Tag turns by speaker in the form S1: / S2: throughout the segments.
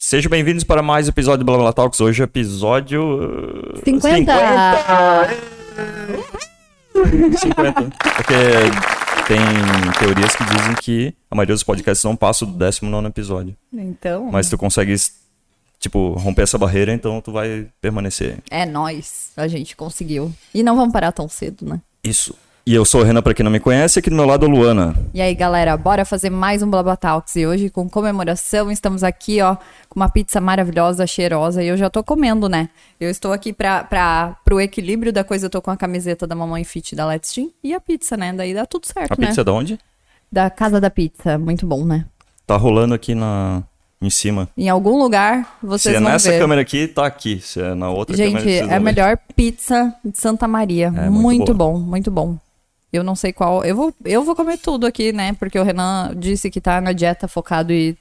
S1: Sejam bem-vindos para mais um episódio do Blá Blá Talks. Hoje é episódio. uh,
S2: 50.
S1: 50! 50. Porque tem teorias que dizem que a maioria dos podcasts não passa do 19 episódio.
S2: Então,
S1: Mas tu consegue, tipo, romper essa barreira, então tu vai permanecer.
S2: é nós, a gente conseguiu. E não vamos parar tão cedo, né?
S1: Isso. E eu sou o Renan, pra quem não me conhece, aqui do meu lado é a Luana.
S2: E aí, galera, bora fazer mais um Blabatalks. E hoje, com comemoração, estamos aqui, ó, com uma pizza maravilhosa, cheirosa. E eu já tô comendo, né? Eu estou aqui pra, pra, pro equilíbrio da coisa. Eu tô com a camiseta da Mamãe Fit da Let's Team e a pizza, né? Daí dá tudo certo,
S1: A
S2: né?
S1: pizza é da onde?
S2: Da Casa da Pizza. Muito bom, né?
S1: Tá rolando aqui na... em cima.
S2: Em algum lugar, vocês
S1: Se é
S2: vão
S1: nessa
S2: ver.
S1: câmera aqui, tá aqui. Se é na outra câmera...
S2: Gente,
S1: vocês vão
S2: é a
S1: ver.
S2: melhor pizza de Santa Maria.
S1: É, muito
S2: muito
S1: boa.
S2: bom, muito bom. Eu não sei qual. Eu vou, eu vou comer tudo aqui, né? Porque o Renan disse que tá na dieta focado e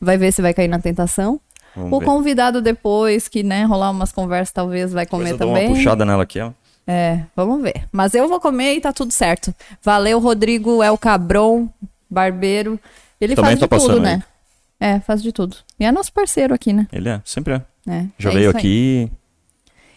S2: vai ver se vai cair na tentação.
S1: Vamos
S2: o
S1: ver.
S2: convidado depois, que, né, rolar umas conversas, talvez vai
S1: Depois
S2: comer
S1: eu dou
S2: também.
S1: uma puxada nela aqui, ó.
S2: É, vamos ver. Mas eu vou comer e tá tudo certo. Valeu, Rodrigo, é o Cabron, barbeiro. Ele
S1: Também
S2: faz
S1: tá
S2: de tudo,
S1: passando aí.
S2: né? É, faz de tudo. E é nosso parceiro aqui, né?
S1: Ele é, sempre é.
S2: É,
S1: Já
S2: é
S1: veio
S2: isso aí.
S1: aqui.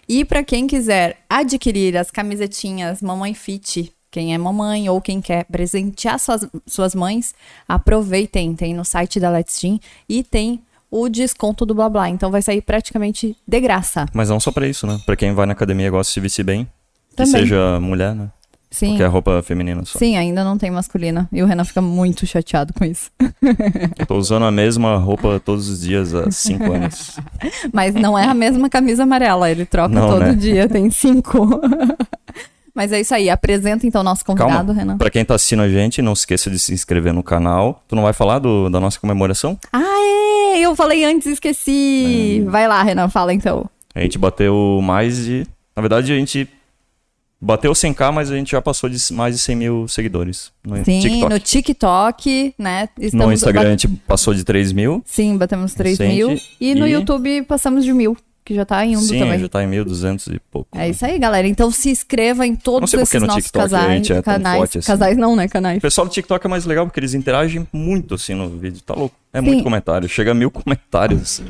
S2: E pra quem quiser adquirir as camisetinhas Mamãe Fit, quem é mamãe ou quem quer presentear suas, suas mães, aproveitem. Tem no site da Let's Team e tem o desconto do Blá Blá. Então vai sair praticamente de graça.
S1: Mas não só pra isso, né? Pra quem vai na academia e gosta de se vestir bem.
S2: Também.
S1: Que seja mulher, né?
S2: Sim.
S1: Porque é roupa feminina só.
S2: Sim, ainda não tem masculina. E o Renan fica muito chateado com isso.
S1: Eu Tô usando a mesma roupa todos os dias há cinco anos.
S2: Mas não é a mesma camisa amarela, ele troca
S1: Não,
S2: todo
S1: né?
S2: dia, tem cinco. Mas é isso aí, apresenta então o nosso
S1: Calma.
S2: convidado, Renan.
S1: Pra quem tá assistindo a gente, não se esqueça de se inscrever no canal. Tu não vai falar do- da nossa comemoração?
S2: Ah, é! Eu falei antes e esqueci!
S1: Hum.
S2: Vai lá, Renan, fala então.
S1: A gente bateu mais de. Na verdade, a gente bateu 100k, mas a gente já passou de mais de 100 mil seguidores no
S2: Sim,
S1: TikTok.
S2: no TikTok, né?
S1: No Instagram a
S2: bat-
S1: gente passou de 3 mil.
S2: Sim, batemos 3
S1: Recente.
S2: mil. E no
S1: E-
S2: YouTube passamos de mil, que já tá indo
S1: Sim,
S2: também.
S1: já tá em 1.200 e pouco.
S2: É isso aí, galera. Então se inscreva em
S1: Não
S2: todos
S1: sei por que
S2: esses
S1: no
S2: nossos
S1: TikTok a
S2: casais.
S1: gente é tão
S2: canais.
S1: forte assim.
S2: Casais não, né? Canais.
S1: O pessoal do TikTok é mais legal porque eles interagem muito assim no vídeo, tá louco? É
S2: Sim.
S1: muito comentário, chega a mil comentários. assim.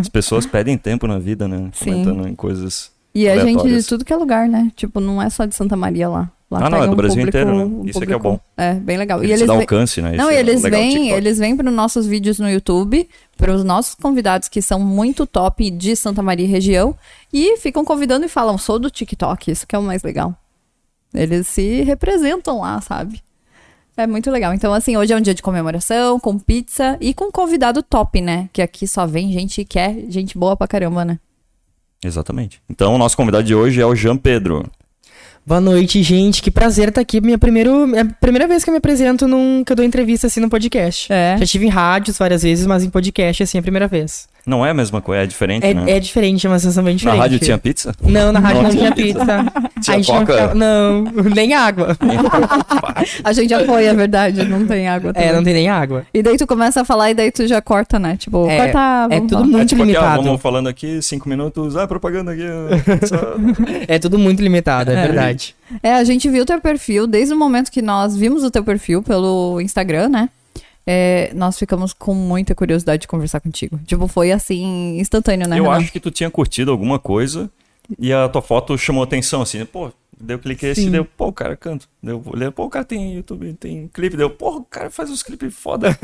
S1: As pessoas perdem tempo na vida, né?
S2: Sim.
S1: Comentando em coisas.
S2: E a gente de
S1: aleatórias.
S2: tudo que é lugar, né? Tipo, não é só de Santa Maria lá. Lá
S1: Ah, não,
S2: pega
S1: é do
S2: um
S1: Brasil
S2: público-
S1: inteiro, né?
S2: um
S1: Isso é que é
S2: público- É, bem legal.
S1: Eles,
S2: e eles
S1: dão
S2: vêm-
S1: alcance, né?
S2: Não,
S1: Isso
S2: e
S1: é
S2: eles
S1: legal do
S2: vêm,
S1: TikTok.
S2: eles vêm para os nossos vídeos no YouTube, para os nossos convidados que são muito top de Santa Maria e região, e ficam convidando e falam, sou do TikTok, isso que é o mais legal. Eles se representam lá, sabe? É muito legal. Então, assim, hoje é um dia de comemoração, com pizza e com convidado top, né? Que aqui só vem gente que é gente boa pra caramba, né?
S1: Exatamente. Então, o nosso convidado de hoje é o Jean Pedro.
S3: Boa noite, gente. Que prazer estar aqui. Minha primeiro, é a primeira vez que eu me apresento num que eu dou entrevista assim num podcast.
S2: É.
S3: Já tive em rádios várias vezes, mas em podcast assim é a primeira vez.
S1: Não é a mesma coisa, é diferente,
S3: É,
S1: né?
S3: é diferente, é uma sensação bem
S1: Na
S3: diferente.
S1: rádio tinha pizza?
S3: Não, na rádio
S1: Não
S3: não,
S1: tinha
S3: tinha pizza.
S1: Tinha
S3: a gente
S1: coca?
S2: é
S3: Não, ficava- não, nem água.
S2: A gente já foi, é verdade, não tem água também.
S3: É, não tem nem água.
S2: E daí tu começa a falar e daí tu já corta, né? Tipo,
S3: É,
S2: corta,
S3: é
S2: vamos
S3: tudo
S2: lá.
S1: É
S3: Muito
S1: tipo aqui, ah,
S3: limitado.
S1: vamos falando aqui, cinco minutos, ah, propaganda aqui. ah, pizza.
S3: É tudo muito limitado, é, verdade.
S2: É, a gente viu teu perfil, desde o momento que nós vimos o teu perfil pelo Instagram, né? É, nós ficamos com muita curiosidade de conversar contigo. Tipo, foi assim, instantâneo, né?
S1: Eu
S2: Renan?
S1: acho que tu tinha curtido alguma coisa e a tua foto chamou atenção, assim, pô, deu clique esse,
S3: Sim.
S1: deu, assim, pô, o cara canta. Deu, olhei, pô, o cara tem YouTube, tem clipe, deu, pô, o cara faz uns clipes foda.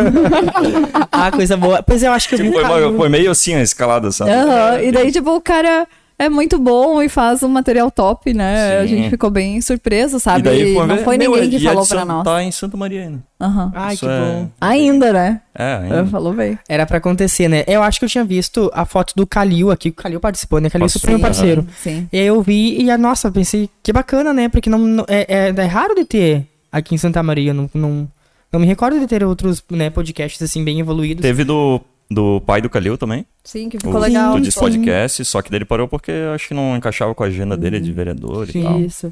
S3: Ah, coisa boa. Pois é, eu acho que eu
S1: tipo,
S3: vi.
S1: foi, ma- foi meio assim a escalada, sabe?
S2: Aham, E daí, tipo, o cara é muito bom e faz um material top,
S1: Sim.
S2: né? A gente ficou bem surpresa, sabe?
S1: E daí foi
S2: não
S1: ver,
S2: foi
S1: meu,
S2: ninguém
S1: é
S2: que
S1: dia
S2: falou
S1: de
S2: pra
S1: Santa-
S2: nós.
S1: Tá em Santa Maria ainda.
S2: Aham.
S3: Ai,
S1: Isso
S3: que
S1: é-
S3: bom.
S2: Ainda, né?
S1: É, ainda.
S2: Falou bem.
S3: Era pra acontecer, né? Eu acho que eu tinha visto a foto do Calil aqui. O Calil participou, né? Calil é
S1: Participou,
S3: super meu
S1: Sim,
S3: parceiro.
S2: Sim.
S3: E aí eu vi e, ah, nossa, pensei, que bacana, né? Porque não, não- é, é, é raro de ter aqui em Santa Maria. Não, não, não me recordo de ter outros né, podcasts assim bem evoluídos.
S1: Teve do, do pai do Calil também.
S2: Sim, que
S1: O
S2: ficou legal.
S1: do Diz
S2: Sim.
S1: Podcast, só que dele parou porque acho que não encaixava com a agenda dele de vereador e tal.
S2: Uhum. Isso.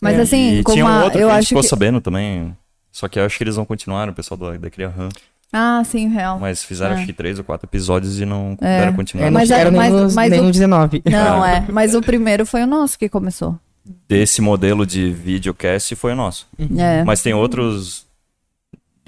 S2: Mas
S1: É,
S2: assim,
S1: e
S2: com
S1: tinha um
S2: uma,
S1: outro
S2: eu
S1: que a gente
S2: acho
S1: ficou
S2: que...
S1: sabendo também. Só que eu acho que eles não continuaram, o pessoal do, da Cria Ram.
S2: Ah, sim, real.
S1: Mas fizeram
S2: É.
S1: acho que três ou quatro episódios e não puderam continuar.
S3: É, não
S2: Mas é-
S3: chegaram nem
S2: mas-
S3: nos-
S2: mas
S3: nem
S2: o-
S3: no 19.
S2: Não, é. Mas o primeiro foi o nosso que começou.
S1: Uhum. Desse modelo de videocast foi o nosso.
S2: É.
S1: Mas tem outros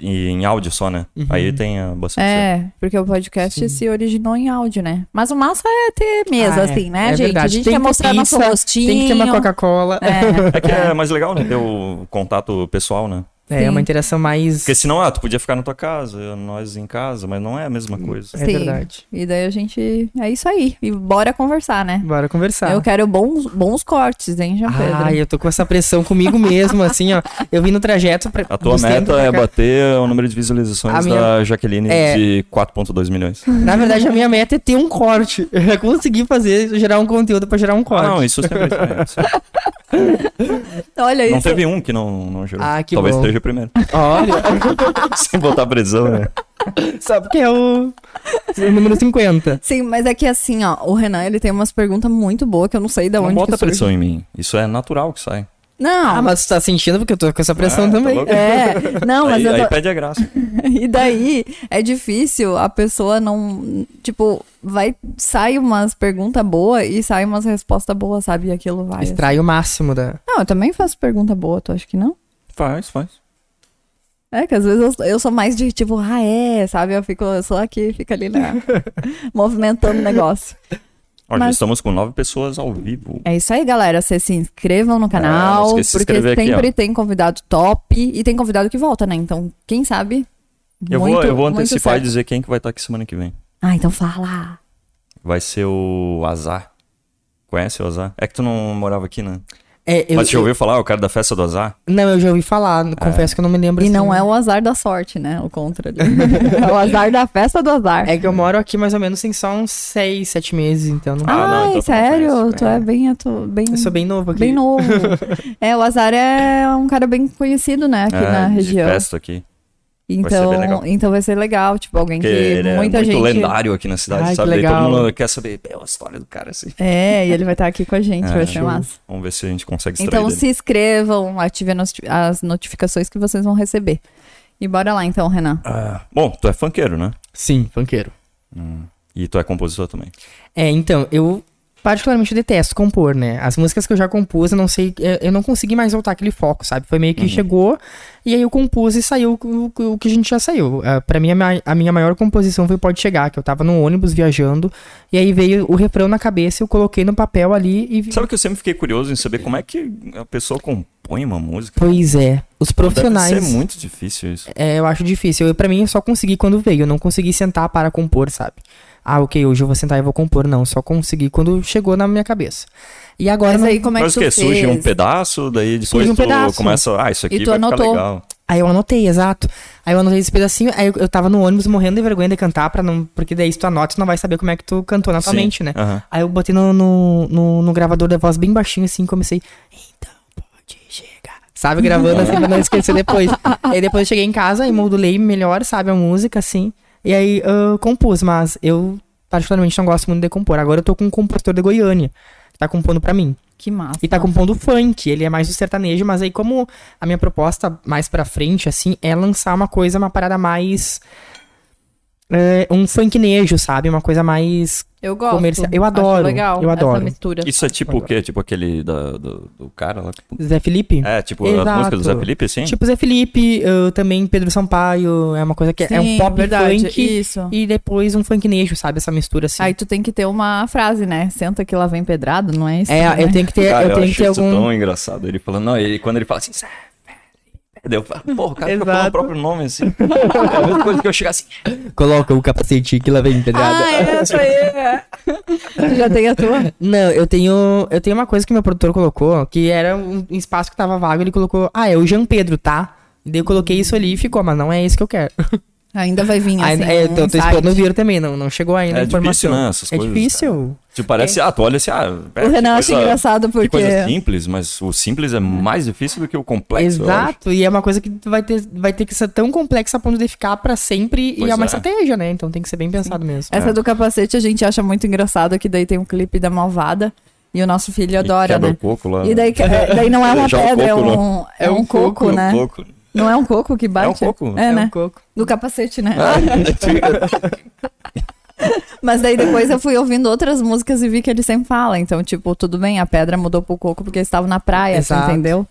S1: e em áudio só, né? Aí tem a bastante.
S2: É, porque o podcast se originou em áudio, né? Mas o massa é ter mesa,
S3: Ah, é.
S2: assim, né,
S3: É
S2: gente?
S3: verdade.
S2: A gente
S3: Tem
S2: quer
S3: que
S2: mostrar
S3: ter
S2: nosso
S3: pizza,
S2: rostinho.
S3: Tem que ter uma Coca-Cola.
S2: É.
S1: É que é mais legal, né? Ter o contato pessoal, né?
S3: É,
S2: Sim.
S3: uma interação mais.
S1: Porque senão, ah, tu podia ficar na tua casa, nós em casa, mas não é a mesma coisa.
S2: Sim.
S3: É verdade.
S2: E daí a gente. É isso aí. E bora conversar, né?
S3: Bora conversar.
S2: Eu quero bons, bons cortes, hein, João Pedro?
S3: Tá. Ai, eu tô com essa pressão comigo mesmo, assim, ó. Eu vim no trajeto pra.
S1: A tua
S3: dos tempos
S1: meta
S3: pra
S1: é
S3: cá.
S1: bater o número de visualizações
S3: A
S1: da
S3: minha-
S1: Jaqueline
S3: É.
S1: de 4.2 milhões.
S3: Na verdade, a minha meta é ter um corte. É conseguir fazer, gerar um conteúdo pra gerar um
S1: Ah,
S3: corte.
S1: não, isso sempre é isso.
S2: Olha
S1: Não
S2: É isso.
S1: teve um que não, não gerou.
S3: Ah, que
S1: Talvez
S3: bom.
S1: esteja o primeiro.
S3: Olha,
S1: Sem botar prisão, né?
S3: só porque é o. o número 50.
S2: Sim, mas é que assim, ó, o Renan, ele tem umas perguntas muito boas que eu não sei da
S1: Não
S2: onde
S1: bota
S2: que surge.
S1: pressão em mim. Isso é natural que sai.
S2: Não,
S3: Ah, mas tu tá sentindo porque eu tô com essa pressão
S1: Ah, tá
S3: também.
S1: louco?
S2: é, não, mas
S1: aí,
S2: eu tô...
S1: aí perde a graça.
S2: E daí é difícil a pessoa não. Tipo, vai. Sai umas perguntas boas e sai umas respostas boas, sabe? E aquilo vai. assim.
S3: Extrai o máximo da.
S2: Não, eu também faço pergunta boa, tu acha que não?
S1: Faz, faz.
S2: É, que às vezes eu, eu sou mais de tipo, ah, é, sabe? Eu fico eu sou aqui, fica ali na. movimentando o negócio.
S1: Olha,
S2: Mas-
S1: estamos com nove pessoas ao vivo.
S2: É isso aí, galera. Vocês se inscrevam
S1: É,
S2: no
S1: não
S2: canal,
S1: esqueça de se
S2: porque
S1: inscrever aqui,
S2: sempre
S1: ó.
S2: tem convidado top e tem convidado que volta, né? Então, quem sabe.
S1: Eu, vou,
S2: muito-
S1: eu vou
S2: muito
S1: antecipar e
S2: certo.
S1: dizer quem que vai estar aqui semana que vem.
S2: Ah, então fala.
S1: Vai ser o Azar. Conhece o Azar? É que tu não morava aqui, né?
S3: É, eu,
S1: Mas já ouviu É. falar, o cara da festa do Azar?
S3: Não, eu já ouvi falar, confesso que eu não me lembro.
S2: E
S3: assim.
S2: não é o azar da sorte, né? O contra ali. é o azar da festa do azar.
S3: É que eu moro aqui mais ou menos tem só uns 6, 7 meses, então não.
S1: Ah, não,
S2: Ai,
S1: então tu não
S2: sério?
S1: conhece,
S2: tu é bem, atu- bem,
S3: Eu sou bem novo aqui.
S2: bem novo. é, o azar é um cara bem conhecido, né? Aqui
S1: é,
S2: na
S1: de
S2: região.
S1: festa aqui. ser
S2: Então,
S1: bem legal.
S2: então vai ser legal. Tipo, alguém
S1: Porque
S2: que
S1: ele é
S2: muita
S1: muito
S2: gente...
S1: lendário aqui na cidade,
S3: Ai, que
S1: sabe? Daí
S3: legal.
S1: Todo mundo quer saber "Meu, a história do cara, assim.
S2: É, e ele vai estar aqui com a gente,
S1: É,
S2: vai ser
S1: show.
S2: massa.
S1: Vamos ver se a gente consegue extrair
S2: Então
S1: dele.
S2: se inscrevam, ativem as noti- as notificações que vocês vão receber. E bora lá então, Renan.
S1: Ah, bom, tu é funkeiro, né?
S3: Sim, funkeiro.
S1: E tu é compositor também.
S3: É, então, eu particularmente detesto compor, né? As músicas que eu já compus, eu não sei, eu, eu não consegui mais voltar aquele foco, sabe? Foi
S1: Uhum.
S3: meio que chegou, e aí eu compus e saiu o, o- o que a gente já saiu. Ah, Pra mim, a, ma- a minha maior composição foi Pode Chegar, que eu tava no ônibus viajando, e aí veio o refrão na cabeça, eu coloquei no papel ali e...
S1: Sabe que eu sempre fiquei curioso em saber como é que a pessoa compõe uma música?
S3: Pois é, os profissionais...
S1: Deve ser muito difícil isso.
S3: É, eu acho difícil. Eu, pra mim, eu só consegui quando veio. Eu não consegui sentar para compor, sabe? Ah, ok, hoje eu vou sentar e vou compor. Não, só consegui quando chegou na minha cabeça. E agora.
S2: Mas
S3: não-
S2: aí como é que
S1: Mas o
S2: tu
S1: que?
S2: fez?
S1: Surge um pedaço, daí depois
S3: Surge um
S1: tu
S3: pedaço.
S1: começa. Ah, isso aqui
S2: tu
S1: vai
S2: anotou.
S1: ficar legal.
S3: Aí eu anotei, exato. Aí eu anotei esse pedacinho, aí eu, eu tava no ônibus morrendo de vergonha de cantar, para não. Porque daí se tu anota, tu não vai saber como é que tu cantou na tua
S1: Sim,
S3: mente, né?
S1: aham.
S3: Aí eu botei no, no, no- no gravador da voz bem baixinho assim, comecei. Então pode chegar. Sabe, gravando assim pra não esquecer depois. aí depois eu cheguei em casa e modulei melhor, sabe, a música, assim. E aí eu compus, mas eu particularmente não gosto muito de compor. Agora eu tô com um compositor de Goiânia. que Tá compondo pra mim.
S2: Que massa.
S3: E tá compondo funk, ele é mais do sertanejo, mas aí como a minha proposta mais pra frente, assim, é lançar uma coisa, uma parada mais. é, um funknejo, sabe? Uma coisa mais
S2: Eu gosto.
S3: comercial. Eu
S2: Acho
S3: adoro,
S2: legal
S3: eu
S2: Essa
S3: adoro.
S2: mistura.
S1: Isso é tipo o quê? Tipo aquele da- do, do cara lá.
S3: Zé Felipe?
S1: É, tipo a
S3: Exato.
S1: música do Zé Felipe, assim?
S3: Tipo Zé Felipe, eu também Pedro Sampaio, é uma coisa que é um
S2: Sim,
S3: pop
S2: verdade,
S3: funk
S2: Isso.
S3: e depois um funknejo, sabe? Essa mistura assim.
S2: Aí tu tem que ter uma frase, né? Senta que lá vem pedrado, não é isso?
S3: é,
S2: né?
S3: eu tenho que ter,
S1: Cara,
S3: eu tenho que
S1: acho
S3: ter
S1: isso
S3: algum
S1: tão engraçado. Ele falando, não, ele, quando ele fala assim, "Zé Felipe", daí eu falo, porra, o cara fica falando o
S3: Exato.
S1: próprio nome, assim. É a mesma coisa que eu chegar assim.
S3: Coloca o capacete que lá vem tá pedrada.
S2: Ah, é, isso aí. é. Tu já tem a tua?
S3: Não, eu tenho, eu tenho uma coisa que meu produtor colocou, que era um um espaço que tava vago, ele colocou: "Ah, é o Jean Pedro, tá?" E Daí eu coloquei isso ali e ficou, mas não é isso que eu quero.
S2: Ainda vai vir, assim.
S3: Ainda- é,
S2: um
S3: eu tô, tô
S2: insight.
S3: esperando vir também, não, não chegou ainda
S1: É
S3: a informação.
S1: difícil, né? Essas
S3: é
S1: coisas,
S3: difícil.
S1: Tipo, parece, ah, tu olha assim, ah. é,
S2: O
S1: que
S2: Renan acha
S1: coisa-
S2: engraçado
S1: Que coisa
S2: porque...
S1: simples, mas o simples é mais difícil do que o complexo. eu acho.
S3: Exato, e é uma coisa que tu vai ter, vai ter que ser tão complexa a ponto de ficar pra sempre
S1: Pois
S3: e é uma
S1: é.
S3: estratégia, né? Então tem que ser bem pensado mesmo.
S2: Essa do capacete a gente acha muito engraçado, que daí tem um clipe da Malvada e o nosso filho
S1: E
S2: adora,
S1: quebra
S2: né?
S1: o coco lá.
S2: E daí, que- é, daí não é uma
S1: Já o
S2: pedra, é
S1: coco,
S2: um, é um coco,
S1: É um
S2: né?
S1: coco.
S2: Não é um coco que bate?
S1: É um coco. É.
S2: É,
S3: É um
S2: né?
S3: coco.
S2: Do capacete, né? Mas daí depois eu fui ouvindo outras músicas e vi que ele sempre fala. Então, tipo, tudo bem, a pedra mudou pro coco porque eles estavam na praia, tu
S3: Exato.
S2: entendeu?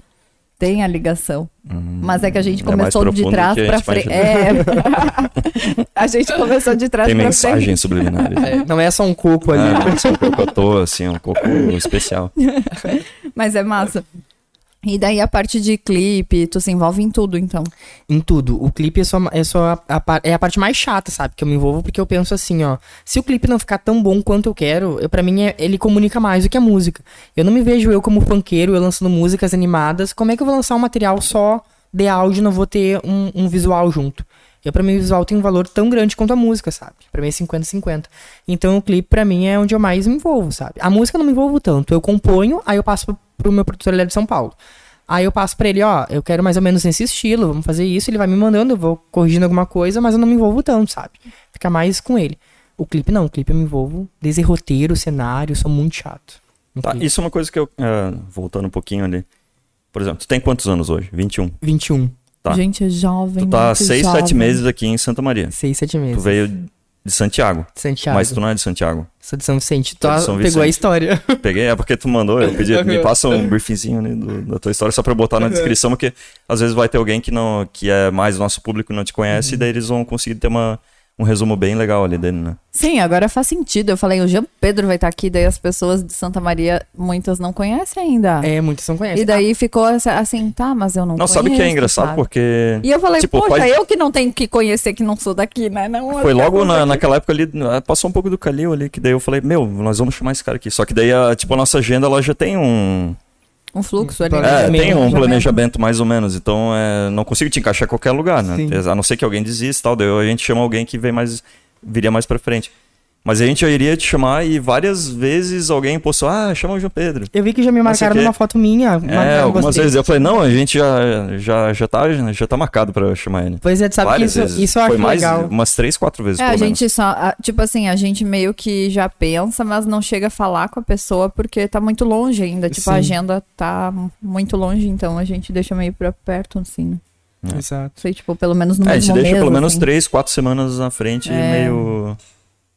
S2: Tem a ligação. Mas é que a gente
S1: É mais
S2: começou de
S1: profundo
S2: trás
S1: que a
S2: pra
S1: gente
S2: frente. É. a gente começou de trás
S1: Tem
S2: pra frente.
S1: mensagem subliminar. né?
S3: É, Não é só um coco ali.
S1: Ah, desculpa, eu tô assim, um pouco especial.
S2: Mas é massa. E daí a parte de clipe, tu se envolve em tudo, então.
S3: Em tudo. O clipe é só, é só a, a par- é a parte mais chata, sabe? Que eu me envolvo porque eu penso assim, ó. Se o clipe não ficar tão bom quanto eu quero, eu, para mim é- ele comunica mais do que a música. Eu não me vejo eu como funkeiro, eu lançando músicas animadas. Como é que eu vou lançar um material só de áudio e não vou ter um, um visual junto? Eu, pra mim, o visual tem um valor tão grande quanto a música, sabe? Pra mim é 50-50. Então o clipe, pra mim, é onde eu mais me envolvo, sabe? A música eu não me envolvo tanto. Eu componho, aí eu passo pro- pro meu produtor ele é de São Paulo. Aí eu passo pra ele, ó, eu quero mais ou menos nesse estilo, vamos fazer isso, ele vai me mandando, eu vou corrigindo alguma coisa, mas eu não me envolvo tanto, sabe? Fica mais com ele. O clipe não, o clipe eu me envolvo desde roteiro, cenário, sou muito chato. No
S1: Tá,
S3: clipe.
S1: isso é uma coisa que eu. ah, voltando um pouquinho ali. Por exemplo, tu tem quantos anos hoje? 21.
S3: 21,
S1: Tá.
S2: Gente, é jovem.
S1: Tu tá há
S2: muito
S1: 6,
S2: jovem.
S1: 7 meses aqui em Santa Maria.
S3: 6, 7
S1: Tu
S3: meses.
S1: veio de Santiago.
S3: Santiago.
S1: Mas tu não é de Santiago.
S3: Sou de São Vicente. Tu
S1: Sou de São
S3: pegou a
S1: Vicente.
S3: história.
S1: Peguei, é porque tu mandou, eu pedi, me passa um briefzinho ali do- da tua história só pra eu botar na descrição, porque às vezes vai ter alguém que não que é mais o nosso público não te conhece, e daí eles vão conseguir ter uma, um resumo bem legal ali dele, né?
S2: Sim, agora faz sentido. Eu falei, o Jean Pedro vai estar aqui, daí as pessoas de Santa Maria, muitas não conhecem ainda.
S3: É, muitos não conhecem.
S2: E daí ficou essa- assim, tá, mas eu não
S1: Não, sabe o que é
S2: conheço,
S1: engraçado?
S2: sabe?
S1: Porque.
S2: E eu falei,
S1: tipo,
S2: poxa,
S1: faz-
S2: eu que não tenho que conhecer que não sou daqui, né? Não,
S1: Foi
S2: até
S1: logo
S2: vou
S1: na-
S2: daqui.
S1: naquela época ali, ah, passou um pouco do Calil ali, que daí eu falei, meu, nós vamos chamar esse cara aqui. Só que daí, a, tipo, a nossa agenda, ela já tem um...
S2: Um fluxo ali.
S1: É,
S2: né?
S1: tem um
S3: Planejamento.
S1: planejamento mais ou menos, então é, não consigo te encaixar em qualquer lugar, né?
S3: Sim.
S1: A não ser que alguém desista e tal, daí a gente chama alguém que vem mais, viria mais pra frente. Mas a gente já iria te chamar e várias vezes alguém postou, ah, chama o João Pedro.
S3: Eu vi que já me
S1: Não sei
S3: marcaram
S1: o quê.
S3: numa foto minha.
S1: É,
S3: marcaram,
S1: algumas
S3: gostei.
S1: vezes eu falei, não, a gente já, já, já, tá, já tá marcado pra chamar ele.
S3: Pois é, tu sabe que
S1: várias
S3: isso,
S1: vezes.
S3: isso eu acho
S1: Foi mais
S3: legal.
S1: umas três, quatro vezes,
S2: É, a
S1: pelo menos.
S2: gente só. a- Tipo assim, a gente meio que já pensa, mas não chega a falar com a pessoa porque tá muito longe ainda. Tipo, a
S3: Sim.
S2: agenda tá muito longe, então a gente deixa meio pra perto, assim. né?
S3: Exato.
S2: Sei, tipo, pelo menos no
S1: É, a gente
S2: mesmo
S1: deixa
S2: mês,
S1: pelo menos
S2: assim.
S1: três, quatro semanas na frente,
S2: É.
S1: meio,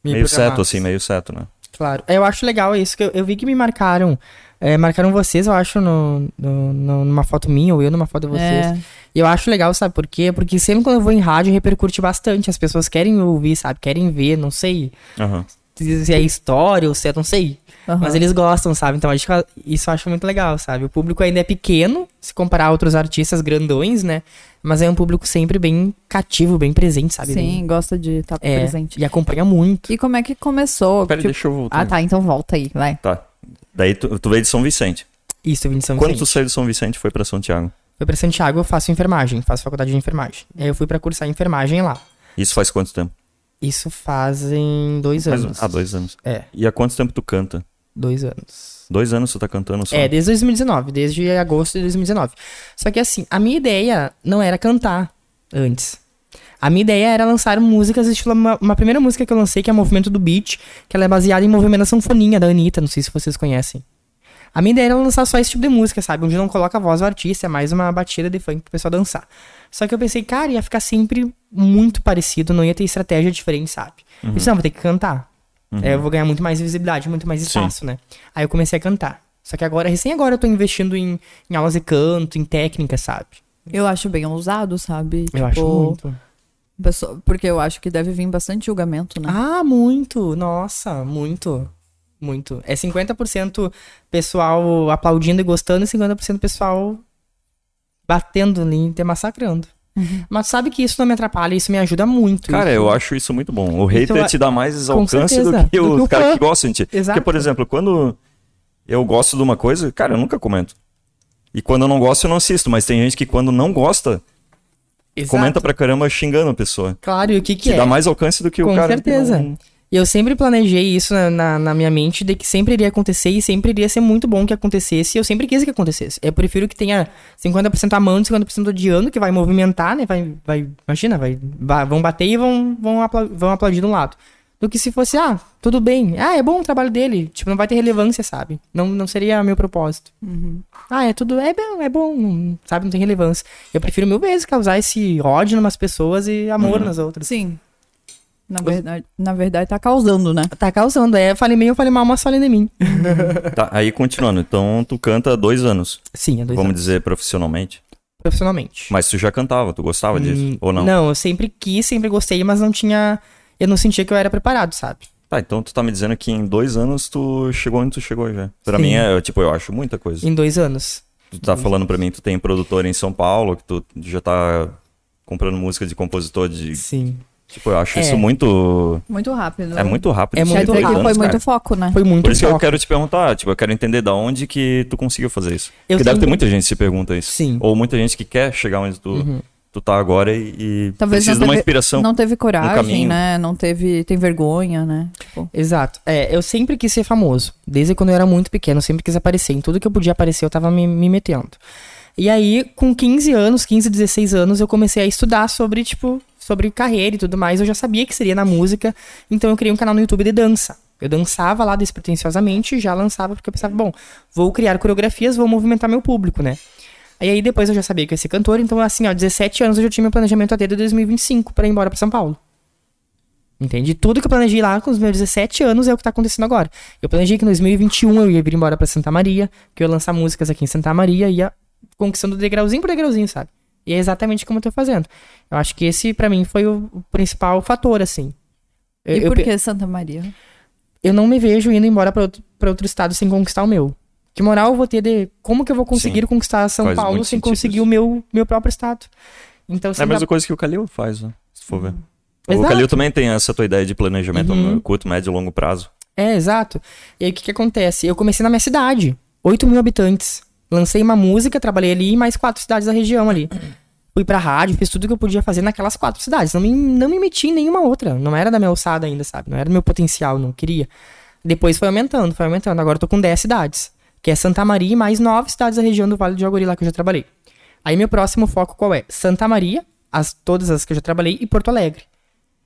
S3: Me
S1: meio
S3: programaram.
S1: certo, assim, meio certo, né?
S3: Claro. É, Eu acho legal isso, que eu, eu vi que me marcaram. é, marcaram vocês, eu acho, no, no- no- numa foto minha, ou eu numa foto de vocês.
S2: É.
S3: E eu acho legal, sabe por quê? Porque sempre quando eu vou em rádio, repercute bastante. As pessoas querem ouvir, sabe? Querem ver, não sei
S1: Aham.
S3: se é história ou se é, não sei.
S2: aham.
S3: Mas eles gostam, sabe? Então acho que isso eu acho muito legal, sabe? O público ainda é pequeno, se comparar a outros artistas grandões, né? Mas é um público sempre bem cativo, bem presente, sabe?
S2: Sim, gosta de estar
S3: Bem- é,
S2: presente.
S3: E acompanha muito.
S2: E como é que começou?
S1: Peraí,
S2: Tipo-
S1: deixa eu voltar.
S2: Ah, tá, então volta aí, vai.
S1: Tá. Daí tu, tu veio de São Vicente.
S3: Isso, Vinícius
S1: Quando tu saiu de São Vicente foi pra Santiago?
S3: Foi pra Santiago, eu faço enfermagem, faço faculdade de enfermagem. Aí eu fui pra cursar enfermagem lá.
S1: Isso faz quanto tempo?
S3: Isso fazem dois
S1: Faz-
S3: anos.
S1: ah, dois anos.
S3: É,
S1: E há quanto tempo tu canta?
S3: dois anos.
S1: Dois anos tu tá cantando só?
S3: É, desde 2019, desde agosto de 2019. Só que assim, a minha ideia não era cantar antes. A minha ideia era lançar músicas, estilo uma, uma primeira música que eu lancei, que é Movimento do Beat, que ela é baseada em Movimento da Sanfoninha, da Anitta, não sei se vocês conhecem. A minha ideia era lançar só esse tipo de música, sabe? Onde não coloca a voz do artista, é mais uma batida de funk pro pessoal dançar. Só que eu pensei, cara, ia ficar sempre muito parecido, não ia ter estratégia diferente, sabe? Eu Pensei, não, vou ter que cantar. Aí eu vou ganhar muito mais visibilidade, muito mais espaço, né? Aí eu comecei a cantar. Só que agora, recém agora, eu tô investindo em, em aulas de canto, em técnica, sabe?
S2: Eu acho bem ousado, sabe? Tipo,
S3: Eu acho muito.
S2: pessoa- porque eu acho que deve vir bastante julgamento, né?
S3: Ah, muito! Nossa, muito. Muito. É 50% pessoal aplaudindo e gostando e 50% pessoal batendo ali, te massacrando. Mas sabe que isso não me atrapalha, isso me ajuda muito.
S1: Cara,
S3: isso-
S1: eu acho isso muito bom. O hater
S3: Então,
S1: te dá mais
S3: com
S1: alcance
S3: certeza,
S1: do que
S3: do que
S1: o
S3: o
S1: cara
S3: fã.
S1: que gosta de ti. Porque,
S3: Exato.
S1: por exemplo, quando eu gosto de uma coisa, cara, eu nunca comento. E quando eu não gosto, eu não assisto. Mas tem gente que quando não gosta,
S3: Exato.
S1: comenta pra caramba xingando a pessoa.
S3: Claro, e o que que
S1: Que
S3: é?
S1: dá mais alcance do que o
S3: Com
S1: cara. que
S3: certeza.
S1: não-
S3: E eu sempre planejei isso na, na, na minha mente de que sempre iria acontecer e sempre iria ser muito bom que acontecesse. E eu sempre quis que acontecesse. Eu prefiro que tenha 50% amando, 50% odiando, que vai movimentar, né? Vai, vai, imagina, vai, va- vão bater e vão, vão, apla- vão aplaudir de um lado. Do que se fosse, ah, tudo bem. Ah, é bom o trabalho dele. Tipo, não vai ter relevância, sabe? Não, não seria meu propósito. Ah, é tudo, é bom, é bom, não- sabe? Não tem
S1: Uhum.
S3: Ah, relevância. Eu prefiro mil vezes causar esse ódio em umas pessoas e amor nas outras.
S2: Sim. Na verdade, na verdade, tá causando, né?
S3: Tá causando, é. Falei meio, falei mal, mas falei de mim.
S1: Tá, aí continuando. Então tu canta há dois anos,
S3: Sim, é dois
S1: vamos
S3: anos.
S1: dizer profissionalmente.
S3: Profissionalmente.
S1: Mas tu já cantava, tu gostava
S3: Hum,
S1: disso? Ou não?
S3: Não, eu sempre quis, sempre gostei, mas não tinha. Eu não sentia que eu era preparado, sabe?
S1: Tá, então tu tá me dizendo que em dois anos tu chegou onde tu chegou já. Pra
S3: Sim.
S1: mim é, tipo, eu acho muita coisa.
S3: Em dois anos.
S1: Tu tá falando pra mim que tu tem produtor em São Paulo, que tu já tá comprando música de compositor de.
S3: Sim.
S1: Tipo, eu acho
S3: É.
S1: isso muito.
S2: Muito rápido.
S1: É muito rápido.
S3: É
S1: isso,
S2: Quer
S3: muito
S1: dois
S2: dizer que
S1: anos,
S2: foi
S1: cara.
S2: muito foco, né?
S3: Foi muito
S1: Por isso que eu
S3: foco.
S1: quero te perguntar, tipo, eu quero entender da onde que tu conseguiu fazer isso.
S3: Eu
S1: Porque deve ter
S3: sempre-
S1: muita gente que se pergunta isso.
S3: Sim. Uhum.
S1: Ou muita gente que quer chegar onde tu, tu tá agora e, e
S2: Talvez
S1: precisa
S2: não
S1: de uma
S2: teve-
S1: inspiração.
S2: Não
S3: um
S2: teve coragem,
S1: caminho.
S2: né? Não teve. Tem vergonha, né? Tipo,
S3: Exato. É, eu sempre quis ser famoso. Desde quando eu era muito pequeno, eu sempre quis aparecer. Em tudo que eu podia aparecer, eu tava me, me metendo. E aí, com 15 anos, 15, 16 anos, eu comecei a estudar sobre, tipo, sobre carreira e tudo mais. Eu já sabia que seria na música, então eu criei um canal no YouTube de dança. Eu dançava lá despretensiosamente, já lançava, porque eu pensava, bom, vou criar coreografias, vou movimentar meu público, né? E aí depois eu já sabia que eu ia ser cantor, então assim, ó, 17 anos eu já tinha meu planejamento até de 2025 pra ir embora pra São Paulo. Entende? Tudo que eu planejei lá com os meus 17 anos é o que tá acontecendo agora. Eu planejei que em 2021 eu ia vir embora pra Santa Maria, que eu ia lançar músicas aqui em Santa Maria e ia conquistando degrauzinho por degrauzinho, sabe? E é exatamente como eu tô fazendo. Eu acho que esse, pra mim, foi o o principal fator, assim. Eu,
S2: e
S3: eu
S2: por
S3: pe-
S2: que Santa Maria?
S3: eu não me vejo indo embora pra outro, pra outro estado sem conquistar o meu. Que moral eu vou ter de como que eu vou conseguir
S1: Sim.
S3: conquistar São
S1: Faz
S3: Paulo
S1: muito
S3: sem
S1: sentido
S3: conseguir
S1: isso.
S3: o meu, meu próprio estado?
S1: É
S3: Então,
S1: a
S3: sempre
S1: mesma coisa que o Calil faz, né? Se for ver. O
S3: Hum. Exato. Uhum.
S1: Calil também tem essa tua ideia de planejamento a curto, médio e longo prazo.
S3: É, exato. E aí o que, que acontece? Eu comecei na minha cidade, 8 mil habitantes. Lancei uma música, trabalhei ali em mais quatro cidades da região ali. Fui pra rádio, fiz tudo que eu podia fazer naquelas quatro cidades. Não me, não me meti em nenhuma outra. Não era da minha alçada ainda, sabe? Não era do meu potencial, não queria. Depois foi aumentando, foi aumentando. Agora eu tô com 10 cidades. Que é Santa Maria e mais nove cidades da região do Vale do Jaguari lá que eu já trabalhei. Aí meu próximo foco qual é? Santa Maria, as, todas as que eu já trabalhei, e Porto Alegre.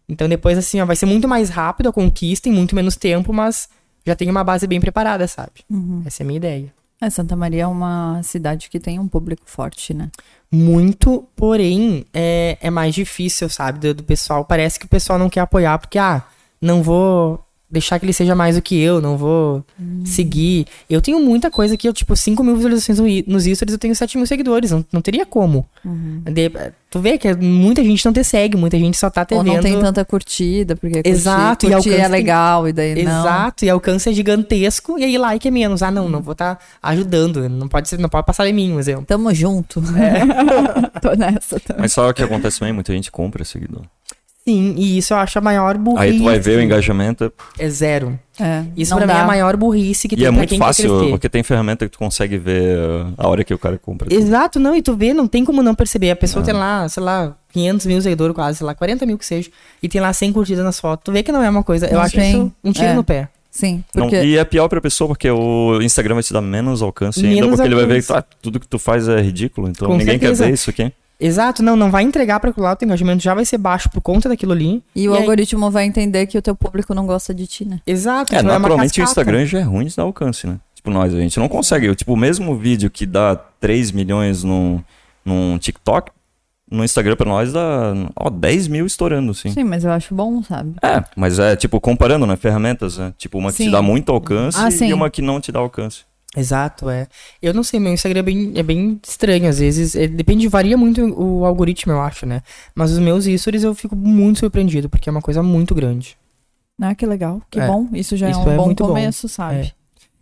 S3: Então depois, assim, ó, vai ser muito mais rápido a conquista em muito menos tempo, mas já tem uma base bem preparada, sabe?
S2: Uhum.
S3: Essa é a minha ideia.
S2: É, Santa Maria é uma cidade que tem um público forte, né?
S3: Muito, porém, é, é mais difícil, sabe, do, do pessoal. Parece que o pessoal não quer apoiar, porque, ah, não vou deixar que ele seja mais do que eu, não vou
S2: Hum.
S3: seguir. Eu tenho muita coisa que eu, tipo, 5 mil visualizações no i- nos stories, eu tenho 7 mil seguidores, não, não teria como.
S2: Uhum.
S3: De- tu vê que é muita gente não te segue, muita gente só tá te
S2: Ou
S3: vendo...
S2: não tem tanta curtida, porque curtir,
S3: Exato, e
S2: curtir é
S3: alcance tem-
S2: legal, e daí não.
S3: Exato, e alcance é gigantesco, e aí like é menos. Ah, não, não vou estar ajudando. Não pode ser, não pode passar de mim, um exemplo.
S2: Tamo junto.
S3: É.
S2: Tô nessa
S3: Tá.
S2: também.
S1: Mas sabe o que acontece também? Muita gente compra seguidor.
S3: Sim, e isso eu acho a maior burrice.
S1: Aí tu vai ver o engajamento.
S3: É zero.
S2: É,
S3: Isso
S2: não
S3: pra mim é
S2: dá.
S3: a maior burrice que
S1: E
S3: tem
S1: é
S3: pra
S1: muito
S3: quem quer
S1: fácil,
S3: crescer.
S1: porque tem ferramenta que tu consegue ver uh, a hora que o cara compra.
S3: Exato, não, e tu vê, não tem como não perceber. A
S1: Ah.
S3: pessoa tem lá, sei lá, 500 mil seguidores quase, sei lá, 40 mil que seja, e tem lá 100 curtidas nas fotos. Tu vê que não é uma coisa. Eu
S2: Não
S3: acho
S2: tem.
S3: isso um tiro
S2: É.
S3: no pé.
S2: Sim,
S1: Não,
S2: porque
S1: e é pior pra pessoa, porque o Instagram vai te dar menos alcance ainda,
S3: Menos
S1: porque ele vai ver que
S3: alcance.
S1: tá, tudo que tu faz é ridículo, então
S3: Com
S1: ninguém
S3: certeza.
S1: quer ver isso aqui.
S3: Exato, não, não vai entregar pra lá, o teu engajamento já vai ser baixo por conta daquilo ali.
S2: e o
S3: aí-
S2: algoritmo vai entender que o teu público não gosta de ti, né?
S3: Exato,
S1: É,
S3: então uma
S1: naturalmente o
S3: cascata.
S1: Instagram já é ruim de dar alcance, né? Tipo, nós, a gente não consegue. Tipo, o mesmo vídeo que dá 3 milhões num, num TikTok, no Instagram pra nós dá ó, 10 mil estourando, assim.
S2: Sim, mas eu acho bom, sabe?
S1: É, mas é tipo comparando, né? Ferramentas, né? Tipo, uma que
S2: Sim.
S1: te dá muito alcance
S2: Ah, sim.
S1: e uma que não te dá alcance.
S3: Exato, é. Eu não sei, meu Instagram é bem, é bem estranho às vezes. É, depende, varia muito o algoritmo, eu acho, né? Mas os meus stories eu fico muito surpreendido, porque é uma coisa muito grande.
S2: Ah, que legal, que
S3: É.
S2: bom. Isso já
S3: Isso
S2: é um
S3: é
S2: bom
S3: muito bom.
S2: começo, sabe?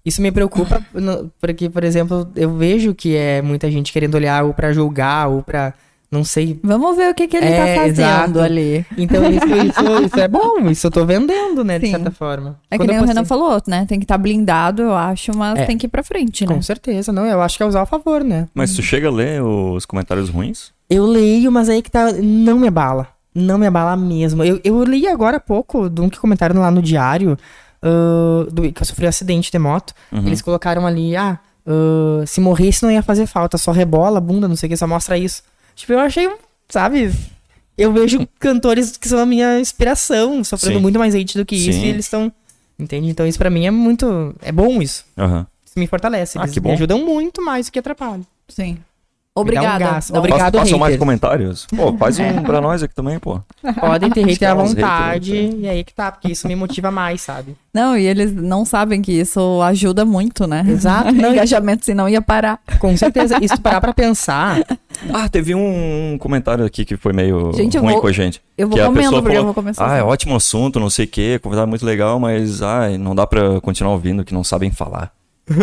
S3: Isso me preocupa, no- porque, por exemplo, eu vejo que é muita gente querendo olhar ou pra julgar, ou pra. Não sei.
S2: Vamos ver o que, que ele tá
S3: É,
S2: fazendo
S3: exato.
S2: ali.
S3: Então isso, isso, isso é bom, isso eu tô vendendo, né? De
S2: Sim.
S3: certa forma.
S2: É
S3: Quando
S2: que nem
S3: eu
S2: o Renan
S3: postei-
S2: falou, né? Tem que estar blindado, eu acho, mas
S3: É.
S2: tem que ir pra frente, né?
S3: Com certeza, não. Eu acho que é usar a favor, né?
S1: Mas tu
S2: Uhum.
S1: chega a ler os comentários ruins?
S3: Eu leio, mas aí que tá. Não me abala. Não me abala mesmo. Eu, eu li agora há pouco de um que comentaram lá no diário ah, do, que eu sofri um acidente de moto.
S1: Uhum.
S3: Eles colocaram ali, ah, ah, se morresse não ia fazer falta, só rebola, bunda, não sei o que, só mostra isso. Tipo, eu achei, sabe? Eu vejo cantores que são a minha inspiração, sofrendo
S1: Sim.
S3: muito mais hate do que isso,
S1: Sim.
S3: e eles estão. Entende? Então isso pra mim é muito. É bom isso.
S1: Uhum. Aham.
S3: Isso me fortalece.
S1: Ah,
S3: eles
S1: que
S3: me
S1: bom.
S3: ajudam muito mais do que atrapalham.
S2: Sim. Obrigada.
S3: Me dá um gás.
S2: Dá um-
S3: Obrigado,
S1: Faça- Façam mais
S3: haters.
S1: comentários. Pô, faz
S2: É.
S1: um pra nós aqui também, pô.
S3: Podem ter hater à
S1: Os haters, né?
S3: vontade. E aí que tá, porque isso me motiva mais, sabe?
S2: Não, e eles não sabem que isso ajuda muito, né?
S3: Exato. Não, e-
S2: Engajamento, senão ia parar.
S3: Com certeza, isso parar pra pensar.
S1: Ah, teve um, um comentário aqui que foi meio
S2: Gente, eu
S1: ruim
S2: vou-
S1: com a gente.
S2: eu vou
S1: que a
S2: comendo,
S1: pessoa
S2: porque
S1: falou,
S2: eu vou começar
S1: Ah, é
S2: assim."
S1: ótimo assunto, não sei o quê, convidado muito legal, mas ai, não dá pra continuar ouvindo que não sabem falar.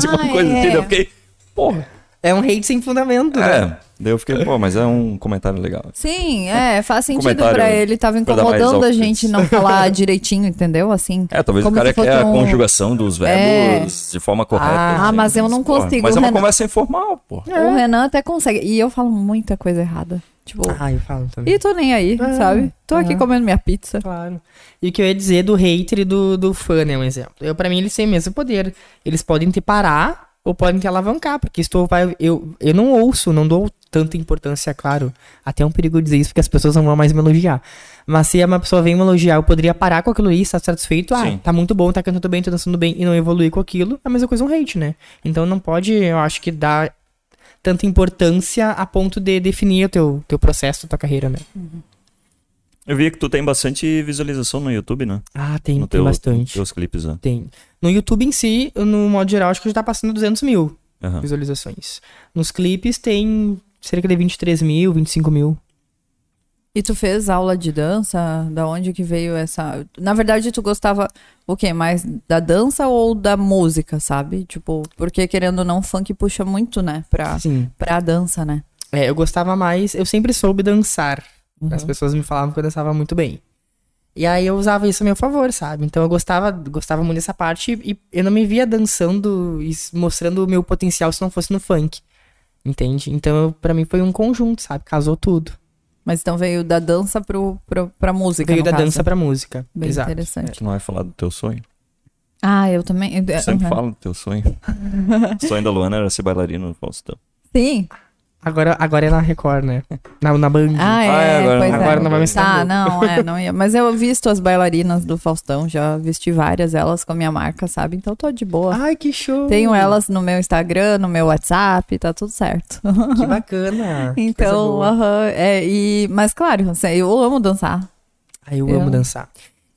S1: tipo, uma
S2: Ah,
S1: coisa
S2: é.
S1: assim, daí eu fiquei, porra.
S3: É um hate sem fundamento. né?
S1: É, daí eu fiquei, pô, mas é um comentário legal.
S2: Sim, é, faz sentido
S1: Comentário
S2: pra ele. Tava
S1: pra dar mais
S2: incomodando a
S1: outfits.
S2: gente não falar direitinho, entendeu? Assim.
S1: É, talvez
S2: como
S1: o cara
S2: se fosse
S1: quer a
S2: um-
S1: conjugação dos verbos de forma correta.
S3: Ah,
S1: assim,
S2: mas eu não
S1: porra,
S2: consigo,
S1: Mas é uma
S2: Renan.
S1: conversa informal, pô.
S2: O Renan até consegue. E eu falo muita coisa errada. Tipo,
S3: Ah, eu falo também.
S2: e tô nem aí,
S3: Ah,
S2: sabe? Tô aqui
S3: ah.
S2: comendo minha pizza.
S3: Claro. E o que eu ia dizer do hater e do, do fã, né? Um exemplo. Eu, pra mim, eles têm o mesmo poder. Eles podem te parar ou podem te alavancar, porque estou vai. Eu, eu não ouço, não dou tanta importância, claro. Até é um perigo dizer isso, porque as pessoas não vão mais me elogiar. Mas se uma pessoa vem me elogiar, eu poderia parar com aquilo ali, estar satisfeito. Ah,
S1: Sim.
S3: tá muito bom, tá cantando bem, tá dançando bem, e não evoluir com aquilo. A mesma coisa é um hate, né? Então não pode, eu acho que dar tanta importância a ponto de definir o teu, teu processo, tua carreira, né?
S1: Eu vi que tu tem bastante visualização no YouTube, né?
S3: Ah, tem,
S1: No
S3: tem
S1: teu-
S3: bastante.
S1: Teus clipes, né?
S3: Tem. No YouTube em si, no modo geral, acho que já tá passando 200 mil
S1: Aham.
S3: visualizações. Nos clipes tem cerca de 23 mil, 25 mil.
S2: E tu fez aula de dança? Da onde que veio essa. Na verdade, tu gostava o quê? Mais da dança ou da música, sabe? Tipo, porque querendo ou não, funk puxa muito, né? Pra,
S3: Sim.
S2: pra dança, né?
S3: É, eu gostava mais, eu sempre soube dançar.
S2: Uhum.
S3: As pessoas me falavam que eu dançava muito bem. E aí eu usava isso a meu favor, sabe? Então eu gostava, gostava muito dessa parte e eu não me via dançando e s- mostrando o meu potencial se não fosse no funk. Entende? Então eu- pra mim foi um conjunto, sabe? Casou tudo.
S2: Mas então veio da dança pro, pro, pra música.
S3: Veio
S2: no
S3: da
S2: caso. né?
S3: dança pra música.
S2: Bem
S3: Exato.
S2: interessante.
S1: Tu não vai falar do teu sonho?
S2: Ah, eu também.
S1: Tu sempre
S2: Uhum.
S1: fala do teu sonho. o sonho da Luana era ser bailarina no Faustão.
S2: Sim.
S3: Agora, agora é na Record, né? Na, na Band.
S2: Ah, é.
S1: Ah, é, agora
S2: pois
S1: não-
S2: é.
S3: agora não vai me
S2: Tá,
S3: saber.
S2: não, é, não ia. Mas eu visto as bailarinas do Faustão, já vesti várias elas com a minha marca, sabe? Então tô de boa.
S3: Ai, que show!
S2: Tenho elas no meu Instagram, no meu WhatsApp, tá tudo certo.
S3: Que bacana! Ah, Que coisa
S2: Então,
S3: boa.
S2: aham, é, e, mas claro, assim, eu amo dançar.
S3: Ai, eu
S2: eu-
S3: amo dançar.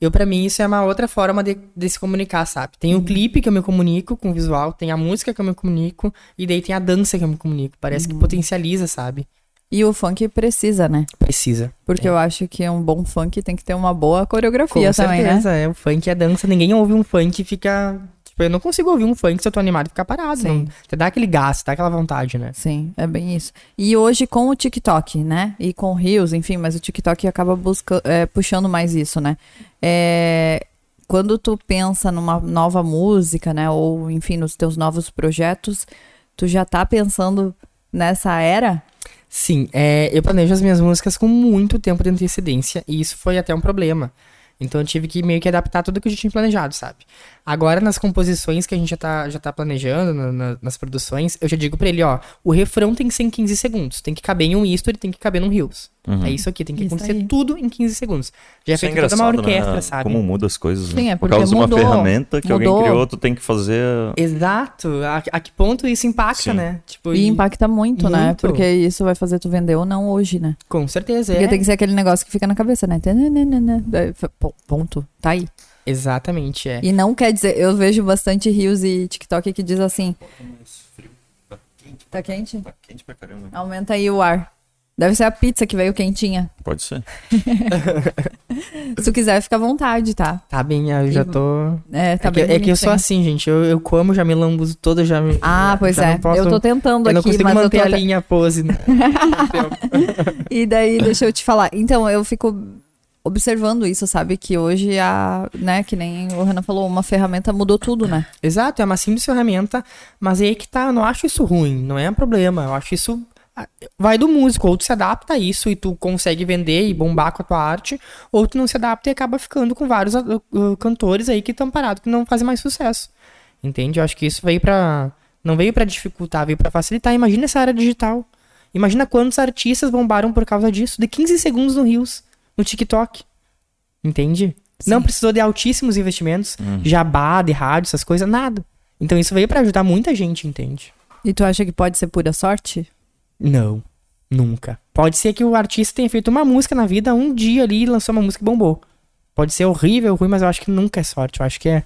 S3: Eu, pra mim, isso é uma outra forma de, de se comunicar, sabe? Tem
S2: Uhum.
S3: o clipe que eu me comunico com o visual, tem a música que eu me comunico, e daí tem a dança que eu me comunico. Parece
S2: Uhum.
S3: que potencializa, sabe?
S2: E o funk precisa, né?
S3: Precisa.
S2: Porque eu acho que um bom funk tem que ter uma boa
S3: É. Com
S2: coreografia também, né?
S3: certeza, é. O funk é dança. Ninguém ouve um funk e fica. Tipo, eu não consigo ouvir um funk se eu tô animado e ficar parado.
S2: Sim.
S3: Não... Você dá aquele gás, dá aquela vontade, né?
S2: Sim, é bem isso. E hoje com o TikTok, né? E com o Reels, enfim, mas o TikTok acaba busca, é, puxando mais isso, né? É, quando tu pensa numa nova música, né? Ou, enfim, nos teus novos projetos, tu já tá pensando nessa era?
S3: Sim, é, eu planejo as minhas músicas com muito tempo de antecedência e isso foi até um problema. Então eu tive que meio que adaptar tudo que eu já tinha planejado, sabe? Agora nas composições que a gente já tá, já tá planejando, na- na- nas produções, eu já digo pra ele, ó, o refrão tem que ser em 15 segundos, tem que caber em um history, tem que caber num reels. É isso aqui, tem que
S2: Isso
S3: acontecer
S2: aí.
S3: tudo em 15 segundos. Já é
S1: Uhum. Isso é
S3: feito toda uma
S1: engraçado,
S3: orquestra,
S1: né?
S3: sabe?
S1: Como muda as coisas, né?
S2: Sim, é
S1: Por
S2: porque
S1: causa de uma
S2: mudou,
S1: ferramenta que
S2: mudou.
S1: alguém criou, tu tem que fazer...
S3: Exato, a, a que ponto isso impacta,
S1: Sim.
S3: né? Tipo,
S2: E impacta muito, né?
S3: Muito.
S2: Porque isso vai fazer tu vender ou não hoje, né?
S3: com certeza,
S2: Porque
S3: é.
S2: tem que ser aquele negócio que fica na cabeça, né? Daí, pô, Ponto. Tá aí.
S3: Exatamente, é.
S2: E não quer dizer, eu vejo bastante Reels e TikTok que diz assim. Tá quente?
S1: Tá quente pra caramba.
S2: Aumenta aí o ar. Deve ser a pizza que veio quentinha.
S1: Pode ser.
S2: Se tu quiser, fica à vontade, tá?
S3: Tá bem, eu já
S2: E-
S3: tô...
S2: É, tá
S3: é, que,
S2: bem
S3: é que eu sou
S2: bonitinho.
S3: assim, gente. Eu, eu como, já me lambuzo toda, já me.
S2: Ah, pois
S3: já
S2: é.
S3: não posso-
S2: eu tô tentando
S3: eu não
S2: aqui,
S3: consigo
S2: mas eu
S3: manter
S2: tô
S3: a
S2: te-
S3: linha pose. né?
S2: E daí, deixa eu te falar. Então, eu fico observando isso, sabe? Que hoje a, né, que nem o Renan falou, uma ferramenta mudou tudo, né?
S3: Exato, é uma simples ferramenta, mas é aí que tá. Eu não acho isso ruim, não é um problema. Eu acho isso. ah, Vai do músico, ou tu se adapta a isso e tu consegue vender e bombar com a tua arte, ou tu não se adapta e acaba ficando com vários ah, ah, cantores aí que estão parados, que não fazem mais sucesso. Entende? Eu acho que isso veio pra. Não veio pra dificultar, veio pra facilitar. Imagina essa área digital. Imagina quantos artistas bombaram por causa disso. De 15 segundos no Rios, no TikTok. Entende? Não precisou de altíssimos investimentos,
S1: Uhum.
S3: jabá, de rádio, essas coisas, nada. Então isso veio pra ajudar muita gente, entende?
S2: E tu acha que pode ser pura sorte?
S3: Não, nunca. Pode ser que o artista tenha feito uma música na vida um dia ali e lançou uma música e bombou. Pode ser horrível, ruim, mas eu acho que nunca é sorte. Eu acho que é.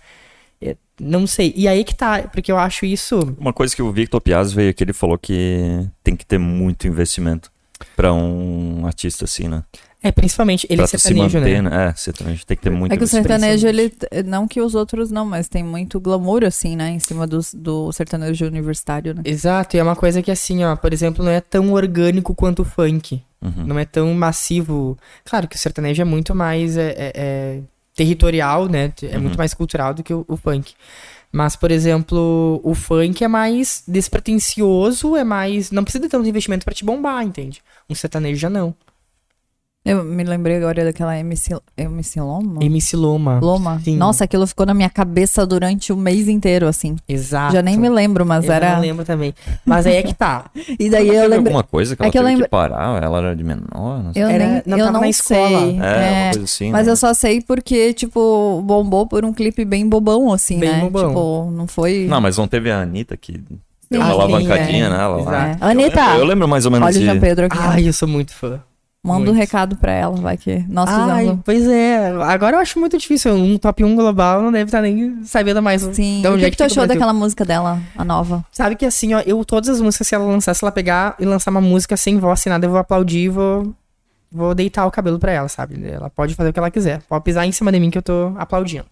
S3: é- não sei. E aí que tá, porque eu acho isso.
S1: Uma coisa que o Victor Piaz veio aqui, ele falou que tem que ter muito investimento pra um artista assim, né?
S3: É, principalmente, ele
S1: pra
S3: é
S1: tu se
S3: sertanejo,
S1: manter,
S3: né?
S1: né? É, sertanejo. Tem que ter né? muito
S2: É que o
S1: investimento.
S2: sertanejo, ele. Não que os outros não, mas tem muito glamour, assim, né? Em cima dos- do, sertanejo universitário, né?
S3: Exato, e é uma coisa que assim, ó, por exemplo, não é tão orgânico quanto o funk.
S1: Uhum.
S3: Não é tão massivo. Claro que o sertanejo é muito mais é, é, é, territorial, né? É
S1: Uhum.
S3: muito mais cultural do que o, o funk. Mas, por exemplo, o funk é mais despretensioso, é mais. Não precisa de tanto investimento pra te bombar, entende? Um sertanejo já não.
S2: Eu me lembrei agora daquela MC, MC Loma.
S3: MC Loma.
S2: Uhum. Loma.
S3: Sim.
S2: Nossa, aquilo ficou na minha cabeça durante o mês inteiro, assim.
S3: Exato.
S2: Já nem me lembro, mas
S3: Ah, Eu
S2: era.
S3: não lembro também. Mas aí é que tá.
S2: E daí eu
S1: Teve
S2: lembrei.
S1: alguma coisa que
S2: É
S1: ela
S2: que eu
S1: teve
S2: lembro-
S1: que parar? Ela era de menor? Não sei.
S2: Eu
S3: Era-
S2: nem,
S3: não
S2: eu
S3: tava
S2: não
S3: na escola.
S2: sei.
S1: É,
S2: É.
S1: uma coisa assim.
S2: Mas
S1: né?
S2: eu só sei porque, tipo, bombou por um clipe bem bobão, assim,
S3: Bem
S2: né?
S3: bobão.
S2: Tipo, não foi.
S1: Não, mas não teve a Anitta que deu
S3: Ah,
S1: uma
S3: sim,
S1: alavancadinha
S3: é.
S1: nela lá.
S2: É.
S3: Exato.
S1: Eu
S2: Anitta!
S1: lembro- Eu lembro mais ou menos
S2: Olha o
S1: de...
S2: Jean Pedro aqui.
S3: Ai, eu sou muito fã.
S2: Manda um
S3: muito.
S2: recado pra ela, vai que. Nós
S3: Ai,
S2: fizemos.
S3: pois é. Agora eu acho muito difícil. Um top 1 global não deve estar nem sabendo mais.
S2: Sim.
S3: de
S2: o que,
S3: onde é
S2: um- Então, que tu achou
S3: fica o Brasil.
S2: daquela música dela, a nova?
S3: Sabe que assim, ó, eu todas as músicas, se ela lançar, se ela pegar e lançar uma música sem voz, sem nada, eu vou aplaudir e vou, vou deitar o cabelo pra ela, sabe? Ela pode fazer o que ela quiser. Pode pisar em cima de mim que eu tô aplaudindo.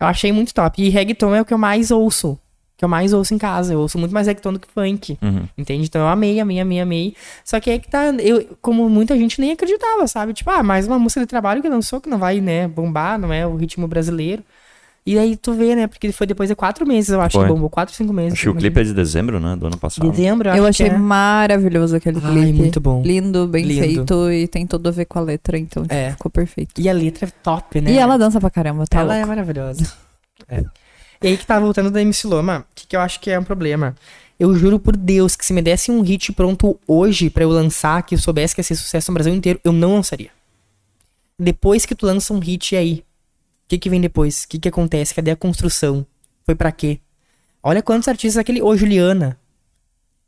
S3: Eu achei muito top. E reggaeton é o que eu mais ouço. Que eu mais ouço em casa. Eu ouço muito mais reggaeton do que funk.
S1: Uhum.
S3: Entende? Então eu amei, amei, amei, amei. Só que é que tá. Eu, como muita gente nem acreditava, sabe? Tipo, ah, mais uma música de trabalho que lançou, que não vai, né, bombar, não é o ritmo brasileiro. E aí tu vê, né? Porque foi depois de quatro meses, eu acho,
S1: Foi.
S3: que bombou quatro, cinco meses.
S1: Acho que o
S3: imagina.
S1: clipe é de dezembro, né? Do ano passado.
S3: Dezembro, eu,
S2: Eu
S3: acho
S2: achei
S3: que é.
S2: maravilhoso aquele
S3: Ai,
S2: clipe.
S3: muito bom.
S2: Lindo, bem
S3: Lindo.
S2: feito e tem tudo a ver com a letra, então tipo,
S3: É.
S2: ficou perfeito.
S3: E a letra é top, né?
S2: E ela dança pra caramba, tá?
S3: Ela é
S2: louco.
S3: maravilhosa. É. E aí que tá voltando da MC Loma, o que, que eu acho que é um problema. Eu juro por Deus que se me desse um hit pronto hoje pra eu lançar, que eu soubesse que ia ser sucesso no Brasil inteiro, eu não lançaria. Depois que tu lança um hit, e aí? O que, que vem depois? O que, que acontece? Cadê a construção? Foi pra quê? Olha quantos artistas aquele. Ô, Juliana.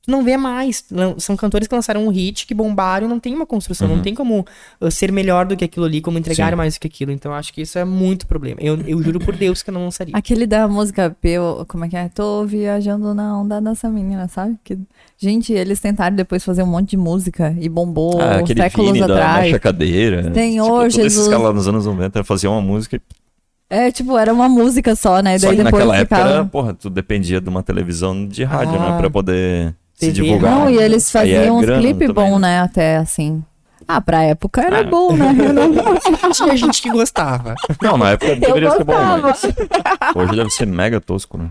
S3: Tu não vê mais. Lan- São cantores que lançaram um hit, que bombaram, não tem uma construção, não tem como uh, ser melhor do que aquilo ali, como entregar
S1: Sim.
S3: mais do que aquilo. Então acho que isso é muito problema. Eu, eu juro por Deus que eu não lançaria.
S2: Aquele da música P, o- como é que é? Tô viajando na onda dessa menina, sabe? Que... Gente, eles tentaram depois fazer um monte de música e bombou
S1: Ah, aquele
S2: Tipo, séculos
S1: Vini da
S2: atrás.
S1: Mexa Cadeira. Tipo,
S2: Senhor
S1: todos esses
S2: Jesus.
S1: caras lá nos anos 90 faziam uma música. e-
S2: É, tipo, era uma música só, né?
S1: Só
S2: Daí
S1: que
S2: depois
S1: naquela época,
S2: ficava...
S1: era, porra, tu dependia de uma televisão de rádio,
S3: Ah,
S1: né? Pra poder se
S3: TV.
S1: divulgar.
S2: Não, e eles
S1: Aí é
S2: faziam uns
S1: grana
S2: clipes
S1: também,
S2: bom,
S1: né?
S2: né? Até assim. Ah, pra época era
S1: Ah.
S2: bom, né? Eu não-
S3: Tinha gente que gostava.
S1: Não, na época deveria ser bom,
S2: gostava.
S1: mas hoje deve ser mega tosco, né?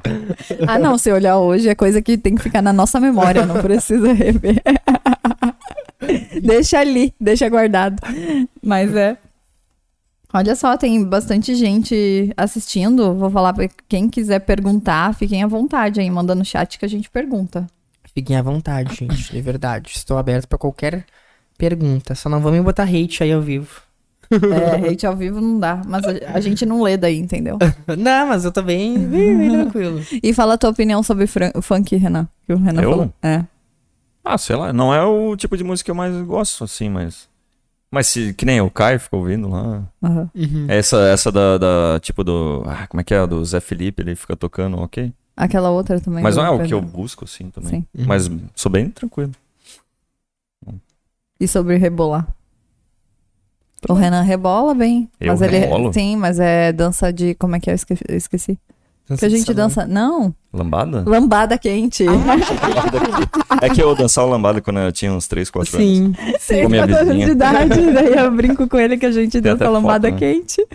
S2: Ah, não, se olhar hoje é coisa que tem que ficar na nossa memória, não precisa rever. deixa ali, deixa guardado. Mas é. Olha só, tem bastante gente assistindo. Vou falar pra quem quiser perguntar, fiquem à vontade aí, manda no chat que a gente pergunta.
S3: Fiquem à vontade, gente, de verdade. Estou aberto pra qualquer pergunta. Só não vão me botar hate aí ao vivo.
S2: É, hate ao vivo não dá, mas a, a gente não lê daí, entendeu?
S3: Não, mas eu tô bem, bem, bem tranquilo.
S2: E fala a tua opinião sobre fran- o funk, Renan. Que o Renan
S1: Eu?
S2: falou. É.
S1: Ah, sei lá, não é o tipo de música que eu mais gosto, assim, mas. Mas se, que nem o Caio fica ouvindo lá. É
S2: aham.
S1: Essa, essa da, da- Tipo do. Ah, como é que é? Do Zé Felipe, ele fica tocando, ok.
S2: Aquela outra também.
S1: Mas não é o
S2: Pedro.
S1: que eu busco, assim, também.
S2: Sim.
S3: Uhum.
S1: Mas sou bem tranquilo.
S2: E sobre rebolar. O Renan rebola bem.
S1: Eu
S2: mas ele
S1: rebolo?
S2: Sim, mas é dança de. Como é que é? Eu esqueci. Eu esqueci. Que a
S3: de
S2: gente
S3: salão.
S2: dança.
S1: né?
S2: Não,
S1: Lambada?
S2: lambada quente.
S1: Ah, É que eu dançava lambada quando eu tinha uns 3, 4 anos.
S3: Sim.
S2: Sim,
S1: com minha
S2: quatro anos
S1: vizinha.
S2: de idade. Daí eu brinco com ele que a gente
S1: Tem
S2: dança
S1: até
S2: lambada
S1: foto, né?
S2: quente.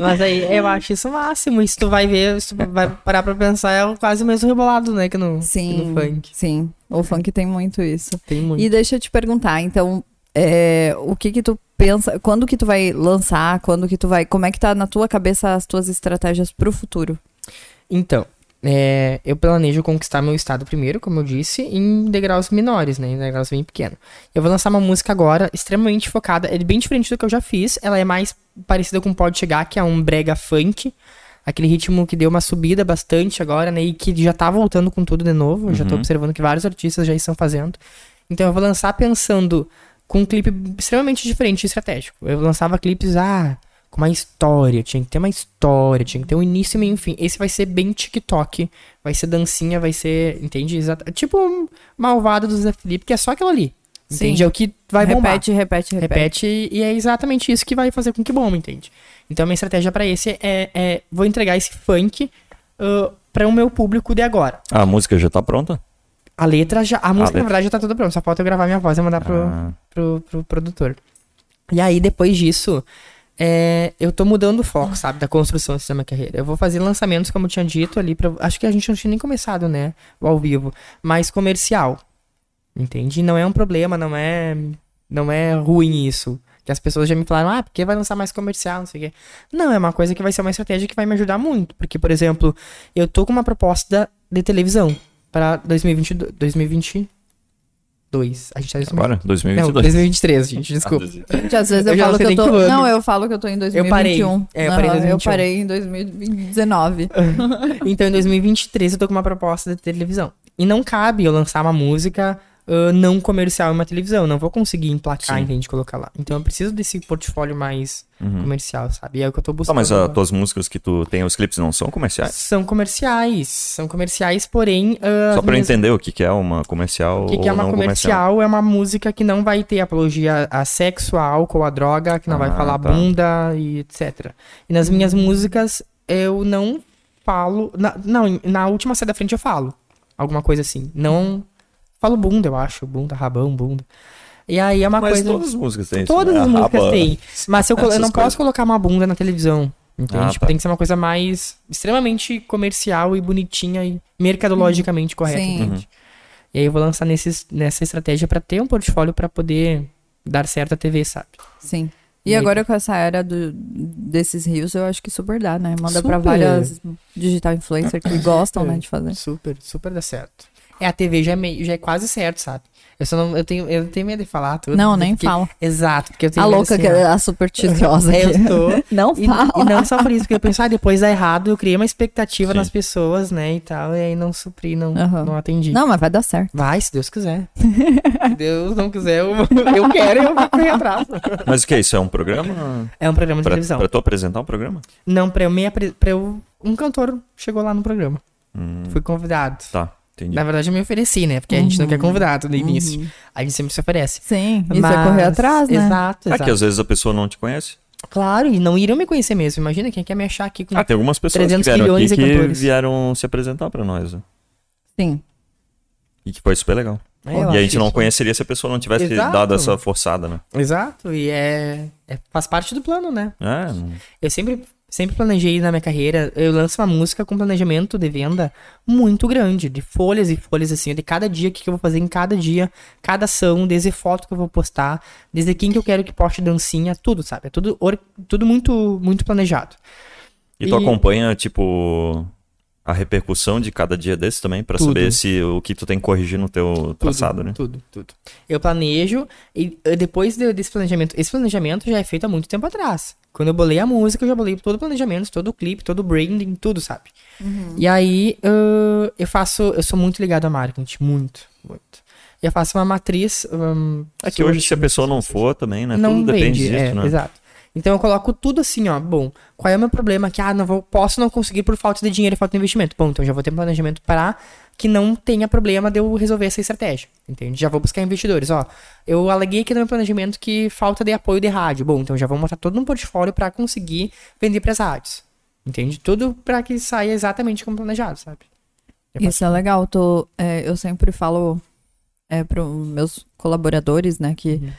S3: Mas aí eu acho isso o máximo. E se tu vai ver, se tu vai parar pra pensar, é quase o mesmo rebolado, né? Que no, que
S2: Sim.
S3: no funk.
S2: Sim. O funk tem muito isso.
S3: Tem muito.
S2: E deixa eu te perguntar, então, é, o que que tu pensa, quando que tu vai lançar, quando que tu vai, como é que tá na tua cabeça as tuas estratégias pro futuro?
S3: Então, é, eu planejo conquistar meu estado primeiro, como eu disse, em degraus menores, né? Em degraus bem pequenos. Eu vou lançar uma música agora, extremamente focada. É bem diferente do que eu já fiz. Ela é mais parecida com Pode Chegar, que é um brega funk. Aquele ritmo que deu uma subida bastante agora, né? E que já tá voltando com tudo de novo. Eu já tô observando que vários artistas já estão fazendo. Então eu vou lançar pensando com um clipe extremamente diferente e estratégico. Eu lançava clipes, ah, com uma história, tinha que ter uma história, tinha que ter um início, meio e fim. Esse vai ser bem TikTok, vai ser dancinha, vai ser, entende? Exata, tipo um malvado do Zé Felipe, que é só aquilo ali.
S2: Sim.
S3: Entende? É o que vai bombar.
S2: repete, repete, repete,
S3: Repete, e é exatamente isso que vai fazer com que bomba, entende? Então a minha estratégia pra esse é, é vou entregar esse funk ah, pra o meu público de agora.
S1: Ah, a música já tá pronta?
S3: A letra já. A música,
S1: letra.
S3: na verdade, já tá toda pronta. Só falta eu gravar minha voz e mandar pro,
S1: Ah.
S3: pro, pro produtor. E aí, depois disso, é, eu tô mudando o foco, sabe, da construção dessa minha carreira. Eu vou fazer lançamentos, como eu tinha dito ali, pra- acho que a gente não tinha nem começado, né, o ao vivo, mas comercial. Entende? Não é um problema, não é, não é ruim isso. Que as pessoas já me falaram, ah, porque vai lançar mais comercial, não sei o quê. Não, é uma coisa que vai ser uma estratégia que vai me ajudar muito. Porque, por exemplo, eu tô com uma proposta de televisão pra 2022. 2022. A gente tá em
S1: Agora?
S3: não,
S1: 2022.
S3: 2023,
S1: Ah,
S3: gente, desculpa.
S2: Gente, às vezes eu,
S3: Eu já
S2: falo
S3: não
S2: que
S3: sei
S2: eu
S3: nem
S2: tô.
S3: que ano.
S2: Não, eu falo que eu tô em 2021.
S3: parei. É, eu parei em
S2: Aham,
S3: 2021.
S2: parei em 2019.
S3: então, em 2023, eu tô com uma proposta de televisão. E não cabe eu lançar uma música ah, não comercial em uma televisão. Eu Não vou conseguir emplacar,
S1: Sim. Uhum.
S3: entende? Colocar lá. Então, eu preciso desse portfólio mais comercial, sabe? E é o que eu tô
S1: Tá,
S3: buscando.
S1: mas as
S3: agora.
S1: tuas músicas que tu tem, os clipes não são comerciais?
S3: São comerciais. São comerciais, porém. ah,
S1: Só pra eu
S3: minhas-
S1: entender o que, que é uma comercial
S3: O que, que é
S1: ou
S3: uma
S1: não comercial.
S3: comercial? É uma música que não vai ter apologia a sexo, a álcool, a droga, que não vai
S1: Ah,
S3: falar
S1: tá.
S3: bunda e etc. E nas minhas músicas eu não falo. Na, não, na última sai da frente eu falo. Alguma coisa assim. Não. Falo bunda, eu acho. Bunda, rabão, bunda. E aí é uma
S1: Mas
S3: coisa.
S1: todas as músicas têm isso,
S3: Todas
S1: né?
S3: as
S1: A
S3: músicas
S1: raba-
S3: têm. Mas eu, colo- eu
S1: Essas
S3: não
S1: coisas.
S3: posso colocar uma bunda na televisão. Entende?
S1: Ah,
S3: Tipo,
S1: tá.
S3: tem que ser uma coisa mais extremamente comercial e bonitinha e mercadologicamente correta,
S2: Sim.
S3: entende? E aí eu vou lançar nesses, nessa estratégia pra ter um portfólio pra poder dar certo a TV, sabe?
S2: Sim. E
S3: E aí?
S2: agora com essa era do- desses rios, eu acho que super dá, né? Manda pra
S3: Super.
S2: várias digital influencers que gostam, né, de fazer.
S3: Super, super dá certo. É, a TV já é, meio, já é quase certo, sabe? Eu só não, eu tenho, eu tenho medo de falar tudo.
S2: Não,
S3: porque-
S2: nem fala.
S3: Exato, porque eu tenho
S2: A
S3: medo
S2: louca,
S3: assim,
S2: que
S3: ó.
S2: é a supersticiosa.
S3: É,
S2: aqui.
S3: eu tô.
S2: Não
S3: E,
S2: fala.
S3: e não só por isso, porque eu penso, ah, depois dá errado, eu criei uma expectativa
S1: Sim.
S3: nas pessoas, né, e tal, e aí não supri, não,
S2: Aham.
S3: não atendi.
S2: Não, mas vai dar certo.
S3: Vai, se Deus quiser. se Deus não quiser, eu, eu quero e eu vou correr atrás.
S1: Mas o que é isso? É um programa?
S3: É um programa de
S1: Pra,
S3: televisão.
S1: pra tu apresentar um programa?
S3: Não, pra eu, me, apre- pra eu... Um cantor chegou lá no programa. Fui convidado.
S1: Hum. Tá, entendi.
S3: Na verdade, eu me ofereci, né? Porque a gente não quer convidado no início. A gente sempre se oferece.
S2: Sim, Uhum. isso é
S3: Mas-
S2: correr atrás, né?
S1: É
S3: Exato, exato.
S1: que às vezes a pessoa não te conhece.
S3: Claro, e não iriam me conhecer mesmo. Imagina quem quer me achar aqui com...
S1: Ah, tem algumas pessoas que
S3: 300
S1: vieram aqui
S3: milhões de
S1: que
S3: cantores.
S1: vieram se apresentar pra nós. né?
S2: Sim.
S1: E que foi super legal.
S3: É, eu
S1: e
S3: acho
S1: a gente não
S3: isso.
S1: conheceria se a pessoa não tivesse
S3: Exato.
S1: dado essa forçada, né?
S3: Exato, e é... é... Faz parte do plano, né?
S1: É, não-
S3: Eu sempre, sempre planejei na minha carreira, eu lanço uma música com planejamento de venda muito grande, de folhas e folhas assim, de cada dia, o que, que eu vou fazer em cada dia, cada ação, desde foto que eu vou postar, desde quem que eu quero que poste dancinha, tudo, sabe? É tudo, or- tudo muito, muito planejado.
S1: E tu
S3: E-
S1: acompanha, tipo, a repercussão de cada dia desse também, pra
S3: Tudo.
S1: saber se o que tu tem que corrigir no teu traçado,
S3: tudo,
S1: né?
S3: Tudo, tudo. Eu planejo e eh, depois de- desse planejamento, esse planejamento já é feito há muito tempo atrás. Quando eu bolei a música, eu já bolei todo o planejamento, todo o clipe, todo o branding, tudo, sabe? E aí ãh, eu faço, eu sou muito ligado a marketing, muito, muito. E eu faço uma matriz. hum,
S1: É que hoje, se a
S3: sobre-
S1: pessoa não for também, né?
S3: não
S1: tudo
S3: vende,
S1: depende disso,
S3: é,
S1: né?
S3: exato. Então eu coloco tudo assim, ó. Bom, qual é o meu problema? Que ah, não vou, posso não conseguir por falta de dinheiro e falta de investimento. Bom, então já vou ter um planejamento para que não tenha problema de eu resolver essa estratégia. Entende? Já vou buscar investidores, ó. Eu aleguei aqui no meu planejamento que falta de apoio de rádio. Bom, então já vou montar todo um portfólio para conseguir vender para as rádios. Entende? Tudo para que saia exatamente como planejado, sabe? Eu faço
S2: Isso é legal. Eu, tô, é, eu sempre falo é, para meus colaboradores, né, que
S3: Uhum.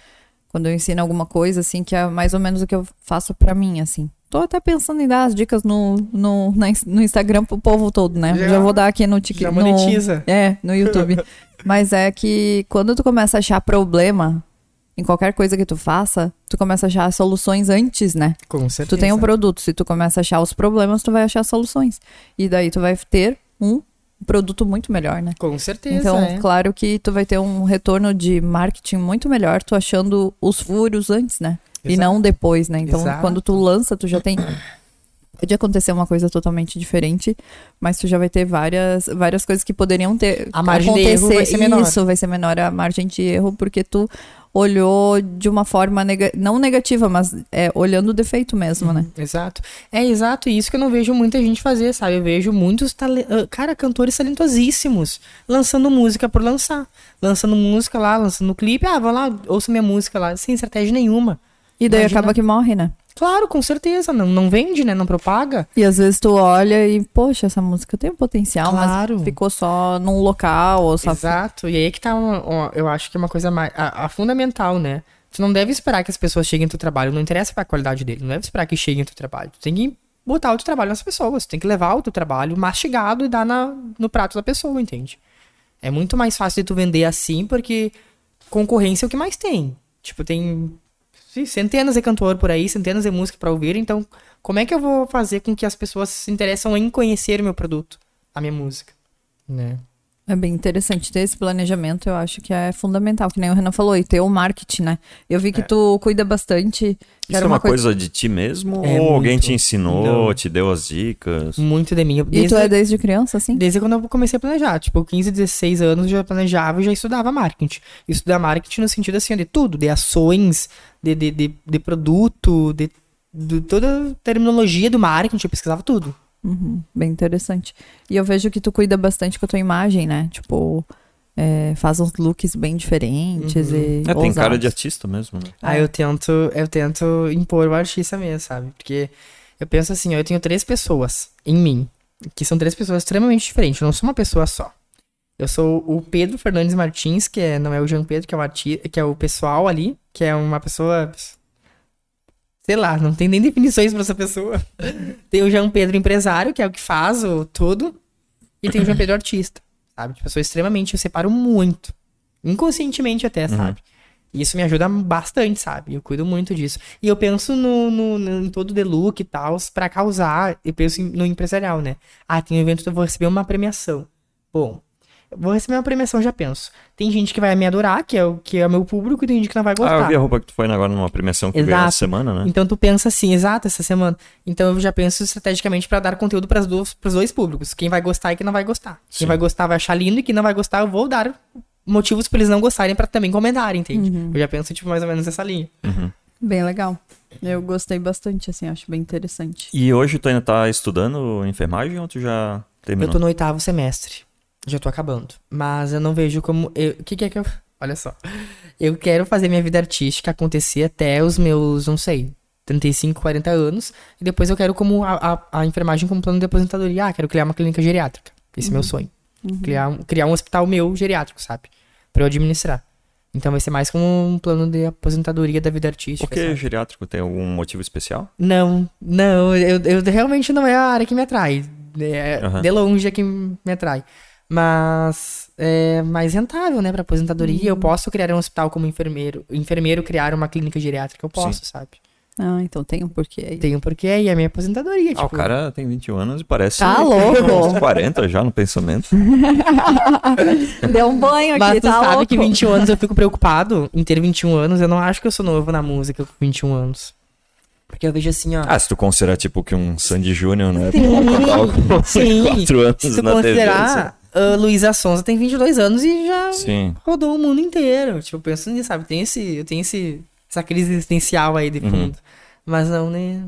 S2: quando eu ensino alguma coisa, assim, que é mais ou menos o que eu faço pra mim, assim. Tô até pensando em dar as dicas no, no, na ins- no Instagram pro povo todo, né? Já,
S3: Já-
S2: vou dar aqui no
S3: Já
S2: TikTok.
S3: monetiza.
S2: É, no YouTube. Mas é que quando tu começa a achar problema em qualquer coisa que tu faça, tu começa a achar soluções antes, né?
S3: Com
S2: Tu
S3: certeza.
S2: tem um produto, se tu começa a achar os problemas, tu vai achar soluções. E daí tu vai ter um produto muito melhor, né?
S3: Com certeza.
S2: Então,
S3: é.
S2: claro que tu vai ter um retorno de marketing muito melhor, tu achando os furos antes, né? E
S3: Exato.
S2: não depois, né? Então,
S3: Exato.
S2: quando tu lança, tu já tem Pode acontecer uma coisa totalmente diferente, mas tu já vai ter várias, várias coisas que poderiam ter
S3: A margem de erro vai ser menor.
S2: Isso vai ser menor a margem de erro, porque tu olhou de uma forma nega- não negativa, mas é, olhando o defeito mesmo,
S3: Uhum.
S2: né?
S3: Exato. É exato isso que eu não vejo muita gente fazer, sabe? Eu vejo muitos, tale- ah, cara, cantores talentosíssimos lançando música por lançar. Lançando música lá, lançando clipe. Ah, vou lá, ouço minha música lá, sem estratégia nenhuma.
S2: E daí
S3: Imagina.
S2: acaba que morre, né?
S3: Claro, com certeza. Não, não vende, né? Não propaga.
S2: E às vezes tu olha e, poxa, essa música tem um potencial,
S3: Claro.
S2: mas ficou só num local, ou só
S3: Exato. E aí que tá, uma- ó, eu acho que é uma coisa mais, a, a fundamental, né? Tu não deve esperar que as pessoas cheguem no teu trabalho, não interessa pra qualidade dele, não deve esperar que cheguem no teu trabalho. Tu tem que botar o teu trabalho nas pessoas, tu tem que levar o teu trabalho mastigado e dar na, no prato da pessoa, entende? É muito mais fácil de tu vender assim, porque concorrência é o que mais tem. Tipo, tem sim, centenas de cantor por aí, centenas de músicas pra ouvir, então como é que eu vou fazer com que as pessoas se interessam em conhecer o meu produto, a minha música, né?
S2: É bem interessante ter esse planejamento, eu acho que é fundamental, que nem o Renan falou, e ter o marketing, né? Eu vi que tu cuida bastante. que
S1: Isso é
S2: era
S1: uma coisa... de ti mesmo?
S3: É
S1: ou alguém
S3: muito.
S1: te ensinou,
S3: Não.
S1: te deu as dicas?
S3: Muito de mim. Eu-
S2: E
S3: Desde,
S2: tu é desde criança, assim?
S3: desde quando eu comecei a planejar. Tipo, 15, 16 anos eu já planejava e já estudava marketing. Estudar marketing no sentido assim, de tudo, de ações, de, de, de, de produto, de, de toda a terminologia do marketing, eu pesquisava tudo.
S2: Uhum, bem interessante. E eu vejo que tu cuida bastante com a tua imagem, né? Tipo, é, faz uns looks bem diferentes e.
S1: É, tem cara de
S2: ousados.
S1: artista mesmo, né?
S3: Aí Ah, eu tento, eu tento impor o artista mesmo, sabe? Porque eu penso assim, ó, eu tenho três pessoas em mim, que são três pessoas extremamente diferentes, eu não sou uma pessoa só. Eu sou o Pedro Fernandes Martins, que é, não é o Jean Pedro, que é, um arti que é o pessoal ali, que é uma pessoa. Sei lá, não tem nem definições pra essa pessoa. tem o Jean Pedro empresário, que é o que faz o tudo, e tem o Jean Pedro artista, sabe? Tipo, eu sou extremamente, eu separo muito. Inconscientemente até,
S1: Uhum.
S3: sabe? E isso me ajuda bastante, sabe? Eu cuido muito disso. E eu penso no, no- no- em todo de look e tal, pra causar, eu penso em- no empresarial, né? Ah, tem um evento que eu vou receber uma premiação. Bom, eu vou receber uma premiação, já penso. Tem gente que vai me adorar, que é o que é o meu público, e tem gente que não vai
S1: Ah,
S3: gostar.
S1: eu vi a roupa que tu foi agora numa premiação que veio
S3: Exato.
S1: essa semana, né?
S3: Então tu pensa assim, exato, essa semana. Então eu já penso estrategicamente pra dar conteúdo para os dois públicos, quem vai gostar e quem não vai gostar.
S1: Sim.
S3: Quem vai gostar vai achar lindo e quem não vai gostar eu vou dar motivos pra eles não gostarem pra também comentarem, entende? Eu já penso tipo mais ou menos nessa linha.
S2: Bem legal. Eu gostei bastante, assim, acho bem interessante.
S1: E hoje tu ainda tá estudando enfermagem ou tu já terminou?
S3: Eu tô no oitavo semestre. Já tô acabando. Mas eu não vejo como. eu- O que, que é que eu. Olha só. Eu quero fazer minha vida artística acontecer até os meus, não sei, 35, 40 anos. E depois eu quero como a, a- a enfermagem como plano de aposentadoria. Ah, quero criar uma clínica geriátrica. Esse é meu sonho. Criar, um- criar um hospital meu geriátrico, sabe? Pra eu administrar. Então vai ser mais como um plano de aposentadoria da vida artística.
S1: Por que
S3: sabe?
S1: geriátrico? Tem algum motivo especial?
S3: Não, não, eu, eu realmente não é a área que me atrai. É,
S1: Aham.
S3: De longe é que me atrai. Mas é mais rentável, né, pra aposentadoria. Eu posso criar um hospital como enfermeiro. Enfermeiro criar uma clínica geriátrica, eu posso, sabe?
S2: Ah, então tem um porquê aí.
S3: Tenho porque e é minha aposentadoria,
S1: Ah,
S3: tipo.
S1: o cara tem 21 anos e parece.
S2: Tá louco.
S1: uns 40 já no pensamento.
S2: Deu um banho
S3: Mas
S2: aqui,
S3: tu
S2: tá
S3: sabe
S2: louco?
S3: que 21 anos eu fico preocupado em ter 21 anos. Eu não acho que eu sou novo na música com 21 anos. Porque eu vejo assim, ó.
S1: Ah, se tu considerar tipo que um Sandy Júnior, né?
S3: Sim.
S1: 4 anos
S3: Se tu
S1: na TV.
S3: considerar, a Luísa Sonza tem 22 anos e já
S1: assim. Sim.
S3: rodou o mundo inteiro. Tipo, eu penso nisso, sabe? Tem esse, eu tenho esse, essa crise existencial aí de
S2: Uhum.
S3: fundo. Mas não, né?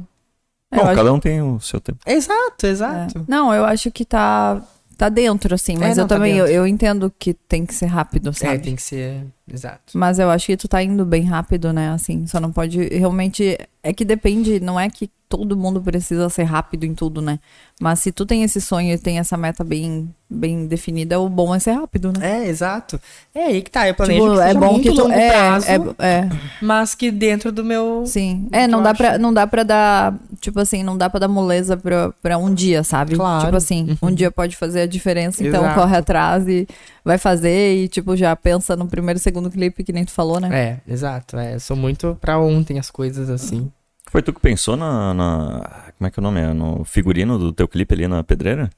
S2: Eu
S1: Bom,
S2: acho-
S1: cada um tem o seu tempo.
S3: Exato,
S2: É.
S3: exato.
S2: Não, eu acho que tá, tá dentro, assim, mas
S3: É, não,
S2: eu
S3: tá
S2: também, eu,
S3: dentro.
S2: eu entendo que tem que ser rápido,
S3: É,
S2: sabe?
S3: tem que ser. Exato.
S2: Mas eu acho que tu tá indo bem rápido, né? Assim, só não pode. Realmente. É que depende, não é que todo mundo precisa ser rápido em tudo, né? Mas se tu tem esse sonho e tem essa meta bem, bem definida, o bom é ser rápido, né?
S3: É, exato. É aí que tá. Eu planejo
S2: Tipo,
S3: que seja
S2: é bom
S3: muito
S2: que tu.
S3: longo
S2: É,
S3: prazo,
S2: é, é,
S3: mas que dentro do meu.
S2: sim.
S3: que
S2: É, não
S3: eu
S2: dá,
S3: acho.
S2: pra, não dá pra dar. Tipo assim, não dá pra dar moleza pra, pra um dia, sabe?
S3: Claro.
S2: Tipo assim, um dia pode fazer a diferença, então
S3: Exato.
S2: corre atrás e vai fazer e, tipo, já pensa no primeiro, segundo clipe, que nem tu falou, né?
S3: É, exato. É, eu sou muito pra ontem as coisas assim.
S1: Foi tu que pensou na, na- Como é que é o nome? É? No figurino do teu clipe ali na pedreira?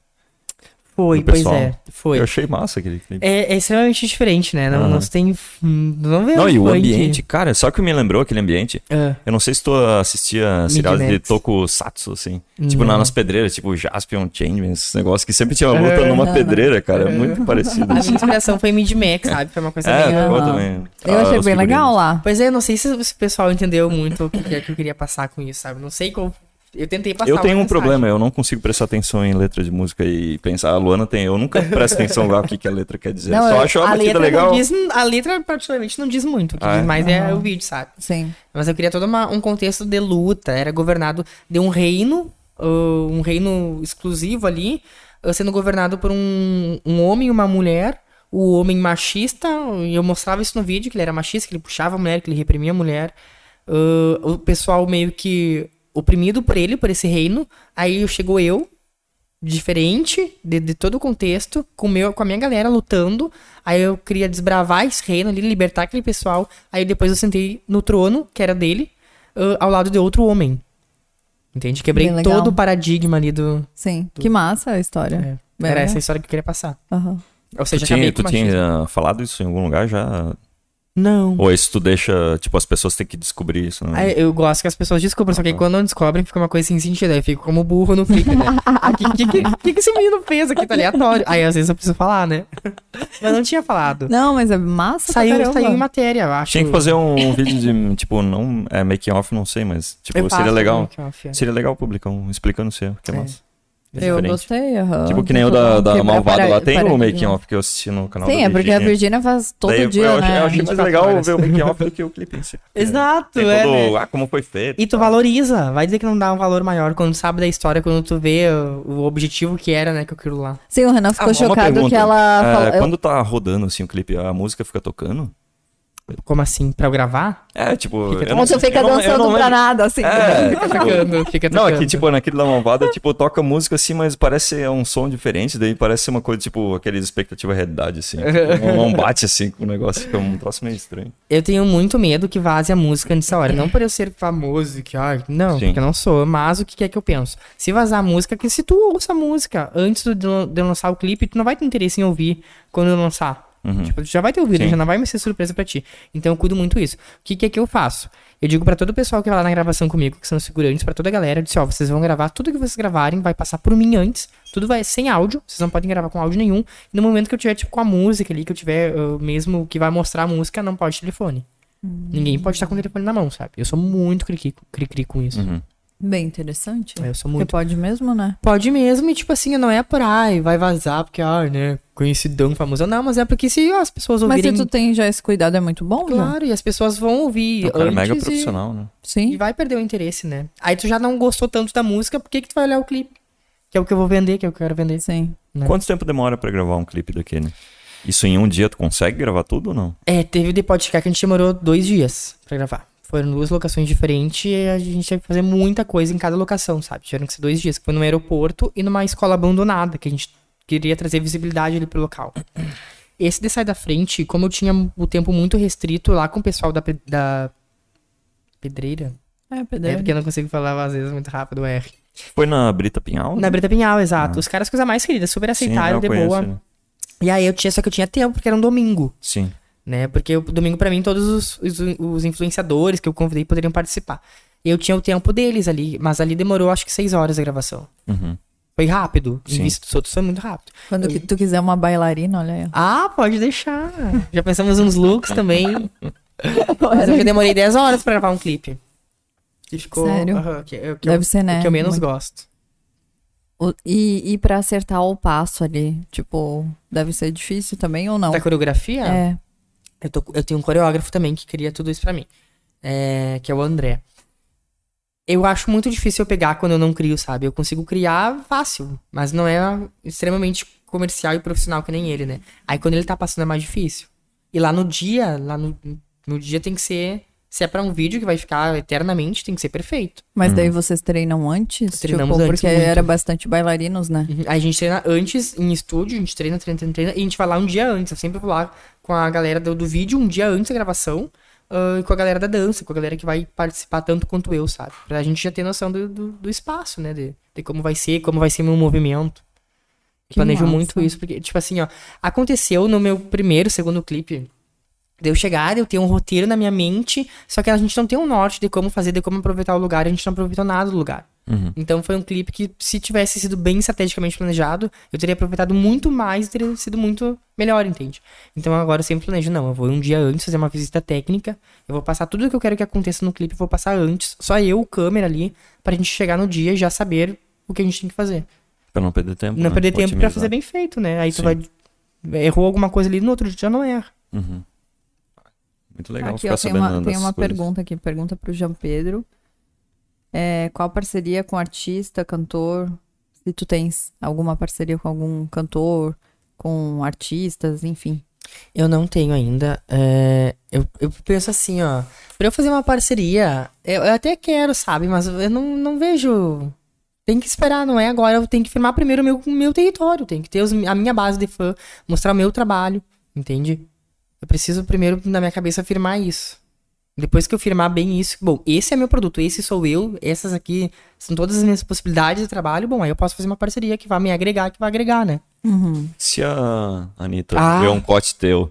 S3: Foi,
S1: do
S3: pois
S1: pessoal.
S3: é. Foi.
S1: Eu achei massa aquele clipe.
S3: É, é extremamente diferente, né? Não, não
S1: Aham.
S3: se tem. Não vê
S1: Não,
S3: um
S1: e o
S3: funk.
S1: ambiente, cara, sabe o que me lembrou aquele ambiente?
S3: Ah,
S1: Eu não sei se tu assistia seriados de
S3: Max.
S1: tokusatsu, assim. Tipo,
S3: Não.
S1: na, nas pedreiras, tipo Jaspion, Changeman, esses negócios que sempre tinha uma luta
S3: É.
S1: numa pedreira, cara. É muito
S3: a
S1: parecido.
S3: minha inspiração foi Mid Max, sabe? Foi uma coisa
S1: É,
S3: meio-
S1: ficou também.
S2: Eu
S1: Ah,
S2: achei
S1: os
S2: bem legal
S1: figurinos.
S2: lá.
S3: Pois é, eu não sei se se o pessoal entendeu muito o que que é que eu queria passar com isso, sabe? Não sei como. Eu tentei passar.
S1: Eu
S3: uma
S1: tenho um
S3: mensagem.
S1: problema, eu não consigo prestar atenção em letra de música e pensar. A Luana tem, eu nunca presto atenção lá o que, que a letra quer dizer.
S2: Não,
S1: Só
S2: eu- é
S1: acho a
S3: A
S1: batida
S3: letra,
S1: tá legal.
S3: Não diz, a letra, particularmente, não diz muito. O que
S1: Ah, é?
S3: diz mais é o vídeo, sabe?
S2: Sim.
S3: Mas eu queria todo uma- um contexto de luta. Era governado de um reino, ah, um reino exclusivo ali, ah, sendo governado por um, um homem e uma mulher. O homem machista, e eu mostrava isso no vídeo, que ele era machista, que ele puxava a mulher, que ele reprimia a mulher. Ah, o pessoal meio que oprimido por ele, por esse reino. Aí chegou eu, diferente de, de todo o contexto, com, o meu, com a minha galera lutando. Aí eu queria desbravar esse reino ali, libertar aquele pessoal. Aí depois eu sentei no trono, que era dele, ãh, ao lado de outro homem. Entende? Quebrei
S2: Bem legal.
S3: todo o paradigma ali do.
S2: Sim. Que massa a história. Bem
S3: Era
S2: legal.
S3: essa a história que eu queria passar.
S2: Aham.
S3: Ou
S1: Tu
S3: seja,
S1: tinha,
S3: acabei
S1: tu
S3: com o
S1: tinha
S3: machismo.
S1: ah, falado isso em algum lugar já?
S3: Não.
S1: Ou isso tu deixa, tipo, as pessoas têm que descobrir isso, né?
S3: Aí eu gosto que as pessoas descubram, só que quando não descobrem, fica uma coisa sem sentido. Aí eu fico como burro no fica, né? O que, que, que, que que esse menino fez aqui? Tá aleatório. Aí às vezes eu preciso falar, né? Mas não tinha falado.
S2: Não, mas é massa. pra
S3: Saiu,
S2: caramba.
S3: saiu em matéria, eu acho.
S1: Tinha que fazer um, um vídeo de, tipo, não. É making off, não sei, mas, tipo,
S3: Eu
S1: seria
S3: faço
S1: legal.
S3: make off, é.
S1: Seria legal publicar um explicando isso aí, que é massa.
S2: Eu ah,
S1: Diferente.
S2: gostei, aham.
S1: Tipo, que nem o da, da
S2: Quebrar
S1: malvada
S2: para-
S1: lá. Tem o
S2: paradigma.
S1: making off que eu assisti no canal
S2: Sim,
S1: da
S2: é porque a
S1: Virginia.
S2: Virgínia faz todo
S1: Daí
S2: dia,
S1: eu,
S2: né?
S1: achei, eu achei mais
S3: 24
S1: legal
S3: horas.
S1: ver o making off do que o clipe em si.
S3: Exato,
S1: Tem
S3: é.
S1: todo,
S3: né?
S1: ah, como foi feito.
S3: E tu valoriza. Vai dizer que não dá um valor maior quando tu sabe da história, quando tu vê o, o objetivo que era, né, que aquilo lá.
S2: Sim, o Renan ficou
S1: Ah, uma
S2: chocado
S1: pergunta.
S2: que ela
S1: É,
S2: falou.
S1: Quando tá rodando assim o clipe, a música fica tocando?
S3: Como assim? Pra eu gravar?
S1: É, tipo.
S3: Fica
S1: eu não
S2: Você
S1: sei,
S2: fica
S1: eu não- eu
S2: dançando
S1: não
S2: pra
S1: lembro.
S2: nada, assim.
S1: É, tipo,
S3: Tocando, fica
S1: não, é que
S3: tocando.
S1: tipo, naquele da Malvada, tipo, toca música assim, mas parece é um som diferente, daí parece ser uma coisa, tipo, aqueles expectativa e realidade, assim. Tipo, não, não bate assim com o negócio, fica um troço meio estranho.
S3: Eu tenho muito medo que vaze a música antes da hora. Não por eu ser famoso, que ai, não,
S1: Sim.
S3: porque eu não sou. Mas o que é que eu penso? Se vazar a música, que se tu ouça a música antes do- de lan- de eu lançar o clipe, tu não vai ter interesse em ouvir quando eu lançar. Tipo, tu já vai ter ouvido,
S1: Sim.
S3: já não vai mais ser surpresa pra ti. Então eu cuido muito isso. O que, que é que eu faço? Eu digo pra todo o pessoal que vai lá na gravação comigo, que são os segurantes, pra toda a galera, eu disse, ó, vocês vão gravar tudo que vocês gravarem, vai passar por mim antes, tudo vai sem áudio, vocês não podem gravar com áudio nenhum. E no momento que eu tiver, tipo, com a música ali, que eu tiver uh, mesmo que vai mostrar a música, não pode telefone. Ninguém pode estar com o telefone na mão, sabe? Eu sou muito cri-cri, cri-cri com isso.
S2: Bem interessante.
S3: Eu
S2: Você
S3: sou É muito.
S2: pode mesmo, né?
S3: Pode mesmo, e tipo assim, não é por ai, vai vazar, porque, ah, né, conhecidão, famoso. Não, mas é porque se as pessoas
S2: Mas
S3: ouvirem.
S2: se tu tem já esse cuidado, é muito bom, né?
S3: Claro, e as pessoas vão ouvir.
S1: O cara é
S3: antes
S1: mega
S3: e-
S1: profissional, né?
S3: E
S2: Sim.
S3: vai perder o interesse, né? Aí tu já não gostou tanto da música, por que, que tu vai olhar o clipe? Que é o que eu vou vender, que é o que eu quero vender.
S2: Sim.
S3: É.
S1: Né? Quanto tempo demora pra gravar um clipe daquele? Isso em um dia tu consegue gravar tudo ou não?
S3: É, teve o The Podcast que a gente demorou dois dias pra gravar. Foram duas locações diferentes e a gente teve que fazer muita coisa em cada locação, sabe? Tiveram que ser dois dias, que foi num aeroporto e numa escola abandonada, que a gente queria trazer visibilidade ali pro local. Esse de Sai da Frente, como eu tinha o tempo muito restrito lá com o pessoal da, pe- da pedreira,
S2: É,
S3: é
S2: pedreiro.
S3: porque eu não consigo falar às vezes muito rápido o R.
S1: Foi na Brita Pinhal? né?
S3: Na Brita Pinhal, exato. Os caras, coisa mais querida, super
S1: Ah. Sim,
S3: aceitaram,
S1: eu
S3: tá, de
S1: conheço,
S3: boa.
S1: né?
S3: E aí eu tinha, só que eu tinha tempo, porque era um domingo,
S1: Sim.
S3: né? Porque o domingo, pra mim, todos os, os, os influenciadores que eu convidei poderiam participar. E eu tinha o tempo deles ali, mas ali demorou acho que seis horas a gravação.
S1: Uhum.
S3: Foi rápido. Em
S1: Sim.
S3: vista dos outros, foi muito rápido.
S2: Quando que tu quiser uma bailarina, olha aí.
S3: Ah, pode deixar. Já pensamos uns looks também. Mas eu já demorei 10 horas pra gravar um clipe. Que ficou.
S2: Sério?
S3: Aham, que, é o que eu-
S2: Deve ser, né?
S3: o que eu menos
S2: Muito-
S3: gosto.
S2: O- E, e pra acertar o passo ali, tipo, deve ser difícil também ou não?
S3: Da coreografia?
S2: É.
S3: Eu, tô- eu tenho um coreógrafo também que cria tudo isso pra mim. é, que é o André. Eu acho muito difícil eu pegar quando eu não crio, sabe? Eu consigo criar fácil, mas não é extremamente comercial e profissional que nem ele, né? Aí quando ele tá passando é mais difícil. E lá no dia, lá no, no dia tem que ser. Se é pra um vídeo que vai ficar eternamente, tem que ser perfeito.
S2: Mas
S1: Hum.
S2: daí vocês treinam antes?
S3: Treinamos
S2: tipo,
S3: antes
S2: porque
S3: muito.
S2: era bastante bailarinos, né?
S3: Aí a gente treina antes em estúdio, a gente treina, treina, treina, treina, e a gente vai lá um dia antes. Eu sempre vou lá com a galera do, do vídeo um dia antes da gravação, ah, e com a galera da dança, com a galera que vai participar tanto quanto eu, sabe? Pra gente já ter noção do, do, do espaço, né? De, de como vai ser, como vai ser meu movimento. planejo
S2: massa.
S3: muito isso, porque, tipo assim, ó, aconteceu no meu primeiro, segundo clipe. De eu chegar, eu tenho um roteiro na minha mente, só que a gente não tem um norte de como fazer, de como aproveitar o lugar, a gente não aproveitou nada do lugar. Então foi um clipe que, se tivesse sido bem estrategicamente planejado, eu teria aproveitado muito mais e teria sido muito melhor, entende? Então agora eu sempre planejo, não, eu vou um dia antes fazer uma visita técnica, eu vou passar tudo o que eu quero que aconteça no clipe, eu vou passar antes, só eu, câmera ali, pra gente chegar no dia e já saber o que a gente tem que fazer
S1: Pra não perder tempo.
S3: não
S1: né?
S3: perder tempo pra
S1: Otimizar.
S3: fazer bem feito, né? Aí tu
S1: Sim.
S3: vai. Errou alguma coisa ali, no outro dia já não erra.
S1: Uhum. Muito legal
S2: aqui,
S1: ficar
S2: ó, tem
S1: sabendo
S2: uma, tem
S1: dessas
S2: uma
S1: coisas.
S2: pergunta aqui, pergunta pro João Pedro. É, qual parceria com artista, cantor? Se tu tens alguma parceria com algum cantor, com artistas, enfim.
S3: Eu não tenho ainda. é, eu, eu penso assim, ó. Pra eu fazer uma parceria, eu, eu até quero, sabe? Mas eu não, não vejo. Tem que esperar, não é agora. Eu tenho que firmar primeiro o meu, o meu território. Tem que ter os- a minha base de fã, mostrar o meu trabalho, entende? Eu preciso primeiro, na minha cabeça, firmar isso. Depois que eu firmar bem isso, bom, esse é meu produto, esse sou eu, essas aqui são todas as minhas possibilidades de trabalho. Bom, aí eu posso fazer uma parceria que vai me agregar, que vai agregar, né?
S1: Se a Anitta
S3: Ah.
S1: vê um corte teu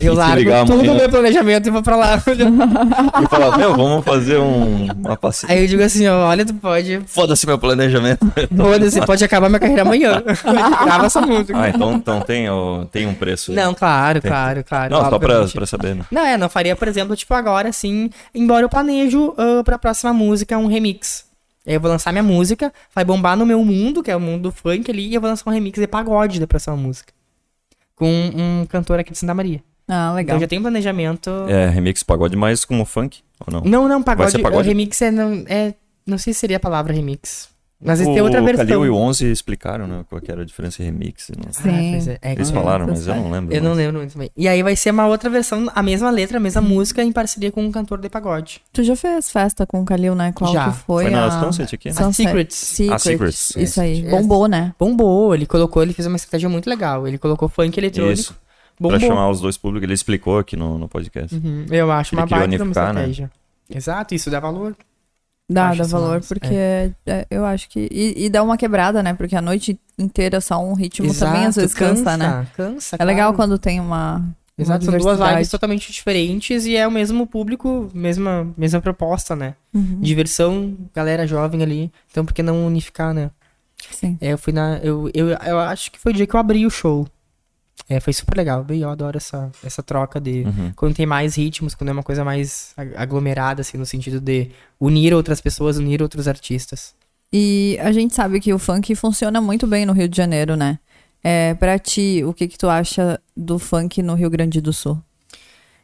S3: Eu
S1: e te
S3: largo
S1: ligar
S3: todo o
S1: amanhã
S3: meu planejamento e vou pra lá.
S1: e falar, meu, vamos fazer um, uma passeada.
S3: Aí eu digo assim, ó, olha, tu pode.
S1: Foda-se meu planejamento.
S3: Foda-se, pode acabar minha carreira amanhã. Grava essa música.
S1: ah, então, então tem, ó, tem um preço. aí.
S3: Não, claro, claro, claro.
S1: Não, só pra,
S3: obviamente.
S1: pra saber, né?
S3: Não, é, não faria, por exemplo, tipo agora, assim, embora eu planejo ah, pra próxima música um remix. Aí Eu vou lançar minha música, vai bombar no meu mundo, que é o mundo do funk ali, e eu vou lançar um remix de pagode da próxima música. Com um cantor aqui de Santa Maria.
S2: Ah,
S3: Então
S2: legal.
S3: eu já tenho planejamento.
S1: É, remix pagode, mas como funk ou não?
S3: Não, não,
S1: Vai
S3: pagode.
S1: ser pagode?
S3: Remix é não, é. Não sei se seria a palavra remix. Mas
S1: o
S3: tem outra versão.
S1: Kalil e o 11 explicaram, né, qual que era a diferença em remix. Não...
S3: Ah,
S2: Sim.
S3: pois é, é
S1: Eles
S3: que-
S1: falaram, mas
S2: essas
S1: eu não lembro.
S3: Eu não
S1: mais.
S3: lembro muito bem. E aí vai ser uma outra versão, a mesma letra, a mesma
S2: Uhum.
S3: música, em parceria com um cantor de pagode.
S2: Tu já fez festa com o Kalil, né? Qual
S3: Já.
S2: que foi?
S1: Foi na
S2: a...
S1: Sunset aqui? né?
S3: Sun-
S2: Sunset.
S3: Secrets.
S1: Ah,
S2: Secrets.
S1: Secrets.
S2: Isso aí.
S3: Yes.
S2: Bombou, né?
S3: Bombou, ele colocou, ele fez uma estratégia muito legal. Ele colocou funk eletrônico.
S1: Isso.
S3: bombou.
S1: Pra chamar os dois públicos, ele explicou aqui no, no podcast.
S3: Uhum, Eu acho
S1: Ele
S3: uma
S1: queria
S3: baita de uma
S1: unificar, né?
S3: estratégia. Exato, isso dá valor.
S2: Dá,
S3: Acho
S2: dá
S3: isso
S2: valor,
S3: massa,
S2: porque é, eu acho que. E, e dá uma quebrada, né? Porque a noite inteira só um ritmo também às
S3: Exato,
S2: vezes cansa, né?
S3: Cansa.
S2: É legal
S3: claro.
S2: quando tem uma. uma
S3: Exato, são duas
S2: diversidade.
S3: lives totalmente diferentes e é o mesmo público, mesma, mesma proposta, né?
S2: Uhum,
S3: Diversão, galera jovem ali. Então por que não unificar, né?
S2: sim.
S3: É, eu fui na. Eu, eu, eu acho que foi o dia que eu abri o show. É, foi super legal. Bem, Eu adoro essa, essa troca de.
S1: Uhum.
S3: Quando tem mais ritmos, quando é uma coisa mais ag- aglomerada, assim, no sentido de unir outras pessoas, unir outros artistas.
S2: E a gente sabe que o funk funciona muito bem no Rio de Janeiro, né? É, pra ti, o que que tu acha do funk no Rio Grande do Sul?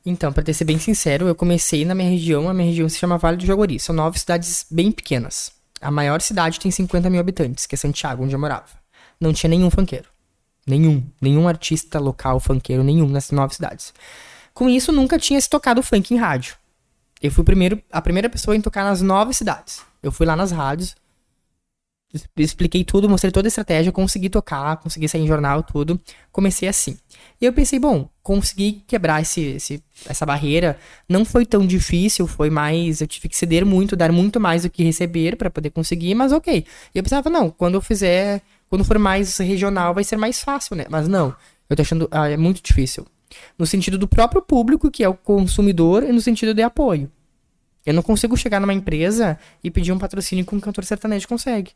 S3: Então, pra ter ser bem sincero, eu comecei na minha região, a minha região se chama Vale do Jaguari. São nove cidades bem pequenas. A maior cidade tem 50 mil habitantes, que é Santiago, onde eu morava. Não tinha nenhum funkeiro. Nenhum. Nenhum artista local funkeiro, nenhum nessas nove cidades. Com isso, nunca tinha se tocado funk em rádio. Eu fui o primeiro, a primeira pessoa em tocar nas nove cidades. Eu fui lá nas rádios, es- expliquei tudo, mostrei toda a estratégia, consegui tocar, consegui sair em jornal, tudo. Comecei assim. E eu pensei, bom, consegui quebrar esse, esse- essa barreira. Não foi tão difícil, foi mais. Eu tive que ceder muito, dar muito mais do que receber pra poder conseguir, mas ok. E eu pensava, não, quando eu fizer, quando for mais regional, vai ser mais fácil, né? Mas não, eu tô achando ah, é muito difícil. No sentido do próprio público, que é o consumidor, e no sentido de apoio. Eu não consigo chegar numa empresa e pedir um patrocínio que um cantor sertanejo consegue.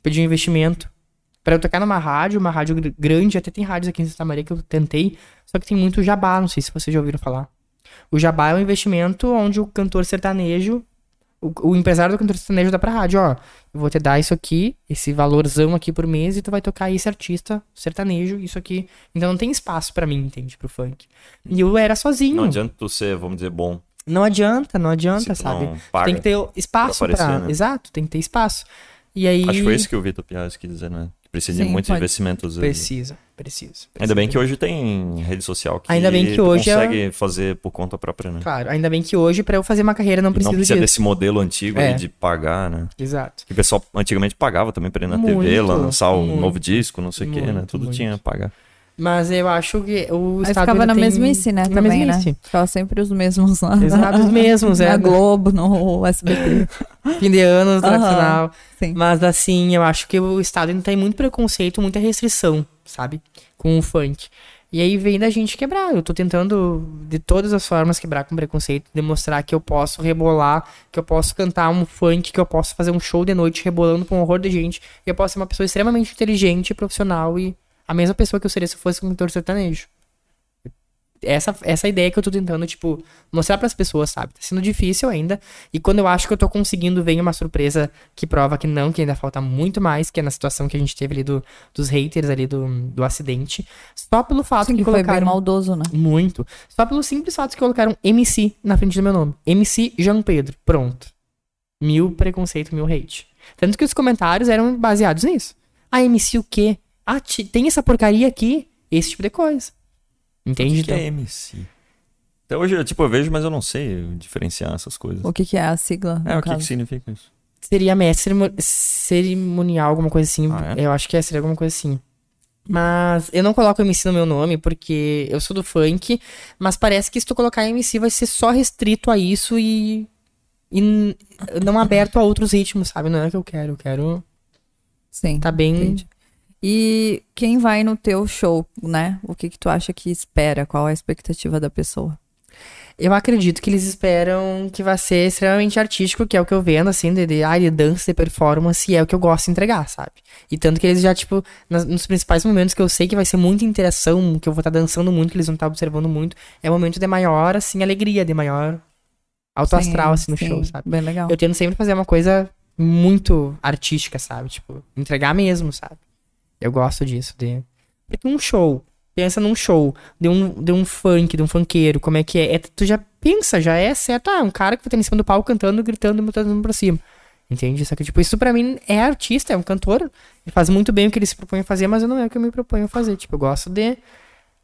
S3: Pedir um investimento. Pra eu tocar numa rádio, uma rádio gr- grande, até tem rádios aqui em Santa Maria que eu tentei, só que tem muito jabá, não sei se vocês já ouviram falar. O jabá é um investimento onde o cantor sertanejo, o, o empresário do cantor sertanejo dá pra rádio, ó, eu vou te dar isso aqui, esse valorzão aqui por mês, e tu vai tocar esse artista sertanejo, isso aqui. Então não tem espaço pra mim, entende, pro funk. E eu era sozinho.
S1: Não adianta tu ser, vamos dizer, bom.
S3: Não adianta, não
S1: se
S3: adianta,
S1: tu
S3: sabe?
S1: não paga.
S3: Tem que ter espaço
S1: pra
S3: pra.
S1: aparecer, né?
S3: Exato, tem que ter espaço. E aí.
S1: Acho que foi isso que o Vitor Piaz quis dizer, né? Que precisa de
S2: Sim,
S1: muitos
S2: pode.
S1: investimentos. às vezes.
S3: Precisa, precisa.
S1: Ainda bem
S3: precisa.
S1: que hoje tem rede social que
S3: Ainda bem que
S1: tu
S3: hoje é-
S1: consegue fazer por conta própria, né?
S3: Claro, ainda bem que hoje, pra eu fazer uma carreira, não
S1: E
S3: preciso
S1: não precisa
S3: disso.
S1: desse modelo antigo aí
S3: É.
S1: de pagar, né?
S3: Exato.
S1: Que o pessoal antigamente pagava também pra ir na
S3: Muito,
S1: TV, lançar um
S3: muito,
S1: novo disco, não sei o quê, né?
S3: muito,
S1: Tudo
S3: muito.
S1: tinha a pagar.
S3: Mas eu acho que o
S2: Aí
S3: Estado
S2: ficava
S3: ele
S2: na
S3: tem...
S2: mesmice, né?
S3: Na
S2: também,
S3: mesmice.
S2: né? Ficava sempre os mesmos lá.
S3: Exato, os mesmos,
S2: Na
S3: é.
S2: Globo, no SBT.
S3: Fim de ano, tradicional.
S2: Sim.
S3: Mas assim, eu acho que o Estado ainda tem muito preconceito, muita restrição, sabe? Com o funk. E aí vem da gente quebrar. Eu tô tentando, de todas as formas, quebrar com preconceito, demonstrar que eu posso rebolar, que eu posso cantar um funk, que eu posso fazer um show de noite rebolando com um horror de gente. E eu posso ser uma pessoa extremamente inteligente, profissional e a mesma pessoa que eu seria se eu fosse um cantor sertanejo. Essa, essa ideia que eu tô tentando, tipo, mostrar pras pessoas, sabe? Tá sendo difícil ainda. E quando eu acho que eu tô conseguindo, vem uma surpresa que prova que não, que ainda falta muito mais, que é na situação que a gente teve ali do, dos haters ali do, do acidente. Só pelo fato
S2: Sim,
S3: que
S2: que foi bem
S3: colocaram.
S2: maldoso, né?
S3: Muito. Só pelo simples fato que colocaram MC na frente do meu nome. MC João Pedro. Pronto. Mil preconceito, mil hate. Tanto que os comentários eram baseados nisso. Ah, MC o quê? Ah, ti- tem essa porcaria aqui? Esse tipo de coisa. Entende? Então,
S1: O que é MC? Até hoje, eu, tipo, eu vejo, mas eu não sei diferenciar essas coisas.
S2: O que, que é a sigla?
S1: É,
S2: no
S1: o que,
S2: caso?
S1: que significa isso?
S3: Seria mestre cerimo- cerimonial, alguma coisa assim.
S1: Ah, é?
S3: Eu acho que é, seria alguma coisa assim. Mas eu não coloco MC no meu nome, porque eu sou do funk, mas parece que se tu colocar MC vai ser só restrito a isso e. e n- não aberto a outros ritmos, sabe? Não é o que eu quero. Eu quero.
S2: Sim.
S3: Tá bem.
S2: Entendi. E quem vai no teu show, né? O que, que tu acha que espera? Qual é a expectativa da pessoa?
S3: Eu acredito que eles esperam que vai ser extremamente artístico, que é o que eu vendo, assim, de, de, ah, de dança, de performance, e é o que eu gosto de entregar, sabe? E tanto que eles já, tipo, nas- nos principais momentos que eu sei que vai ser muita interação, que eu vou estar dançando muito, que eles vão estar observando muito, é o momento de maior, assim, alegria, de maior alto astral, assim,
S2: Sim,
S3: no
S2: sim,
S3: show, sabe?
S2: Bem legal.
S3: Eu tento sempre fazer uma coisa muito artística, sabe? Tipo, entregar mesmo, sabe? Eu gosto disso. De... Porque um show, pensa num show de um, de um funk, de um funkeiro, como é que é? É, Tu já pensa, já é certo, ah, um cara que tá em cima do palco cantando, gritando, botando um pra cima. Entende? Só que, tipo, isso pra mim é artista, é um cantor. Ele faz muito bem o que ele se propõe a fazer, mas eu não é o que eu me proponho a fazer. Tipo, eu gosto de, de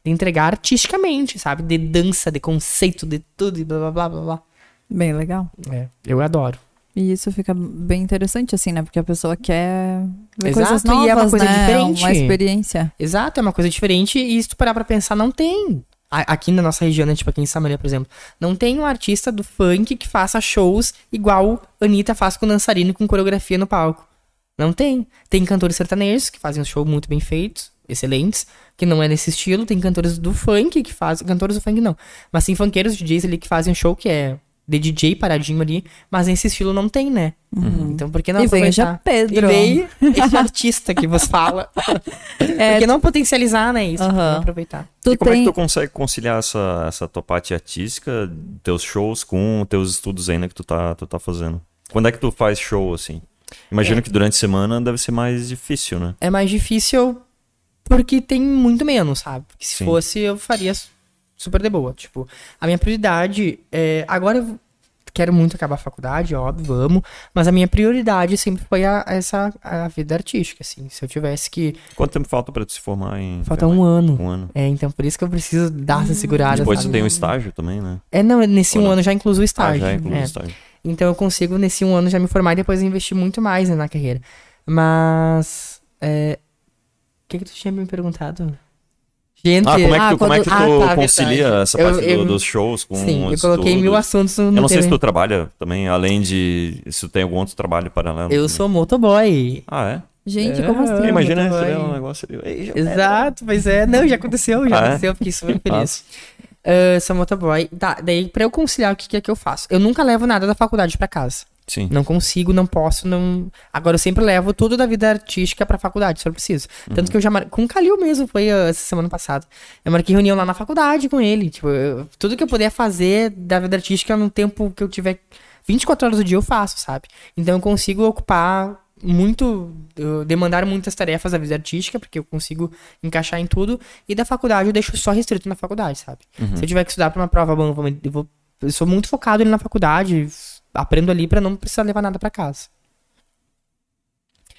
S3: entregar artisticamente, sabe? De dança, de conceito, de tudo, e blá blá blá blá blá.
S2: Bem legal.
S3: É, eu adoro.
S2: E isso fica bem interessante, assim, né? Porque a pessoa quer ver
S3: Exato,
S2: coisas
S3: e é
S2: novas,
S3: uma coisa
S2: né?
S3: diferente.
S2: Uma experiência.
S3: Exato, é uma coisa diferente e se tu parar pra pensar, não tem. A- Aqui na nossa região, né, tipo aqui em Samaria, por exemplo, não tem um artista do funk que faça shows igual Anitta faz com dançarino e com coreografia no palco. Não tem. Tem cantores sertanejos que fazem um show muito bem feitos, excelentes, que não é nesse estilo. Tem cantores do funk que fazem. Cantores do funk não. Mas tem funkeiros DJs ali que fazem um show que é de DJ paradinho ali, mas nesse estilo não tem, né? Então por que não
S2: Uhum. E veio
S3: aproveitar?
S2: já Pedro.
S3: E veio esse artista que vos fala.
S2: É,
S3: Porque não potencializar, né? Isso,
S2: Aham.
S3: não aproveitar.
S2: tu
S1: e como é
S2: tem...
S1: que tu consegue conciliar essa, essa tua parte artística, teus shows, com teus estudos ainda que tu tá, tu tá fazendo? Quando é que tu faz show, assim? Imagino que durante a semana deve ser mais difícil, né?
S3: É mais difícil porque tem muito menos, sabe? Porque se
S1: Sim.
S3: fosse, eu faria su- super de boa. Tipo, a minha prioridade é. Agora eu quero muito acabar a faculdade, óbvio, amo. Mas a minha prioridade sempre foi a, a essa, a vida artística, assim. Se eu tivesse que.
S1: Quanto tempo falta pra tu se formar em...
S3: Falta um ano.
S1: Um ano.
S3: É, então por isso que eu preciso dar essa segurada.
S1: Depois tu
S3: sabe?
S1: tem um estágio também, né?
S3: É, não, nesse
S1: Ou
S3: um
S1: não?
S3: ano já incluso o
S1: Ah,
S3: estágio.
S1: já inclui
S3: é.
S1: o estágio.
S3: Então eu consigo, nesse um ano, já me formar e depois investir muito mais né, na carreira. Mas. é, O que, que tu tinha me perguntado? Gente,
S1: Ah, como é que
S2: Ah,
S1: tu, como é que tu
S3: quando- ah, tá, verdade.
S1: concilia essa
S3: Eu-
S1: parte do-
S3: eu-
S1: dos shows com
S3: sim, eu
S1: os
S3: coloquei mil
S1: estudos?
S3: assuntos no
S1: Eu não sei se
S3: TV.
S1: tu trabalha também, além de se tu tem algum outro trabalho paralelo.
S3: Eu
S1: também.
S3: sou motoboy.
S1: Ah, é?
S2: Gente,
S3: É,
S2: como assim?
S3: eu
S1: Imagina
S3: também.
S1: se tiver um negócio ali. Ei, já-
S3: Exato, pois é. Não, já aconteceu, já
S1: Ah, é?
S3: aconteceu, eu fiquei super feliz. Ah, sou motoboy. Tá, daí pra eu conciliar, o que, que é que eu faço? Eu nunca levo nada da faculdade pra casa.
S1: Sim.
S3: Não consigo, não posso, não. Agora eu sempre levo tudo da vida artística pra faculdade, se eu preciso. Tanto que eu já mar... Com o Calil mesmo, foi ah, essa semana passada. Eu marquei reunião lá na faculdade com ele. Tipo, eu- tudo que eu puder fazer da vida artística no tempo que eu tiver. 24 horas do dia eu faço, sabe? Então eu consigo ocupar muito. eu demandar muitas tarefas da vida artística, porque eu consigo encaixar em tudo. E da faculdade eu deixo só restrito na faculdade, sabe? Se
S1: Uhum.
S3: eu tiver que estudar pra uma prova, bom, eu vou me- eu vou eu sou muito focado ali na faculdade, aprendo ali pra não precisar levar nada pra casa.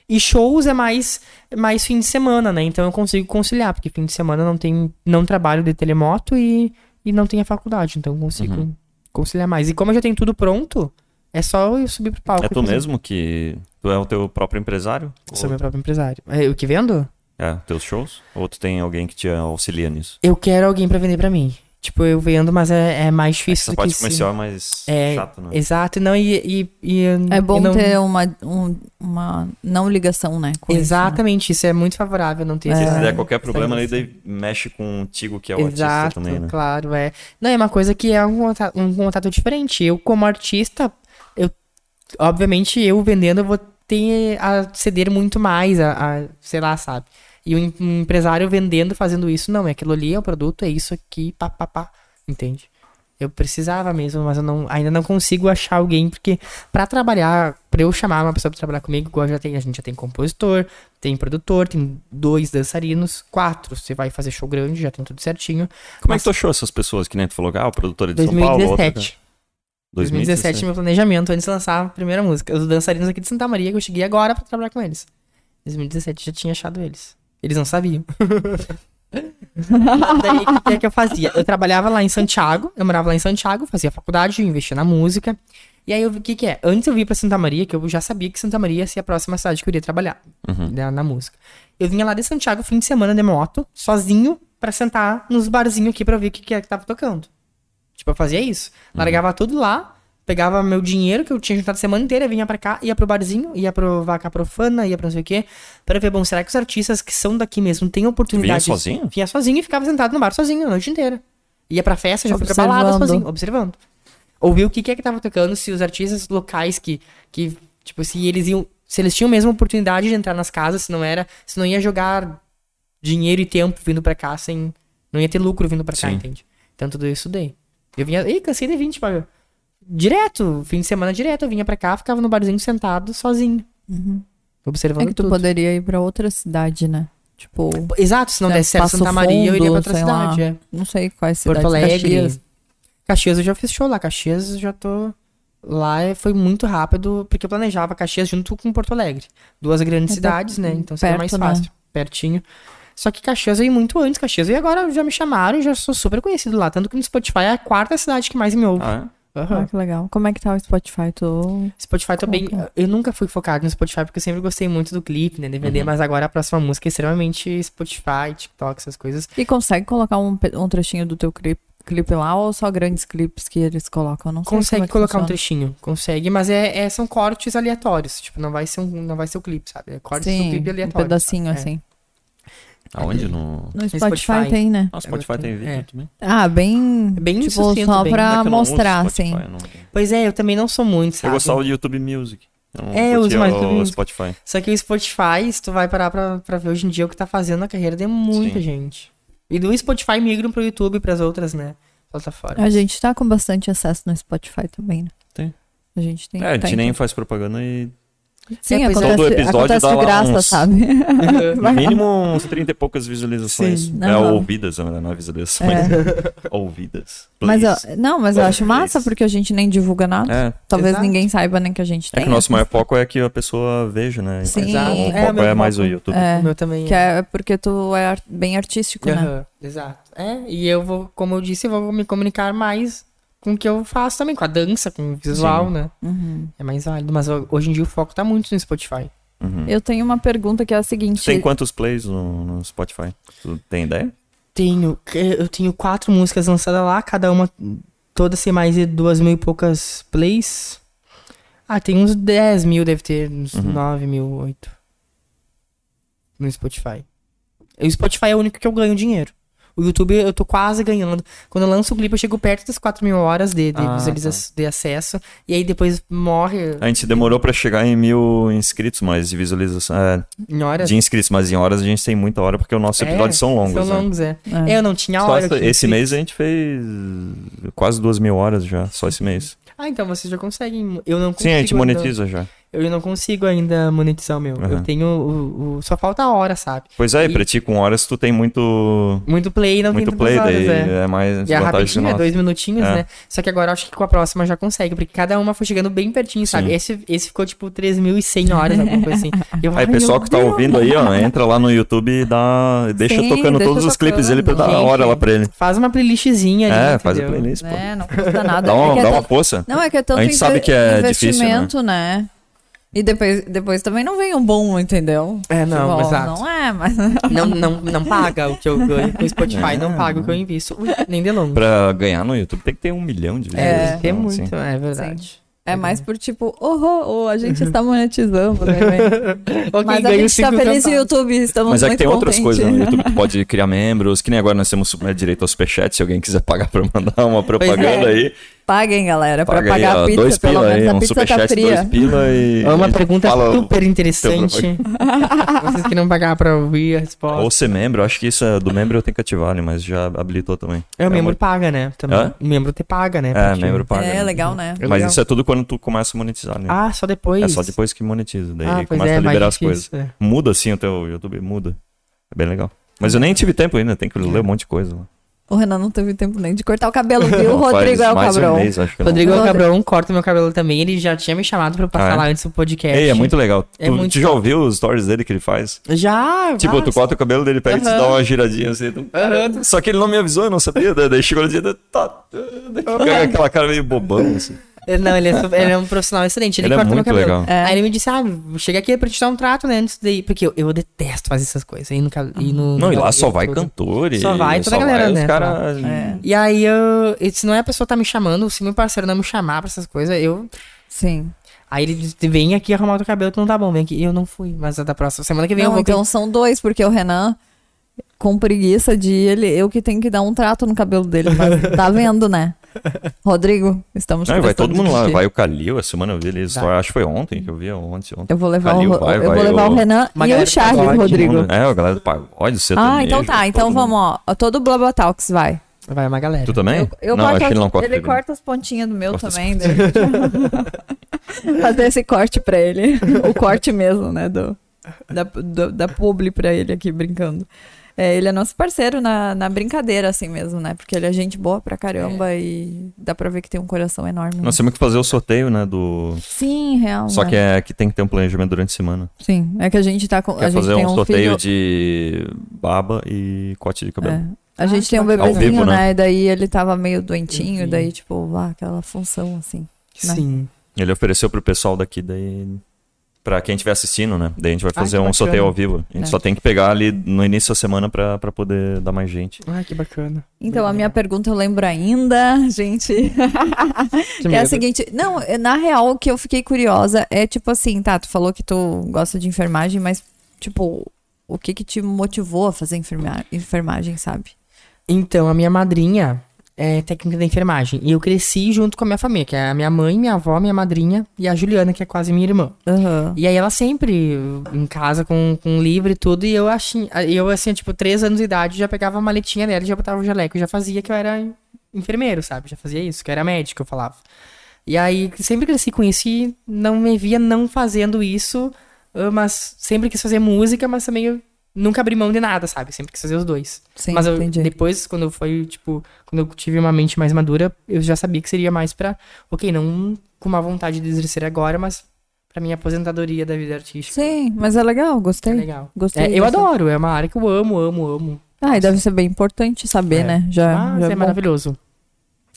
S3: E shows é mais mais fim de semana, né? Então eu consigo conciliar, porque fim de semana não tem não trabalho de telemoto e, e não tem a faculdade, então eu consigo
S1: Uhum.
S3: conciliar mais. E como eu já tenho tudo pronto, é só eu subir pro palco.
S1: É
S3: e
S1: tu
S3: fazer.
S1: mesmo que. Tu é o teu próprio empresário?
S3: Sou
S1: Ou-
S3: meu próprio empresário. É, eu que vendo?
S1: É, teus shows? Ou tu tem alguém que te auxilia nisso?
S3: Eu quero alguém pra vender pra mim. Tipo, eu vendo, mas é, é mais difícil
S1: Essa
S3: do que...
S1: parte
S3: se-
S1: comercial é mais
S3: É,
S1: chata, né?
S3: Exato, não, e... e, e
S2: É bom
S3: e não...
S2: ter uma, um- uma não ligação, né? com isso, né?
S3: Exatamente, isso é muito favorável não ter
S1: Porque
S3: essa-
S1: se der qualquer
S3: essa
S1: problema ali,
S3: ligação.
S1: daí mexe contigo, que é o artista
S3: Exato,
S1: também, né?
S3: claro, é. Não, é uma coisa que é um contato, um contato diferente. Eu, como artista, eu, obviamente, eu vendendo, eu vou ter a ceder muito mais, a, a- sei lá, sabe? E um, em- um empresário vendendo, fazendo isso, não, é aquilo ali, é o produto, é isso aqui, pá, pá, pá, entende? Eu precisava mesmo, mas eu não, ainda não consigo achar alguém, porque pra trabalhar, pra eu chamar uma pessoa pra trabalhar comigo, igual já tem, a gente já tem compositor, tem produtor, tem dois dançarinos, quatro. Você vai fazer show grande, já tem tudo certinho.
S1: Como é que
S3: Mas-
S1: tu achou essas pessoas que nem tu falou? Ah, o produtor é de São Paulo, outro...
S3: 2017. 2017, meu planejamento antes de lançar a primeira música. Os dançarinos aqui de Santa Maria que eu cheguei agora pra trabalhar com eles. 2017 já tinha achado eles. Eles não sabiam. Daí o que é que eu fazia? Eu trabalhava lá em Santiago, eu morava lá em Santiago, fazia faculdade, investia na música. E aí eu vi o que, que é? Antes eu vim pra Santa Maria, que eu já sabia que Santa Maria ia ser a próxima cidade que eu iria trabalhar né,
S1: Uhum.
S3: na, na música. Eu vinha lá de Santiago fim de semana de moto, sozinho, pra sentar nos barzinhos aqui pra ver o que, que é que tava tocando. Tipo, eu fazia isso.
S1: Uhum.
S3: Largava tudo lá, pegava meu dinheiro que eu tinha juntado a semana inteira, vinha pra cá, ia pro barzinho, ia pro Vaca Profana, ia pra não sei o quê, pra ver, bom, será que os artistas que são daqui mesmo têm
S1: Vinha
S3: oportunidade?
S1: sozinho?
S3: Vinha sozinho e ficava sentado no bar sozinho a noite inteira. Ia pra festa, já fui pra balada
S2: Observando.
S3: sozinho, observando. Ouvir o que, que é que tava tocando, se os artistas locais que, que tipo, se eles iam, se eles tinham mesmo oportunidade de entrar nas casas, se não era, se não ia jogar dinheiro e tempo vindo pra cá sem, não ia ter lucro vindo pra cá,
S1: Sim.
S3: entende? Então tudo isso daí. Eu vinha, ei, cansei de vir, tipo, direto, fim de semana direto, eu vinha pra cá, ficava no barzinho sentado, sozinho,
S2: Uhum.
S3: observando
S2: É que tu
S3: tudo.
S2: poderia ir pra outra cidade, né? Tipo,
S3: Exato, se não
S2: Né,
S3: der certo
S2: Passo
S3: Santa Maria, eu iria pra
S2: Fundo,
S3: outra
S2: sei lá.
S3: cidade, é.
S2: não sei quais cidades.
S3: Porto Alegre.
S2: Caxias.
S3: Caxias eu já fiz show lá. Caxias eu já tô. Lá é- foi muito rápido, porque eu planejava Caxias junto com Porto Alegre. Duas grandes
S2: É
S3: cidades, né? Então seria mais
S2: perto, né?
S3: fácil, pertinho. Só que Caxias veio muito antes, Caxias. E agora já me chamaram, já sou super conhecido lá. Tanto que no Spotify é a quarta cidade que mais me ouve.
S1: Ah,
S3: Aham.
S2: Ah, que legal. Como é que tá o Spotify? Tu...
S3: Spotify também.
S2: Como
S3: Eu nunca fui focado no Spotify porque eu sempre gostei muito do clipe, né? DVD,
S2: Uhum.
S3: mas agora a próxima música é extremamente Spotify, TikTok, essas coisas.
S2: E consegue colocar um, pe- um trechinho do teu clipe, clipe lá ou só grandes clipes que eles colocam? Eu Não sei como é
S3: Consegue
S2: que
S3: colocar um
S2: funciona.
S3: trechinho, consegue, mas é, é- são cortes aleatórios, tipo, não vai ser um, não vai ser o clipe, sabe? É cortes do clipe
S2: Sim, um
S3: aleatório.
S2: pedacinho
S3: sabe? É.
S2: assim.
S1: é? Aonde? No...
S2: No
S3: Spotify.
S2: Spotify, tem, né?
S1: Ah, Spotify tem vídeo
S3: É.
S1: também? É
S2: Ah, bem.
S3: Bem
S2: tipo,
S3: sucinto,
S2: só
S3: bem-
S1: que
S2: pra
S1: eu não uso
S2: mostrar,
S1: Spotify,
S2: assim.
S1: Eu, não... eu
S3: Pois é, eu também não sou muito, sabe?
S1: gostava de YouTube Music. Eu não
S3: É, eu uso
S1: curtia
S3: mais
S1: o
S3: YouTube Music.
S1: Spotify.
S3: Só que o Spotify, se tu vai parar pra, pra ver hoje em dia o que tá fazendo na carreira de muita
S1: Sim.
S3: gente. E do Spotify migram pro YouTube e pras outras, né? Plataformas.
S2: A gente tá com bastante acesso no Spotify também, né?
S1: Tem.
S2: A gente tem.
S1: É, a gente
S2: tá
S1: nem
S2: em-
S3: então.
S1: faz propaganda e
S2: Sim,
S3: É, pois é.
S2: acontece,
S1: Todo episódio
S2: acontece
S1: dá
S2: de
S1: lá
S2: graça,
S1: uns-
S2: sabe?
S1: No mínimo uns 30 e poucas visualizações.
S2: Sim,
S1: é,
S2: aham.
S1: ouvidas, na verdade, não é visualizações. ouvidas.
S2: Mas é
S1: Plays.
S2: eu, não, mas eu acho massa
S1: Plays.
S2: porque a gente nem divulga nada.
S1: É.
S2: Talvez
S3: É, Exato.
S2: ninguém saiba nem que a gente
S1: É
S2: tem. né?
S1: que o nosso maior foco é que a pessoa veja, né?
S2: Sim.
S1: Então, o
S2: É,
S1: foco
S3: meu
S1: é, mais o
S3: foco.
S1: YouTube.
S2: É,
S3: O meu também
S2: que é porque tu é ar- bem artístico, né?
S3: Aham, Exato. É, e eu vou, como eu disse, eu vou me comunicar mais com o que eu faço também, com a dança, com o visual,
S1: Sim.
S3: né?
S2: Uhum.
S3: É mais válido. Mas ho- hoje em dia o foco tá muito no Spotify.
S1: Uhum.
S2: Eu tenho uma pergunta que é a seguinte.
S1: Tu tem quantos plays no, no Spotify? Tu tem ideia?
S3: Tenho, é, eu tenho quatro músicas lançadas lá, cada uma todas tem mais de duas mil e poucas plays. Ah, tem uns 10 mil, deve ter uns
S1: Uhum.
S3: 9 mil, 8. No Spotify. O Spotify é o único que eu ganho dinheiro. O YouTube eu tô quase ganhando. Quando eu lanço o clipe, eu chego perto das 4 mil horas de, de,
S1: Ah,
S3: visualiza- de acesso. E aí depois morre
S1: A gente demorou pra chegar em mil inscritos, mas de visualização. é,
S3: em horas.
S1: de inscritos, mas em horas a gente tem muita hora, porque os nossos
S3: É,
S1: episódios são longos,
S3: São
S1: né?
S3: longos, é.
S2: É.
S3: Eu não tinha
S1: Só
S3: hora.
S1: essa-
S3: eu tinha
S1: esse
S3: que-
S1: mês a gente fez quase duas mil horas já, só esse mês.
S3: Ah, então vocês já conseguem. Eu não consigo.
S1: Sim, a gente
S3: ainda.
S1: monetiza já.
S3: Eu não consigo ainda monetizar o meu.
S1: Aham.
S3: Eu tenho o, o- Só falta a hora, sabe?
S1: Pois é,
S3: E-
S1: e... pra ti com horas tu tem muito
S3: Muito play não
S1: muito
S3: tem
S1: play,
S3: tantas horas,
S1: daí
S3: é.
S1: é, mais
S3: E é
S1: vantagem
S3: rapidinho, é
S1: nossa.
S3: dois minutinhos,
S1: É.
S3: né? Só que agora eu acho que com a próxima já consegue, porque cada uma foi chegando bem pertinho, sabe?
S1: Sim.
S3: Esse, esse ficou tipo 3.100 horas, alguma coisa assim. E eu,
S1: Aí,
S3: ai,
S1: pessoal
S3: meu
S1: que tá
S3: Deus!
S1: ouvindo aí, ó, entra lá no YouTube e dá, deixa
S2: Sim,
S1: tocando
S2: deixa
S1: todos os clipes
S2: tocando.
S1: dele pra dar a
S3: Gente,
S1: hora lá pra ele.
S3: Faz uma playlistzinha ali.
S1: É,
S3: entendeu?
S1: faz a playlist, pô.
S2: Né? Não custa nada.
S1: Dá
S2: É que
S1: uma,
S2: é
S1: dá uma
S2: tanto-
S1: poça.
S2: Não, é que é tanto
S1: A gente sabe
S2: inve-
S1: que é difícil, né?
S2: investimento, né? E depois, depois também não vem um bom, entendeu?
S3: É, não,
S2: Tipo, ó,
S3: exato.
S2: Não é, É, mas.
S3: Não, não, não paga o que eu ganho com o
S1: É.
S3: Spotify, não paga o que eu invisto. Ui, Nem de longe.
S1: Pra ganhar no YouTube tem que ter um milhão de views.
S3: É, é
S1: então,
S3: muito,
S1: assim,
S3: é verdade.
S2: É mais por tipo, oh, oh, oh, a gente está monetizando, né? velho?
S3: Ok,
S2: Mas a
S3: ganho
S2: gente está
S3: cinco
S2: feliz no
S3: centavos.
S2: YouTube, estamos
S1: Mas é que
S2: muito
S1: tem outras
S2: contentes.
S1: coisas né? no YouTube. Tu pode criar membros, que nem agora nós temos super- direito ao superchat, se alguém quiser pagar pra mandar uma propaganda
S2: é.
S1: aí.
S2: Paguem, galera, para
S1: Paga aí,
S2: pagar
S1: ó,
S2: a pizza,
S1: dois
S2: pelo
S1: pila aí,
S2: menos. a
S1: um
S2: pizza tá
S1: superchat,
S2: fria.
S1: dois pila e...
S3: É uma pergunta
S1: fala-
S3: super interessante.
S1: teu
S3: Vocês que não pagaram pra ouvir a resposta.
S1: Ou ser membro, acho que isso é do membro eu tenho que ativar, né? Mas já habilitou também.
S3: É, o membro
S1: muito-
S3: paga, né? Também.
S1: Hã?
S3: O membro te paga, né? pra
S1: É,
S3: ti.
S1: membro paga.
S2: É,
S1: né?
S2: legal, né?
S3: É
S1: Mas
S3: legal.
S1: isso é tudo quando tu começa a monetizar, né?
S3: Ah, só depois?
S1: é só depois que monetiza, daí
S3: Ah, pois
S1: começa
S3: é,
S1: a
S3: mais
S1: liberar as coisas.
S3: difícil, é.
S1: Muda sim o teu YouTube, muda. É bem legal. Mas eu nem tive tempo ainda, tem que ler um monte de coisa. lá.
S2: O Renan não teve tempo nem de cortar o cabelo, viu?
S1: Não,
S2: O
S1: faz
S2: Rodrigo é o
S1: mais de
S2: cabrão.
S1: Um mês, acho que não.
S3: Rodrigo
S2: Rodrigo.
S3: Cabrão corta meu cabelo também. Ele já tinha me chamado pra eu passar
S1: Ah, é?
S3: lá antes do podcast.
S1: Ei, é muito legal.
S3: É
S1: tu,
S3: muito
S1: tu já ouviu os stories dele que ele faz?
S3: Já!
S1: Tipo,
S3: ah,
S1: tu corta o cabelo dele, pega e te dá uma giradinha assim. tu-
S3: Aham.
S1: Só que ele não me avisou, eu não sabia. Daí daí chegou no dia, daí tá. daí fica Aquela cara meio bobão, assim.
S3: Não, ele é, super- ele é um profissional excelente. Ele,
S1: Ele é
S3: corta meu
S1: muito
S3: cabelo.
S1: legal.
S2: É.
S3: Aí ele me disse, ah, chega aqui pra te dar um trato, né? Antes daí. Porque eu, eu detesto fazer essas coisas. E no, ca- e no,
S1: Ah. Não, e lá
S3: no cabelo
S1: só vai é
S3: todo.
S1: cantores.
S3: Só vai toda a galera,
S1: vai os
S3: né?
S1: caras-
S2: É.
S3: E aí eu. e Se não é a pessoa tá me chamando, se meu parceiro não é me chamar pra essas coisas, eu.
S2: Sim.
S3: Aí ele diz, vem aqui arrumar o teu cabelo, tu não tá bom, vem aqui. E eu não fui. Mas da próxima semana que vem eu um
S2: Não,
S3: vou.
S2: então são dois, porque o Renan, com preguiça de ir, ele, eu que tenho que dar um trato no cabelo dele. Mas tá vendo, né? Rodrigo, estamos
S1: Não, e vai
S2: conversando
S1: todo mundo lá.
S2: de ti.
S1: Vai o Calil, essa semana eu vi ele. isso,
S3: Vai.
S1: Acho que foi ontem que eu vi, ontem, ontem.
S2: Eu vou levar,
S1: Calil,
S2: o, Ro-
S1: vai,
S2: eu
S1: vai,
S2: vou levar
S1: o-
S2: o Renan
S3: Uma
S2: e o
S3: galera tá
S2: Charles,
S3: pagode,
S2: Rodrigo.
S1: É, a galera do pagode, você
S2: Ah, então tá. Então vamos, ó. Todo o Blabotalks vai.
S3: Vai uma galera.
S1: Tu também?
S2: Eu, eu
S1: É? não,
S2: corto
S1: acho que
S2: as-
S1: ele não corta.
S2: ele
S1: cabelo.
S2: corta as pontinhas do meu
S1: Corta as
S2: também. daí- Fazer esse corte pra ele. O corte mesmo, né? Do, da, do- da publi pra ele aqui brincando. É, ele é nosso parceiro na, na brincadeira, assim mesmo, né? Porque ele é gente boa pra caramba
S1: É.
S2: e dá pra ver que tem um coração enorme. né?
S1: Nós temos que fazer o sorteio, né, do...
S2: Sim, real.
S1: Só
S2: né?
S1: que é que tem que ter um planejamento durante a semana.
S2: Sim, é que a gente tá com. a
S1: Quer
S2: gente
S1: fazer
S2: tem
S1: um sorteio
S2: filho-
S1: de baba e corte de cabelo.
S2: É. A gente
S3: que
S2: tem um
S3: bacana.
S1: Ao
S2: bebezinho,
S1: vivo, né?
S2: né? E daí ele tava meio doentinho,
S3: Enfim.
S2: daí, tipo, ah, aquela função assim.
S3: Sim.
S1: Ele ofereceu pro pessoal daqui, daí... Pra quem estiver assistindo, né? Daí a gente vai
S3: Ah,
S1: fazer
S3: que
S1: um
S3: bacana.
S1: sorteio ao vivo. A gente
S2: É.
S1: só tem que pegar ali no início da semana pra, pra poder dar mais gente.
S3: Ai, que bacana.
S2: Então, a minha pergunta eu lembro ainda, gente.
S3: Que
S2: é a
S3: medo.
S2: seguinte. Não, é- na real, o que eu fiquei curiosa é tipo assim, tá, tu falou que tu gosta de enfermagem, mas, tipo, o que que te motivou a fazer enferma- enfermagem, sabe?
S3: Então, a minha madrinha é técnica da enfermagem. E eu cresci junto com a minha família, que é a minha mãe, minha avó, minha madrinha e a Juliana, que é quase minha irmã.
S2: Aham.
S3: E aí ela sempre em casa com, com livro e tudo, e eu assim, eu assim, tipo, três anos de idade, já pegava a maletinha dela, e já botava o jaleco, e já fazia que eu era enfermeiro, sabe? Já fazia isso, que eu era médico, eu falava. E aí sempre cresci com isso e não me via não fazendo isso, ah, mas sempre quis fazer música, mas também eu nunca abri mão de nada, sabe? Sempre quis fazer os dois.
S2: Sim,
S3: mas eu,
S2: entendi.
S3: depois, quando eu fui, tipo, quando eu tive uma mente mais madura, eu já sabia que seria mais pra, ok, não com uma vontade de exercer agora, mas pra minha aposentadoria da vida artística.
S2: Sim, mas é legal,
S3: É
S2: gostei.
S3: legal.
S2: Gostei
S3: É, eu
S2: dessa-
S3: adoro, é uma área que eu amo, amo, amo.
S2: Ah, e deve ser bem importante saber,
S3: É.
S2: né? Já,
S3: Mas
S2: já
S3: é,
S2: é bom,
S3: maravilhoso.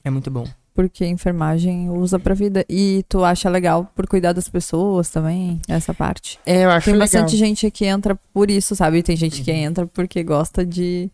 S3: É muito bom.
S2: porque enfermagem usa pra vida. E tu acha legal por cuidar das pessoas também, essa parte.
S3: É, eu acho
S2: Tem
S3: legal. Uhum.
S2: bastante gente que entra por isso, sabe? Tem gente que entra porque gosta de,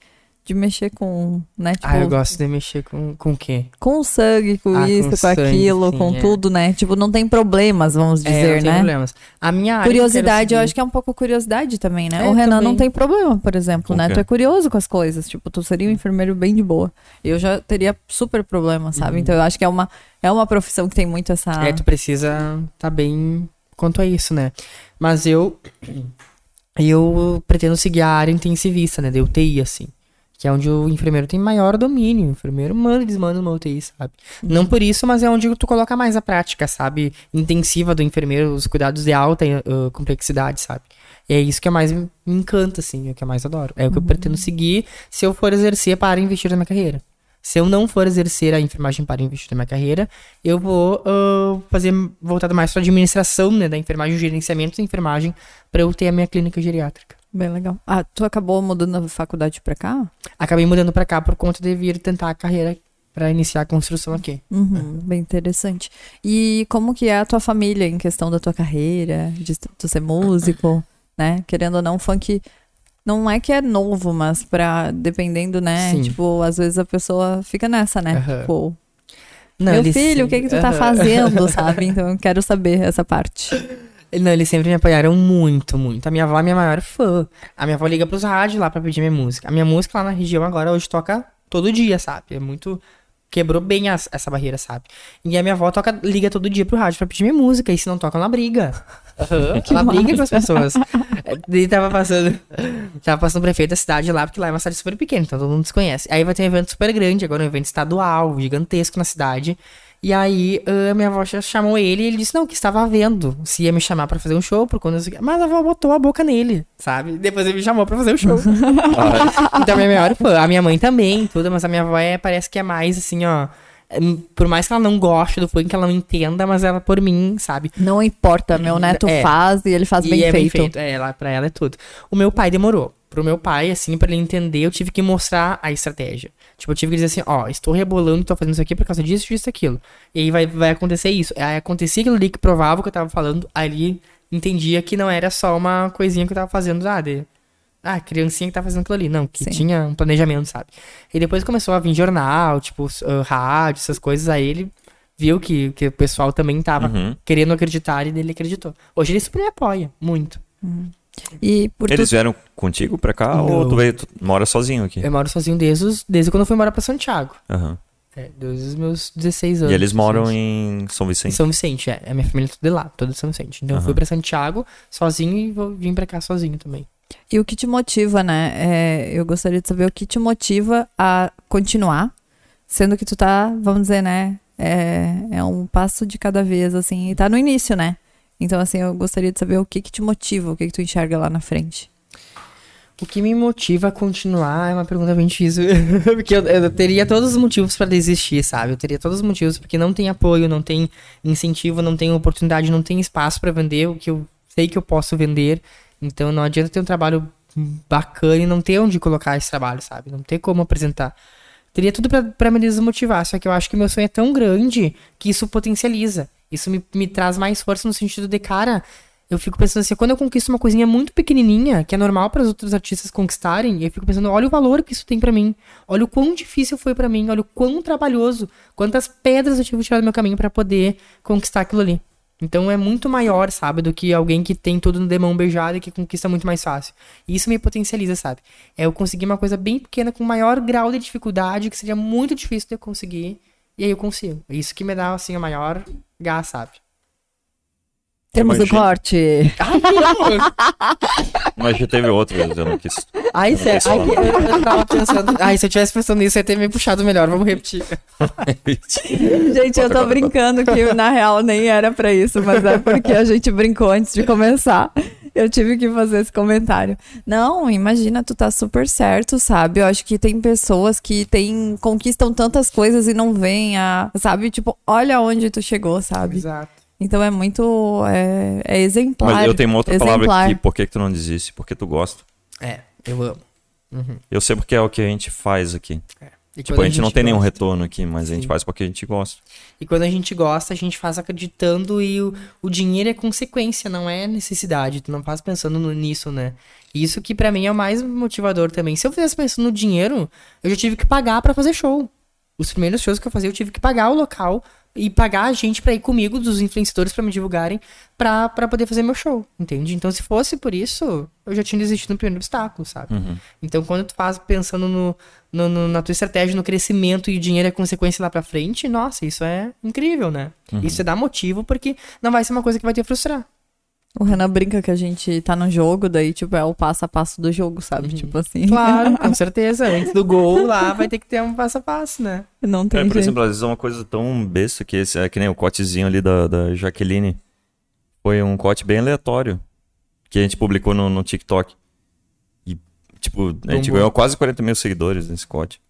S2: de mexer com, né? Tipo,
S3: Ah, eu gosto de mexer com, com o quê?
S2: com sangue, com
S3: Ah, com
S2: isso, com,
S3: sangue,
S2: aquilo,
S3: sim,
S2: com
S3: é.
S2: tudo, né? Tipo, não tem problemas, vamos
S3: é,
S2: dizer,
S3: não tem
S2: né?
S3: problemas. A minha área que
S2: Curiosidade, eu
S3: Ah, quero
S2: acho que é um pouco curiosidade também, né?
S3: É,
S2: o Renan
S3: também.
S2: não tem problema, por exemplo,
S1: Com
S2: né?
S1: quê?
S2: Tu é curioso com as coisas, tipo, tu seria um enfermeiro bem de boa. Eu já teria super problema, sabe? Então eu acho que é uma, é uma profissão que tem muito essa...
S3: Uhum. É, tu precisa tá bem quanto a isso, né? Mas eu eu pretendo seguir a área intensivista, né? De UTI, assim. Que é onde o enfermeiro tem maior domínio. O enfermeiro manda e desmanda uma UTI, sabe? Não por isso, mas é onde tu coloca mais a prática, sabe? Intensiva do enfermeiro, os cuidados de alta eh, complexidade, sabe? E é isso que mais me me encanta, assim. É o que eu mais adoro. É o que eu pretendo seguir se eu for exercer para investir na minha carreira. Se eu não for exercer a enfermagem para investir na minha carreira, eu vou ah, fazer voltado mais para administração, né, da enfermagem, o gerenciamento da enfermagem, para eu ter a minha clínica geriátrica.
S2: Bem legal. Ah, tu acabou mudando a faculdade pra cá?
S3: Acabei mudando para cá por conta de vir tentar a carreira para iniciar a construção aqui.
S2: Uhum, bem interessante. E como que é a tua família em questão da tua carreira, de tu ser músico, né? Querendo ou não, o funk Não é que é novo, mas pra. Dependendo, né?
S3: Sim.
S2: Tipo, às vezes a pessoa fica nessa, né?
S3: Aham.
S2: Tipo,
S3: Não,
S2: meu
S3: ele
S2: filho, o que que tu tá
S3: Aham.
S2: fazendo, sabe? Então eu quero saber essa parte.
S3: Não, eles sempre me apoiaram muito, muito. A minha avó é minha maior fã. A minha avó liga pros rádios lá pra pedir minha música. A minha música lá na região agora hoje toca todo dia, sabe? É muito. Quebrou bem as- essa barreira, sabe? E a minha avó toca, liga todo dia pro rádio pra pedir minha música. E se não toca, ela briga. Ela briga com as pessoas. É, E tava passando. Tava passando o prefeito da cidade lá, porque lá é uma cidade super pequena, então todo mundo se conhece. Aí vai ter um evento super grande, agora um evento estadual, gigantesco na cidade. E aí ah, minha avó ch- chamou ele e ele disse não, que estava vendo. Se ia me chamar pra fazer um show, por quando eu... sei o quê. Mas a avó botou a boca nele, sabe? Depois ele me chamou pra fazer o show. então minha maior fã. A minha mãe também, tudo, mas a minha avó é, parece que é mais assim, ó. é, Por mais que ela não goste do funk, ela não entenda, mas ela por mim, sabe?
S2: Não importa, meu neto
S3: É.
S2: faz e ele faz
S3: E
S2: bem,
S3: é
S2: feito.
S3: É, lá pra ela é tudo. O meu pai demorou. Pro meu pai, assim, pra ele entender, eu tive que mostrar a estratégia. Tipo, eu tive que dizer assim, ó, estou rebolando, tô fazendo isso aqui por causa disso, disso, aquilo. E aí vai, vai acontecer isso. Aí acontecia aquilo ali que provava o que eu tava falando, ali entendia que não era só uma coisinha que eu tava fazendo, ah, de... Ah, criancinha que tá fazendo aquilo ali. Não, que
S2: Sim.
S3: tinha um planejamento, sabe? E depois começou a vir jornal, tipo, s- ah, rádio, essas coisas. Aí ele viu que, que o pessoal também tava
S1: Uhum.
S3: querendo acreditar e ele acreditou. Hoje ele super me apoia, muito.
S2: E por
S1: Eles vieram contigo pra cá ou
S3: Não.
S1: tu veio, tu mora sozinho aqui?
S3: Eu moro sozinho desde, os- desde quando eu fui morar pra Santiago.
S1: Aham.
S3: É, desde os meus 16 anos.
S1: E eles moram
S3: assim.
S1: em São
S3: Em
S1: Vicente.
S3: São Vicente, é. A minha família é toda de lá, toda de São Vicente. Então eu fui
S1: Aham.
S3: pra Santiago sozinho e vou, vim pra cá sozinho também.
S2: E o que te motiva, né? É, eu gostaria de saber o que te motiva a continuar, sendo que tu tá, vamos dizer, né? É, é um passo de cada vez, assim, e tá no início, né? Então, assim, eu gostaria de saber o que que te motiva, o que que tu enxerga lá na frente.
S3: O que me motiva a continuar é uma pergunta bem difícil. porque eu, eu teria todos os motivos pra desistir, sabe? Eu teria todos os motivos, porque não tem apoio, não tem incentivo, não tem oportunidade, não tem espaço pra vender o que eu sei que eu posso vender. Então não adianta ter um trabalho bacana e não ter onde colocar esse trabalho, sabe? Não ter como apresentar. Teria tudo pra- pra me desmotivar, só que eu acho que meu sonho é tão grande que isso potencializa. Isso me, me traz mais força no sentido de, cara, eu fico pensando assim, quando eu conquisto uma coisinha muito pequenininha, que é normal para os outros artistas conquistarem, eu fico pensando, olha o valor que isso tem pra mim. Olha o quão difícil foi pra mim, olha o quão trabalhoso, quantas pedras eu tive que tirar do meu caminho pra poder conquistar aquilo ali. Então é muito maior, sabe, do que alguém que tem tudo no demão beijado e que conquista muito mais fácil. E isso me potencializa, sabe? É eu conseguir uma coisa bem pequena com maior grau de dificuldade, que seria muito difícil de eu conseguir, e aí eu consigo. É Isso que me dá, assim, a maior gás, sabe?
S2: Temos o
S1: Imagina.
S2: corte.
S1: Mas já teve outro, eu não quis.
S3: Ai, sério,
S1: sei
S3: ai, eu, eu tava pensando. Ai, se eu tivesse pensando nisso, eu ia ter me puxado melhor. Vamos repetir.
S2: Gente, eu tô brincando que na real nem era pra isso, mas é porque a gente brincou antes de começar. Eu tive que fazer esse comentário. Não, imagina, tu tá super certo, sabe? Eu acho que tem pessoas que tem, conquistam tantas coisas e não veem a. Sabe? Tipo, olha onde tu chegou, sabe?
S3: Exato.
S2: Então é muito. É, é exemplar.
S1: Mas eu tenho uma outra
S2: exemplar.
S1: palavra aqui. Por que, que tu não desiste? Porque tu gosta.
S3: É, eu amo.
S1: Eu sei porque é o que a gente faz aqui.
S3: E
S1: Tipo,
S3: quando
S1: a gente não tem nenhum
S3: gosta-
S1: retorno aqui, mas a gente
S3: Sim.
S1: faz porque a gente gosta.
S3: E quando a gente gosta, a gente faz acreditando e o, o dinheiro é consequência, não é necessidade. Tu não faz pensando no- nisso, né? Isso que pra mim é o mais motivador também. Se eu fizesse pensando no dinheiro, eu já tive que pagar pra fazer show. Os primeiros shows que eu fazia, eu tive que pagar o local e pagar a gente pra ir comigo, dos influenciadores pra me divulgarem, pra, pra poder fazer meu show, entende? Então, se fosse por isso, eu já tinha desistido no primeiro obstáculo, sabe? Então, quando tu faz pensando no, no- no- na tua estratégia, no crescimento e o dinheiro é consequência lá pra frente, nossa, isso é incrível, né? Isso dá motivo porque não vai ser uma coisa que vai te frustrar.
S2: O Renan brinca que a gente tá no jogo, daí, tipo, é o passo a passo do jogo, sabe? Tipo assim.
S3: Uhum. Claro, com certeza. Antes do gol lá vai ter que ter um passo a passo, né?
S2: Não tem
S1: É, por
S2: jeito.
S1: exemplo, às vezes é uma coisa tão besta que esse, é que nem o cotezinho ali da, da Jaqueline. Foi um cote bem aleatório que a gente publicou no, no TikTok. E, tipo, a gente
S3: Bombou.
S1: ganhou quase 40 mil seguidores nesse cote.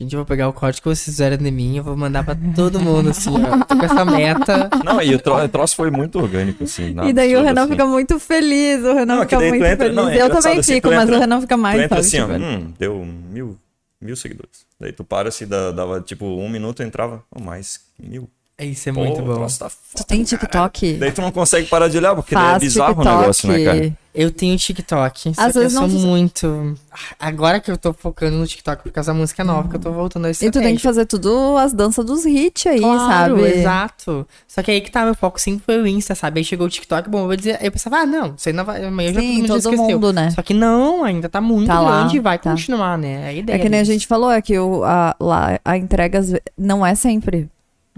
S3: Gente, eu vou pegar o código que vocês fizeram de mim, eu vou mandar pra todo mundo, assim, ó. Tô com essa meta.
S1: Não, e o, tro- o troço foi muito orgânico, assim. nada
S2: E daí o
S1: absurdo,
S2: Renan
S1: assim.
S2: fica muito feliz, o Renan
S1: Não, é que
S2: fica
S1: daí tu
S2: muito
S1: entra-
S2: feliz.
S1: não, é
S2: eu
S1: engraçado
S2: também
S1: assim, tu
S2: fico, mas
S1: entra-
S2: o Renan fica mais,
S1: Tu entra
S2: sabe?
S1: assim, ó,
S2: Tipo,
S1: hum, deu mil, mil seguidores. Daí tu para assim, dá- dava tipo um minuto, entrava, oh, mais mil,
S3: É Isso é
S1: Pô,
S3: muito
S1: o
S3: bom.
S1: troço tá
S2: Tu
S1: foda.
S2: tem TikTok?
S1: Daí tu não consegue parar de olhar, porque daí é
S2: Faz
S1: bizarro
S2: TikTok.
S1: o negócio, né, cara?
S3: Eu tenho TikTok. Às
S2: vezes
S3: vezes eu
S2: não
S3: sou
S2: precisa-
S3: muito. Ah, Agora que eu tô focando no TikTok por causa da música nova, que eu tô voltando a
S2: E tu tem que fazer tudo as danças dos hits aí,
S3: Claro,
S2: sabe?
S3: exato. Só que aí que tá, meu foco sempre foi o Insta, sabe? Aí chegou o TikTok, bom, eu vou dizer, eu pensava, ah, não, isso aí não vai, amanhã já todo
S2: Sim,
S3: mundo já
S2: todo
S3: esqueceu.
S2: mundo, né?
S3: Só que não, ainda tá muito
S2: Tá lá,
S3: grande e vai
S2: tá.
S3: continuar, né? É a ideia.
S2: É que nem a
S3: disso.
S2: gente falou, é que o, a, lá a entrega às ve- não é sempre,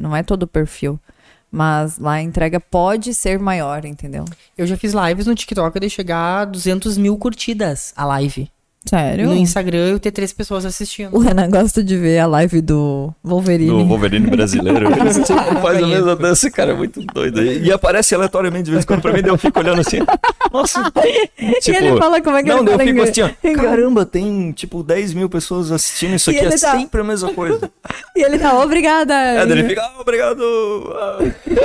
S2: não é todo o perfil. Mas lá a entrega pode ser maior, entendeu?
S3: Eu já fiz lives no TikTok de chegar a 200 mil curtidas a live.
S2: Sério?
S3: No Instagram eu ter três pessoas assistindo.
S2: O Renan gosta de ver a live do Wolverine.
S1: Do Wolverine brasileiro. Eles tipo, faz a mesma dança, cara, é muito doido. E e aparece aleatoriamente de vez em quando pra mim, daí eu fico olhando assim. Nossa,
S2: e
S1: tipo.
S2: ele fala como é que
S1: Não,
S2: ele
S1: daí eu
S2: fala
S1: fico
S2: inglês.
S1: assim, ó, caramba, tem tipo 10 mil pessoas assistindo isso
S2: E
S1: aqui, é
S2: ele tá-
S1: sempre a mesma coisa.
S2: E ele tá, obrigada.
S1: É, daí
S3: Uhum.
S1: ele fica, ah, obrigado, ah,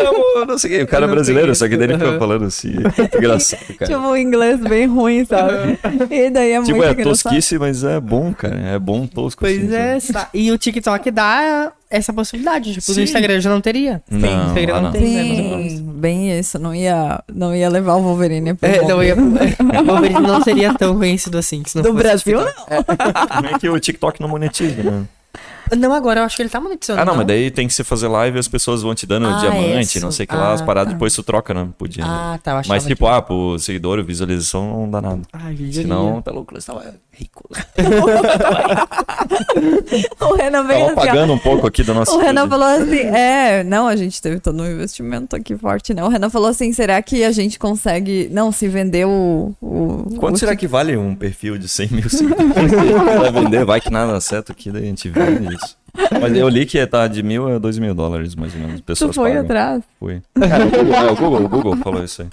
S1: amo, não sei o que. O cara é
S3: não
S1: brasileiro,
S3: tenho
S1: só que daí ele fica
S3: isso. Uhum.
S1: falando assim, é muito engraçado, cara.
S2: Tipo, um inglês bem ruim, sabe? e daí é
S1: Tipo,
S2: muito
S1: é
S2: engraçado.
S1: tosquice, mas é bom, cara. É bom tosco.
S3: Pois
S1: assim,
S3: é,
S1: sabe?
S3: sa- e o TikTok dá essa possibilidade. Tipo,
S1: Sim.
S3: no Instagram eu já não teria. Sim,
S1: Não,
S3: no Instagram
S1: lá
S3: não,
S1: não.
S3: tem, né? Mas eu gosto.
S2: Sim, bem isso. Não ia, não ia levar o Wolverine pro
S3: É,
S2: mundo.
S3: não, eu ia... o Wolverine não seria tão conhecido assim. Se não
S2: Do
S3: fosse
S2: Brasil,
S3: TikTok.
S2: não.
S1: Como é que o TikTok não monetiza, né?
S3: Não, agora eu acho que ele tá monetizando.
S1: Ah, não, mas daí tem que se fazer live e as pessoas vão te dando
S3: Ah,
S1: diamante,
S3: isso.
S1: não sei o que lá, as
S3: Ah,
S1: paradas, depois tu troca, né? Podia. né?
S3: Ah, tá, eu achava
S1: mas tipo,
S3: que... Ah,
S1: ah, pro seguidor, visualização não dá nada.
S3: Ai, que
S1: Senão,
S3: ironia.
S1: tá louco, eles tava rico.
S2: O Renan veio
S1: Tava
S2: assim, ó.
S1: pagando um pouco aqui da nossa.
S2: O
S1: coisa.
S2: Renan falou assim, é, não, a gente teve todo um investimento aqui forte, né? O Renan falou assim, será que a gente consegue, não, se vender o... o
S1: Quanto
S2: o
S1: será que vale um perfil de 100 mil seguidores? Vai vender, vai que nada dá certo aqui, daí a gente vende isso. Mas eu li que tá de mil a dois mil dólares, mais ou menos.
S2: Tu
S1: Pessoas
S2: foi
S1: pagam.
S2: atrás?
S1: Fui. É, o Google, é, o Google, o Google falou isso aí.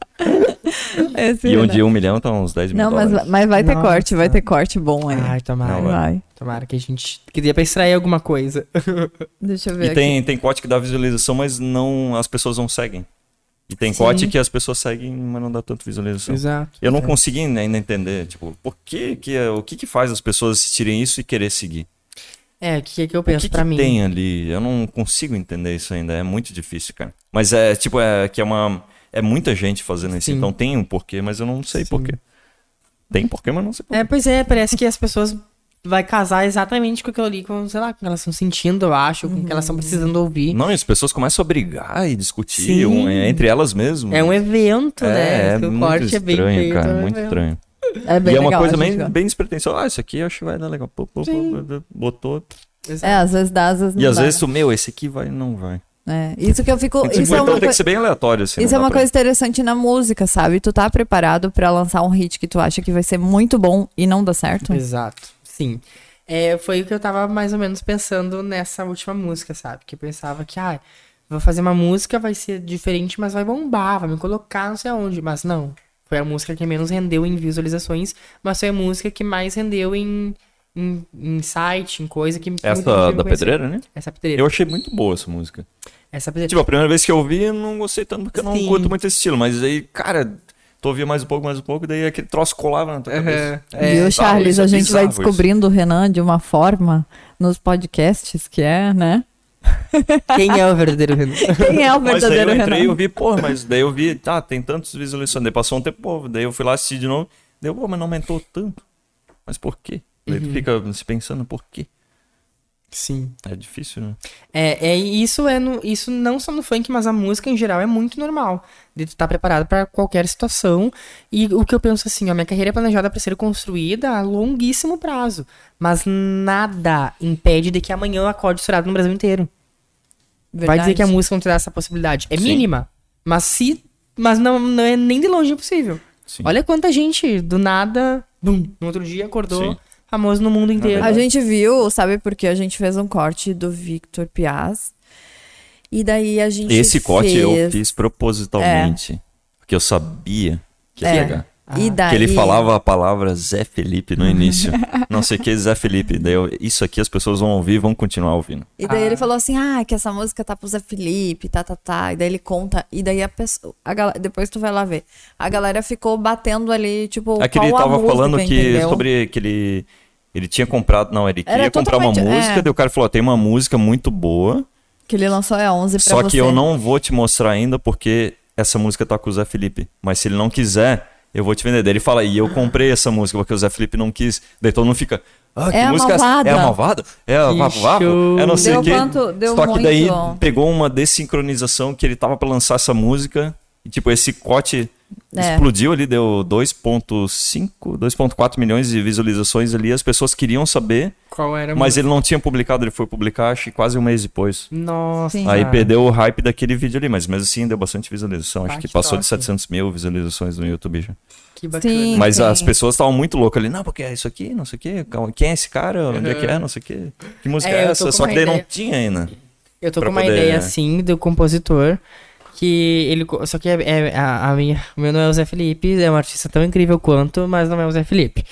S2: Esse,
S1: E um
S2: Renan.
S1: de um milhão tá uns 10 mil
S2: né? Não, mas,
S1: dólares.
S2: mas vai ter
S3: Nossa.
S2: corte, vai ter corte bom aí.
S3: Ai, tomara.
S1: Não, é.
S2: vai.
S3: Tomara que a gente... Que dê pra extrair alguma coisa.
S2: Deixa eu ver
S1: E tem, tem corte que dá visualização, mas não as pessoas não seguem. E tem corte que as pessoas seguem, mas não dá tanto visualização.
S3: Exato.
S1: Eu não consegui ainda entender, tipo, por que que é- o que que faz as pessoas assistirem isso e querer seguir?
S3: É, o que é que eu
S1: O
S3: penso
S1: que,
S3: pra
S1: que
S3: mim?
S1: tem ali? Eu não consigo entender isso ainda, é muito difícil, cara. Mas é, tipo, é que é uma é muita gente fazendo isso,
S3: Sim.
S1: então tem um porquê, mas eu não sei
S3: Sim.
S1: porquê. Tem porquê, mas não sei porquê.
S3: É, pois é, parece que as pessoas vai casar exatamente com aquilo ali, com, sei lá, com o que elas estão sentindo, eu acho, com o que elas estão precisando ouvir.
S1: Não, e as pessoas começam a brigar e discutir
S3: É. Sim.
S1: um- entre elas mesmas.
S3: É um evento,
S1: É,
S3: né?
S1: é
S3: Porque o
S1: muito
S3: corte é bem
S1: estranho,
S3: feito,
S1: cara,
S3: é um
S1: muito
S3: evento.
S1: estranho.
S2: É bem
S1: e é uma
S2: legal,
S1: coisa
S2: a gente
S1: bem,
S2: gosta.
S1: bem despretensiosa. Ah, isso aqui eu acho que vai dar legal. Pô, pô, pô, pô, botou.
S2: É, às vezes dá, às vezes não
S1: E às
S2: dá.
S1: vezes tu, meu, esse aqui vai não vai.
S2: É, Isso que eu fico...
S1: Tipo,
S2: isso é
S1: então
S2: uma
S1: tem
S2: coi-
S1: que ser bem aleatório, assim.
S2: Isso é
S1: não dá
S2: uma
S1: pra-
S2: coisa interessante na música, sabe? Tu tá preparado pra lançar um hit que tu acha que vai ser muito bom e não dá certo?
S3: Exato, sim. É, foi o que eu tava mais ou menos pensando nessa última música, sabe? Que eu pensava que, ah, vou fazer uma música, vai ser diferente, mas vai bombar, vai me colocar não sei aonde. Mas não, foi a música que menos rendeu em visualizações, mas foi a música que mais rendeu em, em, em site, em coisa que... muita gente
S1: Essa
S3: me
S1: da
S3: conheceu.
S1: pedreira, né?
S3: Essa pedreira.
S1: Eu achei muito boa essa música.
S3: Essa
S2: É.
S3: pedreira.
S1: Tipo, a primeira vez que eu ouvi, eu não gostei tanto, porque eu não
S3: Sim.
S1: curto muito esse estilo. Mas aí, cara, tu ouvia mais um pouco, mais um pouco, daí aquele troço colava na tua
S3: Aham.
S1: cabeça.
S3: É,
S2: Viu,
S1: bizarro
S2: Charles?
S1: isso, é
S2: a gente vai
S1: bizarro isso.
S2: descobrindo o Renan de uma forma nos podcasts que é, né?
S3: Quem é o verdadeiro Renan?
S2: Quem é o
S1: Mas daí
S2: verdadeiro
S1: eu entrei e eu
S2: Renan?
S1: vi, pô, mas daí eu vi, tá, tem tantos visualizações. Daí passou um tempo, pô, daí eu fui lá assistir de novo. Daí, eu, pô, mas não aumentou tanto. Mas por quê? Daí
S2: Uhum.
S1: tu fica se pensando, por quê?
S3: Sim.
S1: É difícil, né?
S3: É, é isso é no, isso não só no funk, mas a música em geral é muito normal. De tu estar preparado pra qualquer situação. E o que eu penso assim, ó, minha carreira é planejada pra ser construída a longuíssimo prazo, mas nada impede de que amanhã eu acorde estourado no Brasil inteiro. Vai
S1: é
S3: dizer que a
S2: Verdade.
S3: música não te dá essa possibilidade. É
S1: Sim.
S3: mínima, mas se mas não, não é nem de longe impossível.
S1: Sim.
S3: Olha quanta gente do nada, bum, no outro dia acordou
S1: Sim.
S3: famoso no mundo inteiro.
S2: A gente viu, sabe porque a gente fez um corte do Victor Piaz. E daí a gente
S1: Esse corte eu
S2: fez-
S1: fiz propositalmente. Porque eu sabia que ia
S2: É.
S1: pegar.
S2: E daí...
S1: Que ele falava a palavra Zé Felipe no início. Não sei o que, Zé Felipe. Daí eu, isso aqui as pessoas vão ouvir e vão continuar ouvindo.
S2: E daí
S3: Ah.
S2: ele falou assim, ah, que essa música tá pro Zé Felipe, tá, tá, tá. E daí ele conta, e daí a pessoa, a gal- depois tu vai lá ver. A galera ficou batendo ali, tipo,
S1: É que ele
S2: qual a
S1: tava
S2: música,
S1: falando que
S2: entendeu?
S1: sobre que ele ele tinha comprado, não, ele
S2: Era
S1: queria comprar uma
S2: totalmente-
S1: música,
S2: é.
S1: daí o cara falou, ó, tem uma música muito boa
S2: Que ele lançou é 11 pra
S1: Só
S2: você.
S1: que eu não vou te mostrar ainda porque essa música tá com o Zé Felipe. Mas se ele não quiser, eu vou te vender. Daí ele fala, e eu comprei essa música porque o Zé Felipe não quis. Daí todo mundo fica, ah, que
S2: É a
S1: música
S2: malvada.
S1: é essa? É a malvada? É a
S3: Que
S1: Vavavo?
S3: show.
S1: É não sei
S2: Deu
S1: o quê.
S2: quanto- deu
S1: Só que daí
S2: muito.
S1: pegou uma desincronização que ele tava pra lançar essa música. E tipo, esse cote
S2: É.
S1: explodiu ali, deu 2.5, 2.4 milhões de visualizações ali. As pessoas queriam saber,
S3: Qual era? a
S1: mas ele não tinha publicado. Ele foi publicar, acho que quase um mês depois.
S3: música? Nossa.
S2: Sim.
S1: Aí
S3: cara.
S1: perdeu o hype daquele vídeo ali, mas mesmo assim deu bastante visualização. Acho
S3: Ah,
S1: que
S3: que
S1: passou de
S3: top.
S1: 700 mil visualizações no YouTube já.
S3: Que bacana.
S2: Sim.
S1: Mas
S2: sim.
S1: as pessoas estavam muito loucas ali. Não, porque é isso aqui, não sei o quê. calma, Quem é esse cara? Onde é que é? Não sei o quê. Que música
S3: É,
S1: é,
S3: eu tô
S1: essa?
S3: com
S1: Só
S3: uma
S1: que daí não
S3: ideia.
S1: tinha ainda.
S3: Eu tô
S1: pra
S3: com uma
S1: poder- né?
S3: ideia assim do compositor que ele co- só que é, é- a, a minha o meu não é o Zé Felipe é um artista tão incrível quanto mas não é o Zé Felipe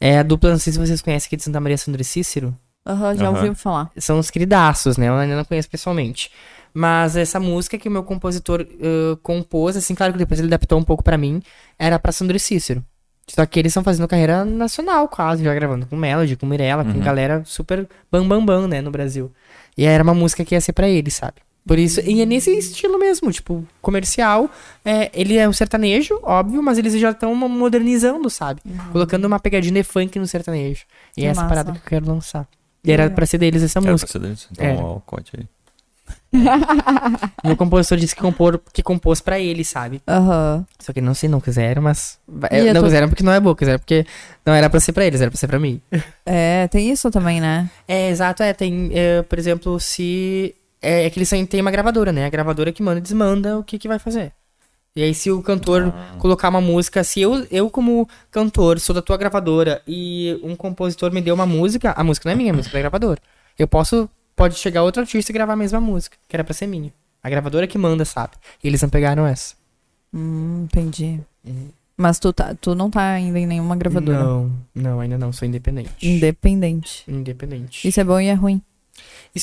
S3: é a dupla não sei se vocês conhecem aqui de Santa Maria Sandro e Cícero
S2: Aham, já
S1: Aham.
S2: ouviu falar.
S3: são os queridaços, né? Eu ainda não conheço pessoalmente. Mas essa música que o meu compositor ãh, compôs, assim, claro que depois ele adaptou um pouco pra mim, era pra Sandro e Cícero. Só que eles estão fazendo carreira nacional, quase, já gravando com Melody, com Mirella, com galera super bam bam bam, né, no Brasil. E era uma música que ia ser pra ele, sabe? Por isso, e é nesse estilo mesmo, tipo, comercial. É, ele é um sertanejo, óbvio, mas eles já estão modernizando, sabe? Colocando uma pegadinha de funk no sertanejo.
S2: Uhum.
S3: E
S2: Que
S3: é essa
S2: massa.
S3: parada que eu quero lançar. E era pra ser deles essa
S1: Era
S3: música.
S1: pra ser deles. Então,
S3: Era.
S1: ó, o cote aí.
S3: O meu compositor disse que, compor, que compôs pra ele, sabe?
S2: Aham.
S3: Só que não sei, não quiseram, mas.
S2: E eu
S3: não
S2: tô-
S3: quiseram porque não é boa, quiseram porque não era pra ser pra eles, era pra ser pra mim.
S2: É, tem isso também, né?
S3: É, exato, é. Tem, é, por exemplo, se. É, é que eles têm- têm uma gravadora, né? A gravadora que manda e desmanda o que, que vai fazer. E aí, se o cantor colocar uma música, se eu, eu, como cantor, sou da tua gravadora e um compositor me deu uma música, a música não é minha, a música é da gravadora. Eu posso. Pode chegar outro artista e gravar a mesma música, que era pra ser minha. A gravadora que manda, sabe? E eles não pegaram essa.
S2: Hum, entendi. Mas tu, tá, tu não tá ainda em nenhuma gravadora.
S3: Não, não, ainda não, sou independente.
S2: Independente.
S3: Independente. Isso.
S2: Isso é bom e é ruim.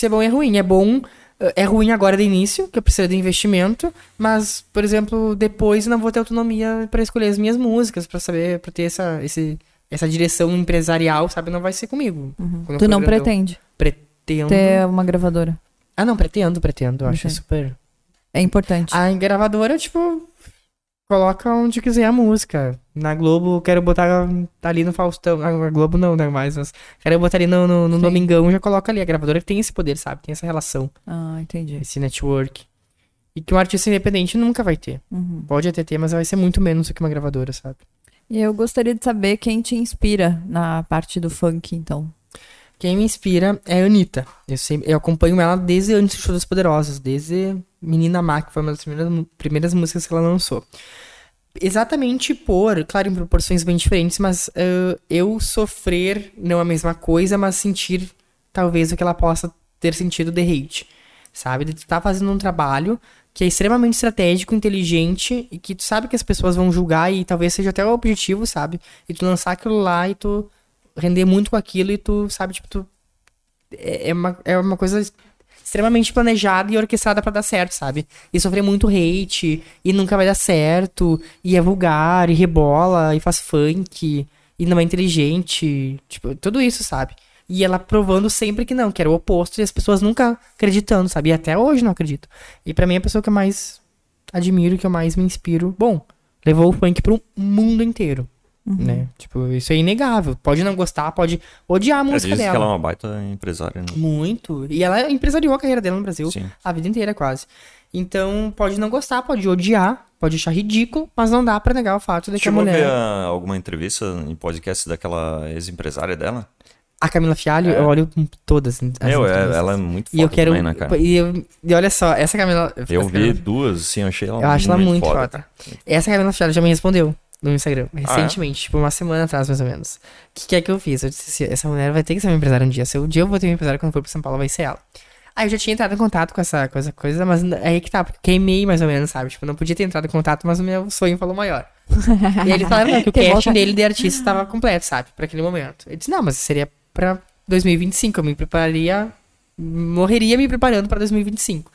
S3: é bom e é ruim. É bom. eh, É ruim agora de início, que eu preciso de investimento, mas, por exemplo, depois não vou ter autonomia pra escolher as minhas músicas, pra saber, pra ter essa, esse, essa direção empresarial, sabe? Não vai ser comigo. Quando eu
S2: Tu
S3: for
S2: não
S3: grandão.
S2: pretende
S3: Pretendo.
S2: ter uma gravadora.
S3: Ah, não, pretendo, pretendo. eu Acho
S2: Entendi.
S3: super.
S2: É importante.
S3: A gravadora, tipo, coloca onde quiser a música. Na Globo, quero botar ali no Faustão. Ah, Na Globo não, né? Mas, mas quero botar ali no, no, no
S2: Sim.
S3: Domingão, já coloca ali. A gravadora tem esse poder, sabe? Tem essa relação,
S2: Ah, entendi.
S3: esse network. E que um artista independente nunca vai ter.
S2: Uhum.
S3: Pode até ter, mas vai ser muito menos do que uma gravadora, sabe?
S2: E eu gostaria de saber quem te inspira na parte do funk, então.
S3: Quem me inspira é a Anitta. Eu, sempre, eu acompanho ela desde antes do Show das Poderosas, desde Menina Má, que foi uma das primeiras, mu- primeiras músicas que ela lançou. Exatamente por, claro, em proporções bem diferentes, mas ãh, eu sofrer não é a mesma coisa, mas sentir talvez o que ela possa ter sentido de hate. Sabe? De tu tá fazendo um trabalho que é extremamente estratégico, inteligente, e que tu sabe que as pessoas vão julgar e talvez seja até o objetivo, sabe? E tu lançar aquilo lá e tu render muito com aquilo e tu, sabe, tipo, tu. É é uma, é uma coisa extremamente planejada e orquestrada pra dar certo, sabe? E sofrer muito hate, e nunca vai dar certo, e é vulgar, e rebola, e faz funk, e não é inteligente, tipo, tudo isso, sabe? E ela provando sempre que não, que era o oposto, e as pessoas nunca acreditando, sabe? E até hoje não acredito. E pra mim, é a pessoa que eu mais admiro, que eu mais me inspiro, bom, levou o funk pro mundo inteiro né? Tipo, isso é inegável. Pode não gostar, pode odiar a
S1: Ela
S3: música
S1: diz que
S3: dela.
S1: ela é uma baita empresária, né?
S3: Muito. E ela é empresariou a carreira dela no Brasil
S1: Sim.
S3: a vida inteira, quase. Então, pode não gostar, pode odiar, pode achar ridículo, mas não dá pra negar o fato de que a
S1: Chegou a ver
S3: mulher. A...
S1: ah, alguma entrevista em podcast daquela ex-empresária dela?
S3: Camila Fialho, eu olho todas. as
S1: Meu, é-
S3: entrevistas.
S1: ela é muito
S3: E eu
S1: foda
S3: quero.
S1: também, né, cara?
S3: e, eu- e olha só, essa Camila.
S1: Eu
S3: essa
S1: vi
S3: Camila-
S1: duas, assim, eu achei ela
S3: Eu acho ela muito
S1: foda. Ah, é?
S3: foda. Essa Camila Fialho já me respondeu no Instagram, recentemente, tipo uma semana atrás, mais ou menos. O que, que é que eu fiz? Eu disse assim, essa mulher vai ter que ser minha empresária um dia. Se um dia eu vou ter minha empresária quando for pra São Paulo, vai ser ela. Aí eu já tinha entrado em contato com essa coisa, coisa, mas n- aí que tá, porque queimei mais ou menos, sabe? Tipo, eu não podia ter entrado em contato, mas o meu sonho falou maior. e aí eles falaram não, que o
S2: Que
S3: casting
S2: volta.
S3: dele de artista estava completo, sabe? Pra aquele momento. Eu disse, não, mas seria pra 2025, eu me prepararia, morreria me preparando pra 2025.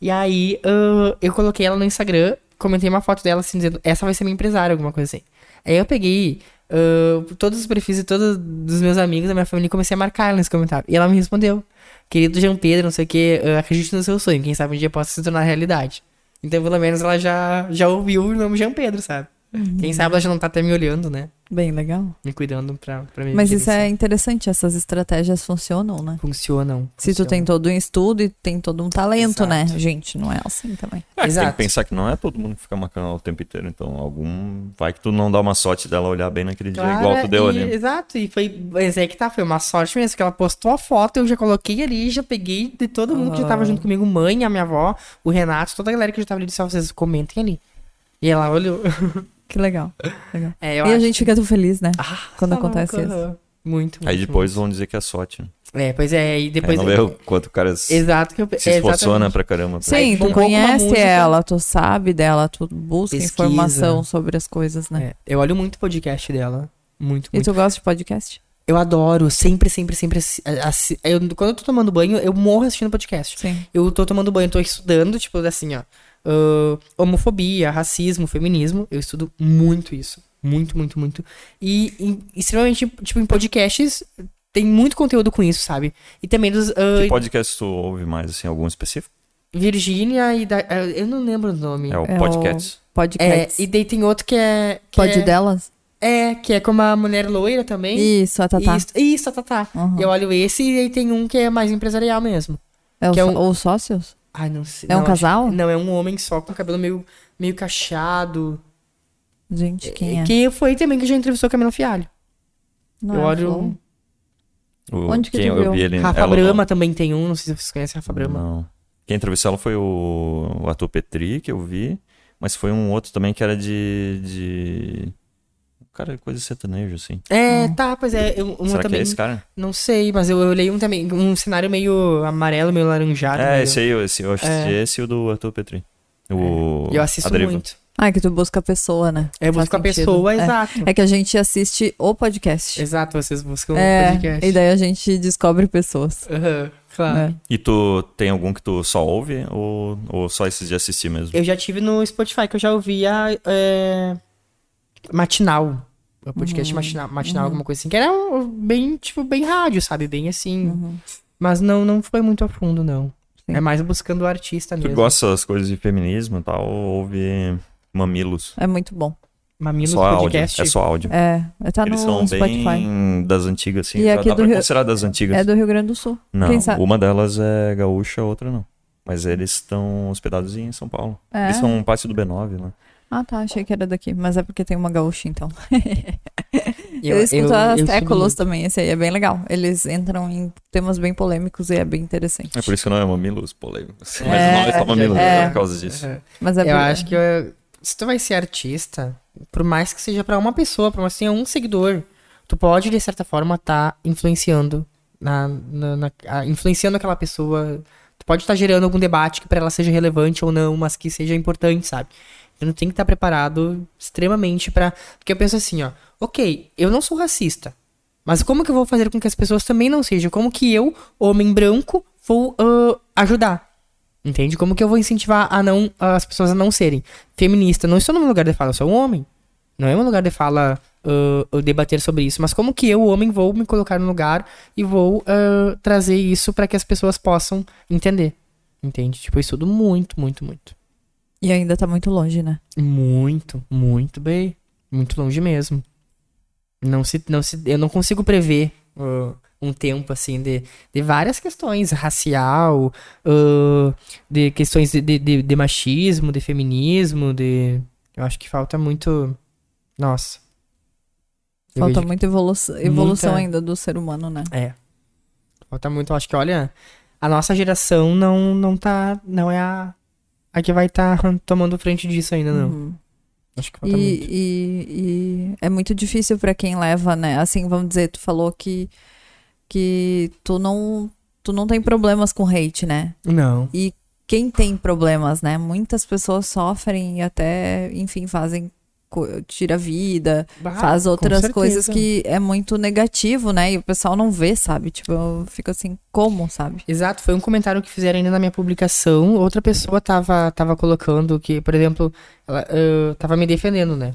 S3: E aí ãh, eu coloquei ela no Instagram comentei uma foto dela assim, dizendo, essa vai ser minha empresária, alguma coisa assim. Aí eu peguei uh, todos os perfis de todos os meus amigos, da minha família, e comecei a marcar ela nesse comentário. E ela me respondeu. Querido João Pedro, não sei o que, uh, acredite no seu sonho, quem sabe um dia possa se tornar realidade. Então, pelo menos, ela já, já ouviu o nome João Pedro, sabe? Quem sabe ela já não tá até me olhando, né?
S2: Bem legal.
S3: Me cuidando pra, pra mim.
S2: Mas isso é interessante, essas estratégias funcionam, né?
S3: Funcionam.
S2: Se tu
S3: funcionam.
S1: Ah,
S2: tem todo um estudo e tem todo um talento, né?
S3: Exato.
S2: Gente, não é assim
S1: É,
S2: também.
S1: que tem que
S3: Exato.
S1: pensar que não é todo mundo que fica marcando o tempo inteiro, então algum. Vai que tu não dá uma sorte dela olhar bem naquele dia,
S3: Clara,
S1: igual tu deu né?
S3: e-
S1: ali.
S3: Exato, e foi. Mas é que tá, foi uma sorte mesmo, que ela postou a foto, eu já coloquei ali, já peguei de todo mundo que já tava junto comigo, mãe, a minha avó, o Renato, toda a galera que já tava ali, disse, "Ó, vocês comentem ali. E ela olhou.
S2: Que legal. legal.
S3: É,
S2: E
S3: eu
S2: a
S3: acho
S2: gente
S3: que-
S2: fica tão feliz, né?
S3: Ah,
S2: quando
S3: tá
S2: acontece
S3: louco,
S2: isso.
S3: aham. Muito, muito.
S1: Aí depois
S3: muito.
S1: vão dizer que é sorte. né?
S3: É, pois é, e
S1: Aí
S3: depois.
S1: não vê o quanto o cara se
S3: Exato que eu
S1: se esforçou, né,
S3: exatamente.
S1: pra caramba. pra-
S2: Sim, tu
S3: bombou com uma
S2: conhece
S3: música.
S2: ela, tu sabe dela, tu busca
S3: Pesquisa.
S2: informação sobre as coisas, né?
S3: É, eu olho muito o podcast dela. Muito,
S2: E
S3: muito.
S2: tu gosta de podcast?
S3: Eu adoro, sempre, sempre, sempre. assi- assi- eu- quando eu tô tomando banho, eu morro assistindo podcast.
S2: Sim.
S3: Eu tô tomando banho, tô estudando, tipo, assim, ó. ah, homofobia, racismo, feminismo. Eu estudo muito isso. Muito, muito, muito. E, em- extremamente, tipo, em podcasts, tem muito conteúdo com isso, sabe? E também dos. ah,
S1: Que podcast tu ouve mais, assim, algum específico?
S3: Virgínia e da. ah, eu não lembro o nome.
S1: É o
S2: É o-
S1: podcast.
S3: É,
S2: Podcast.
S3: e daí tem outro que é. Que
S2: Pode
S3: é,
S2: delas?
S3: É, que é com uma mulher loira também.
S2: Isso, a Tatá.
S3: Isso, isso, tá, tá.
S2: Uhum.
S3: Eu olho esse e aí tem um que é mais empresarial mesmo.
S2: É o
S3: que é
S2: só-
S3: um-
S2: Ou sócios?
S3: Ai, não sei.
S2: É um
S3: não, acho-
S2: casal?
S3: Não, é um homem só com cabelo meio, meio cacheado.
S2: Gente, quem é?
S3: Que foi também que já entrevistou o Camilo Fialho.
S2: Não
S3: eu
S2: é o
S3: olho-
S2: Flow?
S1: O-
S2: Onde que
S1: quem
S2: tu
S1: eu
S2: viu?
S1: vi ele
S3: Rafa
S1: É, ela
S3: Brama também tem um, não sei se vocês conhecem Rafa
S1: Não.
S3: Brama.
S1: não. Quem entrevistou ela foi o, o ator Petri, que eu vi, mas foi um outro também que era de. de... Cara, coisa sertanejo, assim.
S3: É, tá, pois é. eu- Um
S1: Será que
S3: também.
S1: é esse cara?
S3: Não sei, mas eu eu olhei um também, um cenário meio amarelo, meio laranjado.
S1: É,
S3: meio-
S1: esse aí, esse, eu assisti
S3: É.
S1: esse e o do Arthur Petri. O,
S2: É,
S3: E eu
S1: a
S3: assisto
S1: Deriva.
S3: muito.
S2: Ah, que tu busca a pessoa, né?
S3: É, eu
S2: Faz
S3: busco a
S2: sentido.
S3: pessoa,
S2: É.
S3: exato.
S2: É que a gente assiste o podcast.
S3: Exato, vocês buscam o
S2: é,
S3: podcast.
S2: e daí a gente descobre pessoas.
S3: Aham, claro.
S2: né?
S1: E tu tem algum que tu só ouve ou, ou só esses de assistir mesmo?
S3: Eu já tive no Spotify que eu já ouvia é, Matinal. O
S2: Uhum.
S3: podcast matina- matinal, alguma coisa assim. Que era um- bem, tipo, bem rádio, sabe? Bem assim. Mas não, não foi muito a fundo, não.
S2: Uhum. Sim.
S3: É mais buscando o artista
S1: Tu
S3: mesmo.
S1: gosta das coisas de feminismo e tal, ou ouve mamilos?
S2: É muito bom.
S3: Mamilos
S1: só áudio,
S3: podcast.
S1: é só áudio.
S2: É, tá
S1: Eles
S2: no
S1: são
S2: Spotify.
S1: bem das antigas, assim.
S2: E
S1: já
S2: aqui
S1: dá
S2: do
S1: pra
S2: Rio-
S1: considerar das antigas.
S2: É do Rio Grande do Sul.
S1: Não,
S2: Quem sabe?
S1: uma delas é gaúcha, a outra não. Mas eles estão hospedados em São Paulo.
S2: É?
S1: Eles são parte do B9, né?
S2: Ah, tá. Achei que era daqui. Mas é porque tem uma gaúcha, então. Eu,
S3: Eu-
S2: escuto
S3: eu-
S2: há
S3: eu
S2: séculos
S3: subi-
S2: também. Esse aí é bem legal. Eles entram em temas bem polêmicos e é bem interessante.
S1: É por isso que não é Mamilos, polêmicos. Mas
S2: É,
S1: o nome é só Mamilos,
S2: é.
S1: é por causa disso.
S3: É.
S2: Mas é
S3: eu
S2: por-
S3: acho que eh, se tu vai ser artista, por mais que seja pra uma pessoa, pra uma, assim, um seguidor, tu pode, de certa forma, tá influenciando na, na- na- a- influenciando aquela pessoa. Tu pode estar gerando algum debate que pra ela seja relevante ou não, mas que seja importante, sabe? Então tu tem que estar preparado extremamente pra. Porque eu penso assim, ó, ok, eu não sou racista. Mas como que eu vou fazer com que as pessoas também não sejam? Como que eu, homem branco, vou ah, ajudar? Entende? Como que eu vou incentivar a não, as pessoas a não serem feminista? Não estou no meu lugar de fala, eu sou um homem. Não é meu lugar de fala ah, eu debater sobre isso. Mas como que eu, homem, vou me colocar no lugar e vou ah, trazer isso para que as pessoas possam entender? Entende? Tipo, eu estudo muito, muito, muito.
S2: E ainda tá muito longe, né?
S3: Muito, muito bem. Muito longe mesmo. Não se, não se, eu não consigo prever ah, um tempo assim de, de várias questões, racial, ah, de questões de, de, de- de machismo, de feminismo, de. Eu acho que falta muito. Nossa. Eu
S2: Falta
S3: vejo
S2: muita evolu evolução
S3: Muita-
S2: ainda do ser humano, né?
S3: que- É. Falta muito. Eu acho que, olha, a nossa geração não, não tá. Não é a. A que vai estar tomando frente disso ainda, não.
S2: Uhum.
S3: Acho que
S2: E,
S3: falta muito.
S2: e- e é muito difícil pra quem leva, né? Assim, vamos dizer, tu falou que, que tu, não, tu não tem problemas com hate, né?
S3: Não.
S2: Quem tem problemas, né? Muitas pessoas sofrem e até, enfim, fazem co- tira vida,
S3: Bah,
S2: faz
S3: Ah, com
S2: outras
S3: certeza.
S2: coisas que é muito negativo, né? E o pessoal não vê, sabe? Tipo, eu fico assim, como, sabe?
S3: Exato, foi um comentário que fizeram ainda na minha publicação. Outra pessoa tava, tava colocando que, por exemplo, ela ãh, tava me defendendo, né?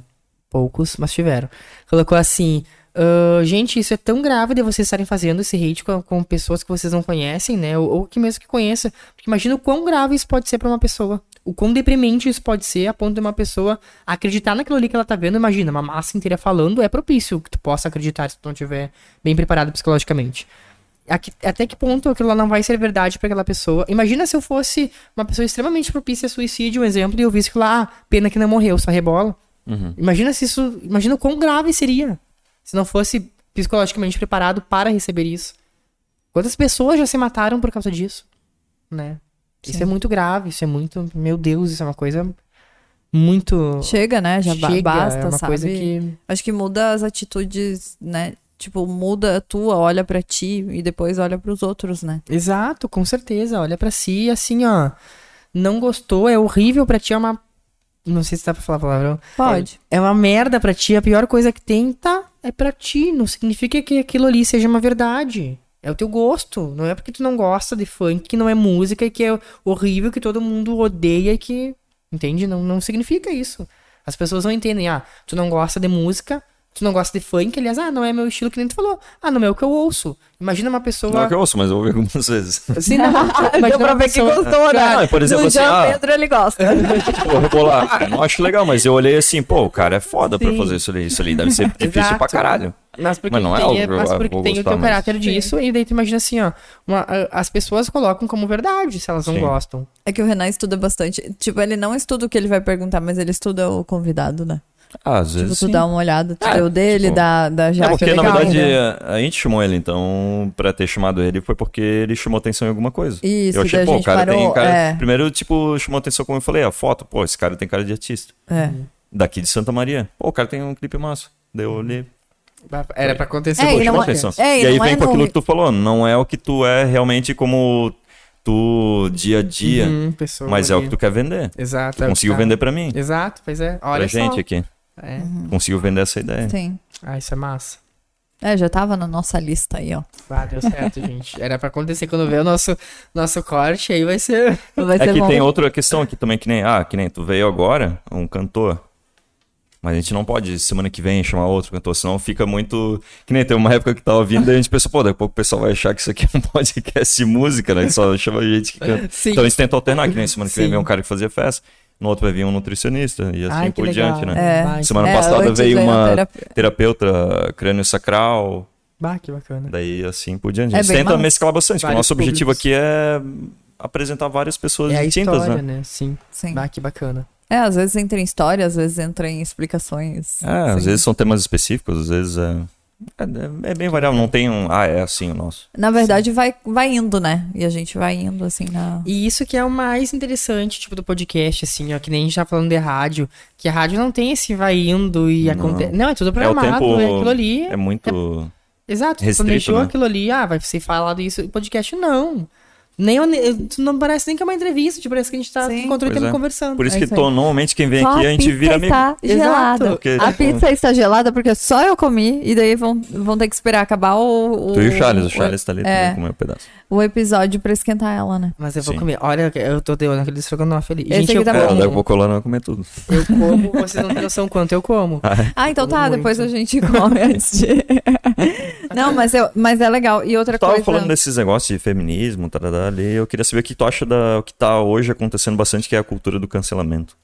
S3: Poucos, mas tiveram. Colocou assim: ãh, gente, isso é tão grave de vocês estarem fazendo esse hate com, com pessoas que vocês não conhecem, né? Ou, ou que mesmo que conheça. Porque imagina o quão grave isso pode ser pra uma pessoa. O quão deprimente isso pode ser a ponto de uma pessoa acreditar naquilo ali que ela tá vendo. Imagina, uma massa inteira falando, é propício que tu possa acreditar se tu não tiver bem preparado psicologicamente a que- até que ponto aquilo lá não vai ser verdade pra aquela pessoa. Imagina se eu fosse uma pessoa extremamente propícia a suicídio, um exemplo, e eu visse que lá, ah, pena que não morreu, só rebola. Imagina se isso. Imagina o quão grave seria se não fosse psicologicamente preparado para receber isso. Quantas pessoas já se mataram por causa disso? Né? Isso
S2: Sim.
S3: é muito grave, isso é muito. Meu Deus, isso é uma coisa muito.
S2: Chega, né? Já ba-
S3: Chega,
S2: basta,
S3: é uma
S2: sabe?
S3: coisa que.
S2: Acho que muda as atitudes, né? Tipo, muda a tua, olha pra ti e depois olha pros outros, né?
S3: Exato, com certeza. Olha pra si e assim, ó. Não gostou, é horrível pra ti, é uma. Não sei se dá pra falar palavrão.
S2: Pode.
S3: É uma merda pra ti, a pior coisa que tem, tá? É pra ti, não significa que aquilo ali seja uma verdade. É o teu gosto, não é porque tu não gosta de funk, que não é música e que é horrível, que todo mundo odeia e que. Entende? Não, não significa isso. As pessoas não entendem, ah, tu não gosta de música, tu não gosta de funk, aliás, ah, não é meu estilo que nem tu falou. Ah, não é o que eu ouço. Imagina uma pessoa.
S1: Não é que eu ouço, mas eu ouvi algumas vezes.
S3: Sim, não, imagina uma pessoa-
S2: É.
S1: né? Não, por exemplo,
S2: Do
S1: assim,
S2: Jean
S1: ah-
S2: Pedro ele gosta.
S1: tipo, rebolar. Ah, eu não acho legal, mas eu olhei assim, pô, o cara é foda pra
S3: Sim.
S1: fazer isso ali. Isso ali deve ser difícil pra
S3: Exato.
S1: caralho.
S3: Mas porque
S1: Mas não é
S3: tem,
S1: algo
S3: é-
S1: que eu
S3: mas
S1: vou
S3: porque tem o
S1: gostar,
S3: teu
S1: mas-
S3: caráter disso, e daí tu imagina assim, ó. uma- a- as pessoas colocam como verdade se elas não
S1: Sim.
S3: gostam.
S2: É que o Renan estuda bastante. Tipo, ele não estuda o que ele vai perguntar, mas ele estuda o convidado, né?
S1: Ah, às
S2: Tipo,
S1: vezes.
S2: tu
S1: sim.
S2: dá uma olhada, tu
S1: É,
S2: deu dele,
S1: tipo,
S2: da, da
S1: É
S2: Jaque.
S1: porque, na
S2: legal,
S1: verdade,
S2: né?
S1: a- a gente chamou ele, então, pra ter chamado ele foi porque ele chamou atenção em alguma coisa.
S2: Isso,
S1: eu
S2: daí
S1: achei,
S2: a
S1: pô, o
S2: gente
S1: cara
S2: parou,
S1: tem cara.
S2: é.
S1: Primeiro, tipo, chamou atenção, como eu falei, a foto, pô, esse cara tem cara de artista.
S2: É.
S1: Daqui de Santa Maria. Pô, o cara tem um clipe massa. Daí eu olhei.
S3: Era pra acontecer.
S2: É,
S1: Pô,
S2: e
S1: chamou
S2: não é-
S1: atenção.
S2: é, e
S1: e aí
S2: não
S1: vem
S2: é
S1: com aquilo
S2: no-
S1: que tu falou, não é o que tu é realmente como tu dia a dia,
S3: Uhum, pessoa
S1: mas é o
S3: ali.
S1: que tu quer vender.
S3: Exato. é o que
S1: Conseguiu
S3: tá-
S1: vender pra mim.
S3: Exato, pois é.
S1: pra
S3: Olha só.
S1: gente aqui.
S3: É.
S2: Uhum.
S1: Conseguiu vender essa ideia.
S2: Sim.
S3: Ah, isso é massa.
S2: É, já tava na nossa lista aí, ó.
S3: Ah, deu certo, gente. Era pra acontecer quando vê o nosso, nosso corte, aí vai ser.
S2: Vai
S1: É
S2: ser
S1: que
S2: bom.
S1: tem outra questão aqui também, que nem, ah, que nem tu veio agora, um cantor. Mas a gente não pode semana que vem chamar outro cantor, senão fica muito. Que nem tem uma época que tava vindo e a gente pensou, pô, daqui a pouco o pessoal vai achar que isso aqui é um podcast de música, né? Que só chama gente que canta.
S3: Sim.
S1: Então eles tentam alternar, que nem semana que vem
S3: Sim.
S1: vem um cara que fazia festa, no outro vai vir um nutricionista e assim
S3: Ai, que
S1: por
S3: legal. É.
S1: diante, né?
S2: É.
S3: Vai, então.
S1: Semana
S2: É,
S1: passada
S2: antes
S1: veio
S2: veio a
S1: uma
S2: terapia.
S1: terapeuta crânio sacral,
S3: Bah, que bacana.
S1: Daí assim por diante.
S2: É
S1: A gente
S2: bem
S1: tenta
S2: massa.
S1: mesclar bastante, porque o
S3: Vários
S1: nosso objetivo
S3: públicos.
S1: aqui é apresentar várias pessoas
S3: É a
S1: distintas,
S3: história,
S1: né?
S3: né? Sim.
S2: Sim.
S3: Bah, que bacana.
S2: É, às vezes entra em história, às vezes entra em explicações.
S1: É, às
S2: Sim.
S1: vezes são temas específicos, às vezes é. É, é bem variável, não tem um. Ah, é assim o nosso.
S2: Na verdade, vai, vai indo, né? E a gente vai indo, assim, na...
S3: E isso que é o mais interessante, tipo, do podcast, assim, ó, que nem a gente tá falando de rádio, que a rádio não tem esse vai indo e acontece. Não, é tudo programado, é,
S1: tempo-
S3: aquilo ali.
S1: É muito.
S3: Exato, tu
S1: restrito,
S3: planejou
S1: né?
S3: aquilo ali, ah, vai ser falado isso em podcast, não. Nem, eu- tu não parece nem que é uma entrevista, tipo, parece que a gente tá
S2: Sim.
S3: se encontrando
S1: Pois
S3: e estamos
S1: é.
S3: conversando.
S1: Por isso
S2: é
S1: que
S2: isso aí.
S1: tô- normalmente quem vem
S2: Só
S1: aqui a gente
S2: pizza
S1: vira amigo. É.
S2: está
S3: Exato,
S2: gelada.
S1: porque- tipo,
S2: a pizza está gelada porque só eu comi e daí vão, vão ter que esperar acabar o... o
S1: Tu e o Charles, o Charles tá ali
S2: é.
S1: também comeu um pedaço.
S2: O episódio pra esquentar ela, né?
S3: Mas eu vou
S1: Sim.
S3: comer. Olha, eu tô deu naquele estrogonofe ali.
S2: Esse
S3: Gente,
S2: aqui
S3: eu,
S2: tá
S1: É,
S2: bom.
S1: daí eu
S3: como,
S1: vou colar, não comer tudo.
S3: eu como, vocês não têm noção quanto eu como.
S2: Ah, então tá,
S3: Muito.
S2: depois a gente come antes de... Não, mas, eu, mas é legal. E outra
S1: Tu tava
S2: coisa...
S1: falando desses negócios de feminismo, tarará, ali, eu queria saber o que tu acha da o que tá hoje acontecendo bastante, que é a cultura do cancelamento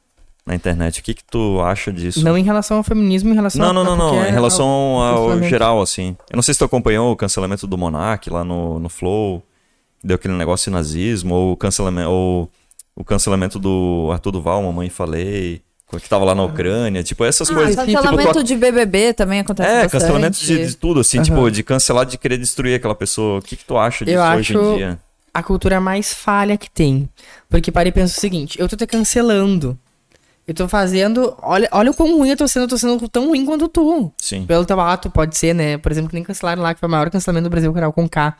S1: na internet. O que que tu acha disso?
S3: Não em relação ao feminismo, em relação
S1: não,
S3: a- é
S1: não, não,
S3: a
S1: não,
S3: qualquer-
S1: Em relação ao
S3: cancelamento.
S1: geral, assim. Eu não sei se tu acompanhou o cancelamento do Monark lá no, no Flow, deu aquele negócio de nazismo, ou o cancelamento, ou o cancelamento do Arthur Duval, Mamãe Falei, que tava
S3: Ah.
S1: lá na Ucrânia, tipo, essas
S2: Ah,
S1: coisas. assim, tipo, tu
S2: cancelamento de BBB também acontece
S1: É,
S2: bastante.
S1: cancelamento de, de tudo, assim,
S3: né, Aham.
S1: tipo, de cancelar, de querer destruir aquela pessoa. O que, que tu acha disso hoje
S3: acho-
S1: em dia?
S3: a cultura mais falha que tem. Porque para e pensa o seguinte, eu tô te cancelando. Eu tô fazendo. Olha, olha o quão ruim eu tô sendo, eu tô sendo tão ruim quanto tu.
S1: Sim.
S3: Pelo teu ato, pode ser, né? Por exemplo, que nem cancelaram lá, que foi o maior cancelamento do Brasil, o canal com K.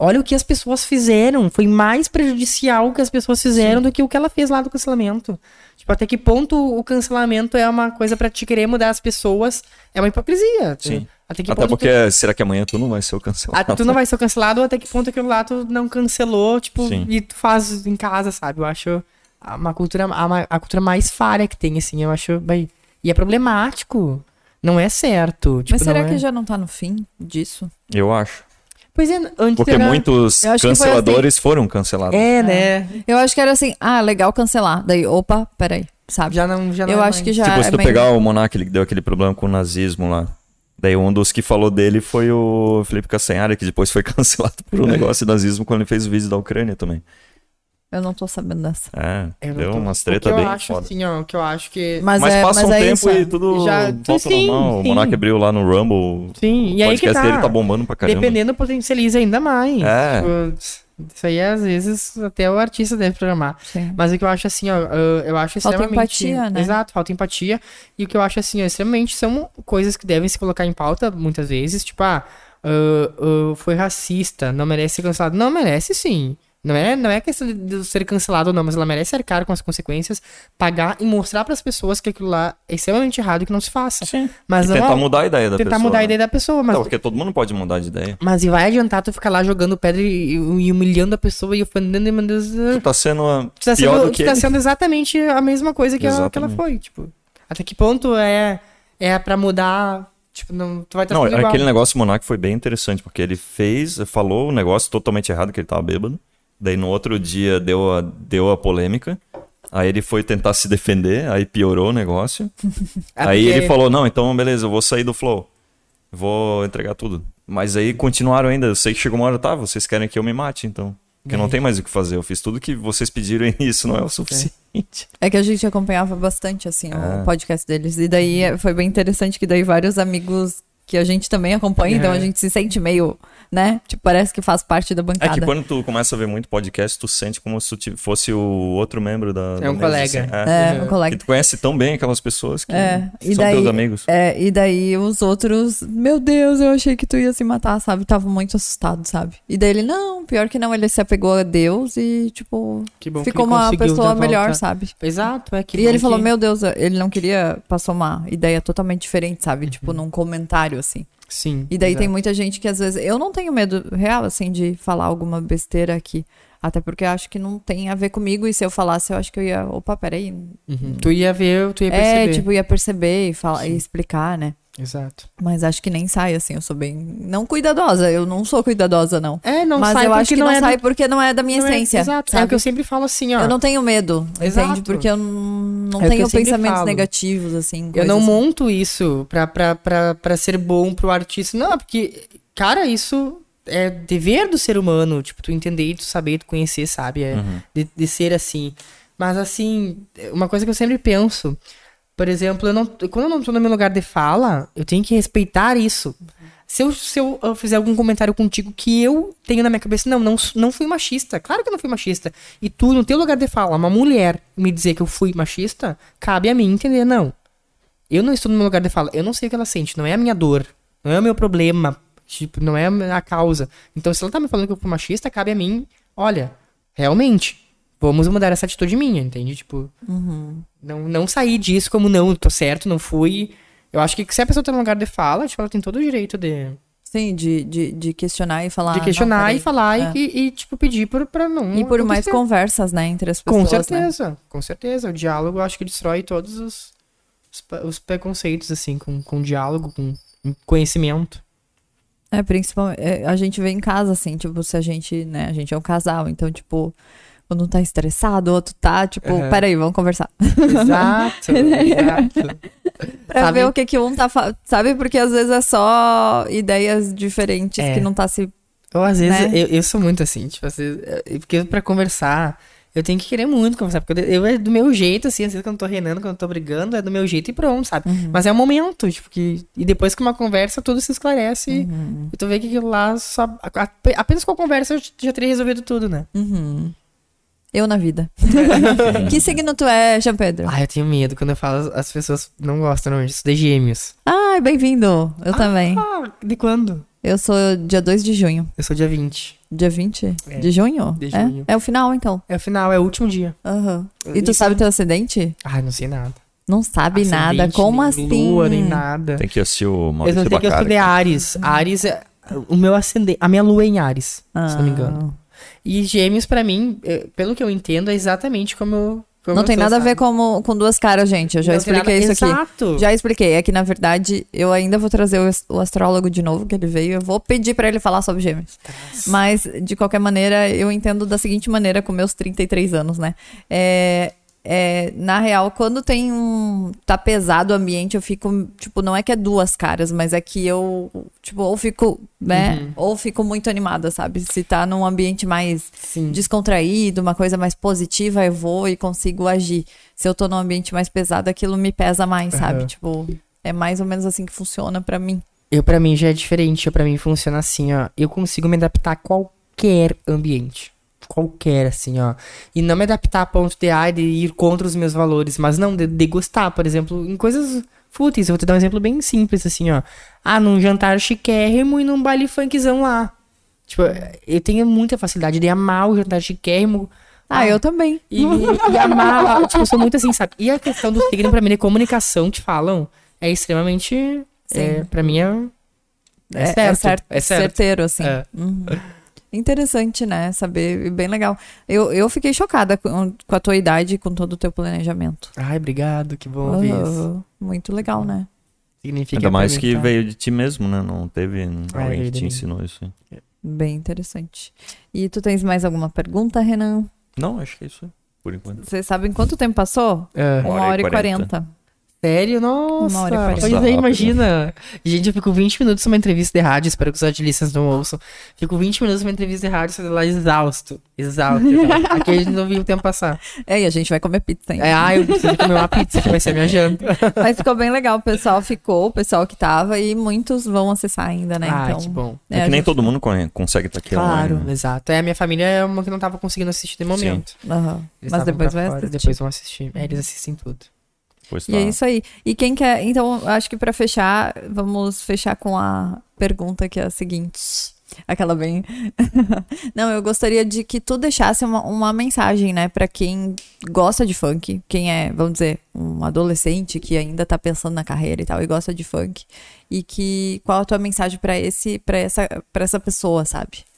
S3: olha o que as pessoas fizeram. Foi mais prejudicial o que as pessoas fizeram do que o que ela fez lá do cancelamento. Tipo, até que ponto o cancelamento é uma coisa pra te querer mudar as pessoas? É uma hipocrisia. Tu-
S1: Sim.
S3: Até que
S1: Até
S3: ponto
S1: porque será que amanhã tu não vai ser o
S3: tu, a-
S1: cancelado?
S3: tu não vai ser cancelado, ou até que ponto aquilo lá tu não cancelou, tipo,
S1: Sim.
S3: e tu faz em casa, sabe? Eu acho a- uma cultura, a, ma- a cultura mais falha que tem, assim, eu acho. bem, E é problemático. Não é certo. Tipo,
S2: Mas será
S3: não é-
S2: que já não tá no fim disso?
S1: Eu acho.
S3: Pois é, antes
S1: Porque
S3: era-
S1: muitos
S3: eu acho que foi assim.
S1: canceladores foram cancelados.
S3: É, né?
S2: Eu acho que era assim, ah, legal cancelar. Daí, opa, peraí, sabe?
S3: Já não. Já não
S2: eu
S3: é
S2: acho
S3: mais.
S2: que já
S1: Tipo,
S2: é
S1: se tu
S2: meio-
S1: pegar o Monark, ele que deu aquele problema com o nazismo lá. Daí um dos que falou dele foi o Felipe Cassanhari, que depois foi cancelado por um
S3: É.
S1: negócio de nazismo quando ele fez o vídeo da Ucrânia também.
S2: Eu não tô sabendo dessa.
S1: É,
S3: Eu não
S1: deu
S3: tô-
S1: umas
S3: um o
S1: treta
S3: que
S1: bem
S3: eu acho,
S1: foda.
S3: assim, ó, o que eu acho que.
S2: Mas,
S1: Mas
S2: é,
S1: passa
S2: mas
S1: um
S2: é
S1: tempo
S2: isso.
S1: e tudo
S3: Já-
S1: volta
S3: sim,
S1: normal. O
S3: sim.
S1: Monark abriu lá no Rumble.
S3: Sim, e
S1: o
S3: aí que
S1: podcast
S3: tá.
S1: dele tá bombando pra caramba.
S3: Dependendo, potencializa ainda mais.
S1: É.
S3: Tipo, isso aí, às vezes, até o artista deve programar.
S2: Sim.
S3: Mas o que eu acho assim, ó, eu- eu acho
S2: Falta
S3: extremamente.
S2: empatia, né?
S3: Exato, falta empatia. E o que eu acho assim, ó, extremamente são coisas que devem se colocar em pauta muitas vezes, tipo, ah, ah, ah, foi racista, não merece ser cancelado. Não merece sim. Não é, não é questão de- de ser cancelado ou não, mas ela merece arcar com as consequências, pagar e mostrar pras pessoas que aquilo lá é extremamente errado e que não se faça.
S1: Sim.
S3: Mas
S1: e
S3: não
S1: tentar
S3: a-
S1: mudar a ideia da
S3: tentar
S1: pessoa.
S3: mudar a
S1: né?
S3: ideia da pessoa, mas
S1: Tá, porque todo mundo pode mudar de ideia.
S3: mas e vai adiantar tu ficar lá jogando pedra e, e humilhando a pessoa e ofendendo e mandando.
S1: Tu tá sendo a
S3: Tu tá,
S1: pior
S3: sendo,
S1: do que
S3: tu tá
S1: ele.
S3: sendo exatamente a mesma coisa que ela, que ela
S1: Exatamente.
S3: foi, tipo. Até que ponto é, é pra mudar? Tipo, não, tu vai estar
S1: Não, é
S3: sendo igual.
S1: aquele negócio do Monark foi bem interessante, porque ele fez, falou um negócio totalmente errado, que ele tava bêbado. Daí no outro dia deu a, deu a polêmica. Aí ele foi tentar se defender, aí piorou o negócio.
S3: É
S1: aí
S3: porque-
S1: ele falou: Não, então beleza, eu vou sair do Flow. Vou entregar tudo. Mas aí continuaram ainda. Eu sei que chegou uma hora, tá? Vocês querem que eu me mate, então. Porque
S3: É.
S1: não tem mais o que fazer. Eu fiz tudo que vocês pediram e isso não é o suficiente.
S2: É que a gente acompanhava bastante, assim, o
S1: Ah.
S2: podcast deles. E daí é, foi bem interessante que daí vários amigos que a gente também acompanha, então a
S3: É.
S2: gente se sente meio, né? Tipo, parece que faz parte da
S1: É que
S2: bancada.
S1: quando tu começa a ver muito podcast, tu sente como se tu ti- fosse o outro membro da. da
S3: um
S1: mesa,
S3: colega.
S1: assim.
S2: É, um colega.
S1: Que tu conhece tão bem aquelas pessoas que
S2: É, e
S1: são
S2: daí-
S1: teus amigos.
S2: É, e daí os outros, meu Deus, eu achei que tu ia se matar, sabe? Tava muito assustado, sabe? E daí ele, não, pior que não, ele se apegou a Deus e, tipo,
S3: Que bom que
S2: ficou
S3: ele
S2: uma
S3: conseguiu
S2: pessoa
S3: dar volta.
S2: melhor, sabe?
S3: Exato, é que.
S2: e
S3: bom
S2: ele falou,
S3: que-
S2: meu Deus, eh, ele não queria, passou uma ideia totalmente diferente, sabe? Tipo, num comentário, assim.
S3: Sim.
S2: E daí
S3: Uhum. exato.
S2: tem muita gente que às vezes. Eu não tenho medo real, assim, de falar alguma besteira aqui. Até porque eu acho que não tem a ver comigo. E se eu falasse, eu acho que eu ia. Opa, peraí.
S3: Uhum. Tu ia ver, tu ia perceber.
S2: É, tipo, ia perceber e, falar, e explicar, né?
S3: Exato.
S2: Mas acho que nem sai, assim. Eu sou bem. Não cuidadosa. Eu não sou cuidadosa, não.
S3: É, não
S2: Mas
S3: sai
S2: eu
S3: porque
S2: acho que não,
S3: não, é do-
S2: sai porque não é da minha
S3: não é-
S2: essência.
S3: Exato. É
S2: sabe?
S3: o que eu sempre falo assim, ó.
S2: Eu não tenho medo, entende?
S3: Exato.
S2: Porque eu n- não
S3: É o que
S2: tenho
S3: eu sempre
S2: pensamentos
S3: falo.
S2: negativos, assim.
S3: Eu
S2: coisas
S3: não
S2: assim.
S3: monto isso pra, pra, pra, pra ser bom pro artista. Não, porque, cara, isso é dever do ser humano. Tipo, tu entender, tu saber, tu conhecer, sabe? É, de, de ser assim. Mas, assim, uma coisa que eu sempre penso. Por exemplo, eu não, quando eu não tô no meu lugar de fala, eu tenho que respeitar isso. Se eu, se eu eu fizer algum comentário contigo que eu tenho na minha cabeça, não, não, s- não fui machista. Claro que eu não fui machista. E tu, no teu lugar de fala, uma mulher me dizer que eu fui machista, cabe a mim entender, não. Eu não estou no meu lugar de fala. Eu não sei o que ela sente. Não é a minha dor. Não é o meu problema. Tipo, não é a causa. Então, se ela tá me falando que eu fui machista, cabe a mim. Olha, realmente, vamos mudar essa atitude minha, entende? Tipo,
S2: Uhum.
S3: não, não sair disso como não, tô certo, não fui. Eu acho que se a pessoa tá no lugar de fala, tipo, ela tem todo o direito de,
S2: Sim, de, de, de questionar e falar. Ah,
S3: de
S2: "Não,
S3: questionar e
S2: peraí."
S3: falar e
S2: É.
S3: que- e, tipo, pedir por, pra não.
S2: E por mais
S3: acontecer.
S2: conversas, né, entre as pessoas.
S3: Com
S2: né?
S3: certeza, com certeza. O diálogo eu acho que destrói todos os, os, pa- os preconceitos, assim, com, com diálogo, com com conhecimento.
S2: É, principalmente. é, A gente vê em casa, assim, tipo, se a gente, né, a gente é um casal, então, tipo, quando um tá estressado, o outro tá, tipo,
S3: Uhum.
S2: peraí, vamos conversar.
S3: Exato, exato.
S2: Pra
S3: Sabe?
S2: ver o que que um tá falando. Sabe? Porque às vezes é só ideias diferentes
S3: É.
S2: que não tá se.
S3: Ou às
S2: Né?
S3: vezes, eu, eu sou muito assim, tipo, às vezes, é, porque pra conversar, eu tenho que querer muito conversar, porque eu, eu é do meu jeito, assim, às vezes quando eu tô reinando, quando eu tô brigando, é do meu jeito e pronto, sabe?
S2: Uhum.
S3: Mas é um momento, tipo, que, e depois que uma conversa, tudo se esclarece,
S2: Uhum.
S3: e tu vê que aquilo lá, só, a- a- apenas com a conversa, eu já teria resolvido tudo, né?
S2: uhum. Eu na vida. que signo tu é, Jean Pedro?
S3: Ah, eu tenho medo quando eu falo, as pessoas não gostam, não, disso, de gêmeos.
S2: Ai, bem-vindo. Eu também.
S3: Ah, de quando?
S2: Eu sou dia 2 de junho.
S3: Eu sou dia 20.
S2: Dia 20?
S3: É.
S2: De junho?
S3: De
S2: É?
S3: junho.
S2: É? o final, então.
S3: É o final, é o último dia.
S2: Aham. E tu
S3: Isso.
S2: sabe teu acidente?
S3: Ai, Ah, não sei nada.
S2: Não Ah, sabe nada.
S3: Ascendente,
S2: Como
S3: nem
S2: assim?
S3: Lua, nem nada.
S1: Tem que assistir o
S3: Eu
S1: Maurício
S3: não sei que eu
S1: Bacari.
S3: estudei Ares. Ares é. O meu ascendente. A minha lua é em Ares, se não me engano.
S2: Ah.
S3: E Gêmeos, pra mim, é, pelo que eu entendo, é exatamente como eu. como
S2: Não
S3: eu
S2: tem
S3: sou,
S2: nada a
S3: sabe?
S2: ver com, com duas caras, gente. Eu já
S3: Não tem nada-
S2: expliquei isso aqui.
S3: Exato.
S2: Já expliquei. É que, na verdade, eu ainda vou trazer o, as- o astrólogo de novo, que ele veio. Eu vou pedir pra ele falar sobre gêmeos. Mas, de qualquer maneira, eu entendo da seguinte maneira, com meus 33 anos, né? É. é, na real, quando tem um. tá pesado o ambiente, eu fico. Tipo, não é que é duas caras, mas é que eu. Tipo, ou fico. né? Ou fico muito animada, sabe? Se tá num ambiente mais
S3: Sim.
S2: descontraído, uma coisa mais positiva, eu vou e consigo agir. Se eu tô num ambiente mais pesado, aquilo me pesa mais, sabe?
S3: Aham.
S2: Tipo, é mais ou menos assim que funciona pra mim.
S3: Eu, pra mim, já é diferente. Eu, pra mim, funciona assim, ó. Eu consigo me adaptar a qualquer ambiente. Qualquer, assim, ó. E não me adaptar a ponto de, ai, de ir contra os meus valores. Mas não, de, de gostar, por exemplo, em coisas fúteis. Eu vou te dar um exemplo bem simples, assim, ó. Ah, num jantar chiquérrimo e num baile funkzão lá. Tipo, eu tenho muita facilidade de amar o jantar chiquérrimo.
S2: Ah, eu também.
S3: E, e amar, tipo, eu sou muito assim, sabe? E a questão do signo, pra mim, de comunicação que falam, é extremamente. É,
S2: Sim.
S3: pra mim é. É
S2: É,
S3: certo,
S2: cer-
S3: é certo.
S2: certeiro, assim.
S3: É.
S2: Uhum. Interessante, né? Saber, e bem legal. Eu, eu fiquei chocada com, com a tua idade e com todo o teu planejamento.
S3: Ai, obrigado, que bom ouvir isso. Uhum.
S2: Oh, muito legal, né? é
S3: Significa
S1: Ainda
S3: pra
S1: mais
S3: mim,
S1: que
S3: tá?
S1: veio de ti mesmo, né? Não teve
S3: Ah,
S1: alguém que
S3: veio de
S1: te
S3: mim.
S1: ensinou isso. aí.
S2: Bem interessante. E tu tens mais alguma pergunta, Renan?
S1: Não, acho que é isso. aí, Por enquanto.
S2: Vocês sabem quanto tempo passou?
S3: É.
S1: Uma
S2: Uma hora e
S1: quarenta.
S2: quarenta.
S3: Sério? Nossa!
S2: Uma hora e
S1: Nossa,
S2: quarenta.
S3: pois é,
S1: rápido.
S3: imagina. Gente, eu fico 20 minutos numa entrevista de rádio, espero que os agilistas não ouçam. Fico 20 minutos numa entrevista de rádio, sei lá, exausto. Exausto. exausto. Aqui a gente não viu o tempo passar.
S2: É, e a gente vai comer pizza ainda.
S3: É, ah, eu preciso comer uma pizza, que vai ser a minha janta.
S2: Mas ficou bem legal, o pessoal ficou, o pessoal que tava, e muitos vão acessar ainda, né?
S3: Ai,
S2: então,
S3: Ah, tipo, que bom.
S1: É,
S2: é,
S1: que
S2: a
S1: nem
S2: gente-
S1: todo mundo con- consegue estar aqui
S3: Claro,
S1: online. né?
S3: exato. É, a minha família é uma que não tava conseguindo assistir de momento.
S2: Aham. Mas
S3: Eles estavam
S2: depois
S3: pra
S2: vai
S3: fora,
S2: assistir.
S3: Depois vão assistir. É, eles assistem tudo.
S1: Pois
S2: E é
S1: tá.
S2: isso aí. E quem quer. Então, acho que pra fechar, vamos fechar com a pergunta que é a seguinte. Aquela bem. Não, eu gostaria de que tu deixasse uma, uma mensagem, né, Pra quem gosta de funk, quem é, vamos dizer, um adolescente que ainda tá pensando na carreira e tal e gosta de funk, e que qual a tua mensagem pra esse, para essa, para essa pessoa, sabe?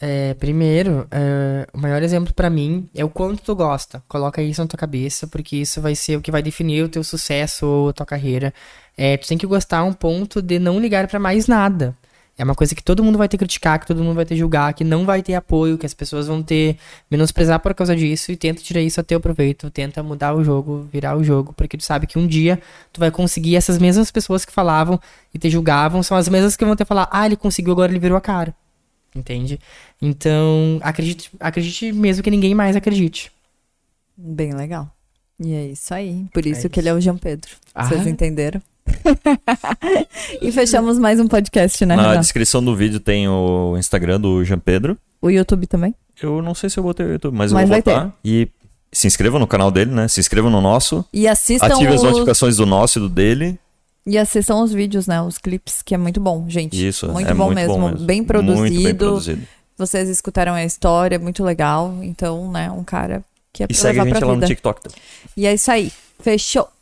S3: É, primeiro, é, o maior exemplo pra mim é o quanto tu gosta. Coloca isso na tua cabeça, porque isso vai ser o que vai definir o teu sucesso ou a tua carreira. É, tu tem que gostar a um ponto de não ligar pra mais nada. É uma coisa que todo mundo vai te criticar, que todo mundo vai te julgar, que não vai ter apoio, que as pessoas vão te menosprezar por causa disso e tenta tirar isso a teu proveito, tenta mudar o jogo, virar o jogo, porque tu sabe que um dia tu vai conseguir essas mesmas pessoas que falavam e te julgavam, são as mesmas que vão te falar, ah, ele conseguiu, agora ele virou a cara. Entende? Então, acredite, acredite mesmo que ninguém mais acredite.
S2: Bem legal. E é isso aí. Por
S3: É
S2: isso que ele é o Jean Pedro.
S3: Ah.
S2: Vocês entenderam? e fechamos mais um podcast, né,
S1: Na
S2: Renan?
S1: descrição do vídeo tem o Instagram do Jean Pedro.
S2: O YouTube também?
S1: Eu não sei se eu botei o YouTube, mas,
S2: Mas
S1: eu vou
S2: vai
S1: botar. E se inscrevam no canal dele, né? Se inscrevam no nosso.
S2: E assistam,
S1: Ative as
S2: os,
S1: notificações do nosso e do dele.
S2: e assistam os vídeos, né? Os clipes, que é muito bom, gente.
S1: Isso,
S2: muito
S1: é
S2: bom
S1: muito
S2: mesmo.
S1: bom mesmo.
S2: Bem
S1: Muito bem
S2: produzido.
S1: produzido.
S2: Vocês escutaram a história, é muito legal. Então, né, um cara que é pra
S1: E segue a
S2: levar
S1: gente
S2: pra
S1: lá no
S2: vida.
S1: TikTok. também.
S2: E é isso aí. Fechou.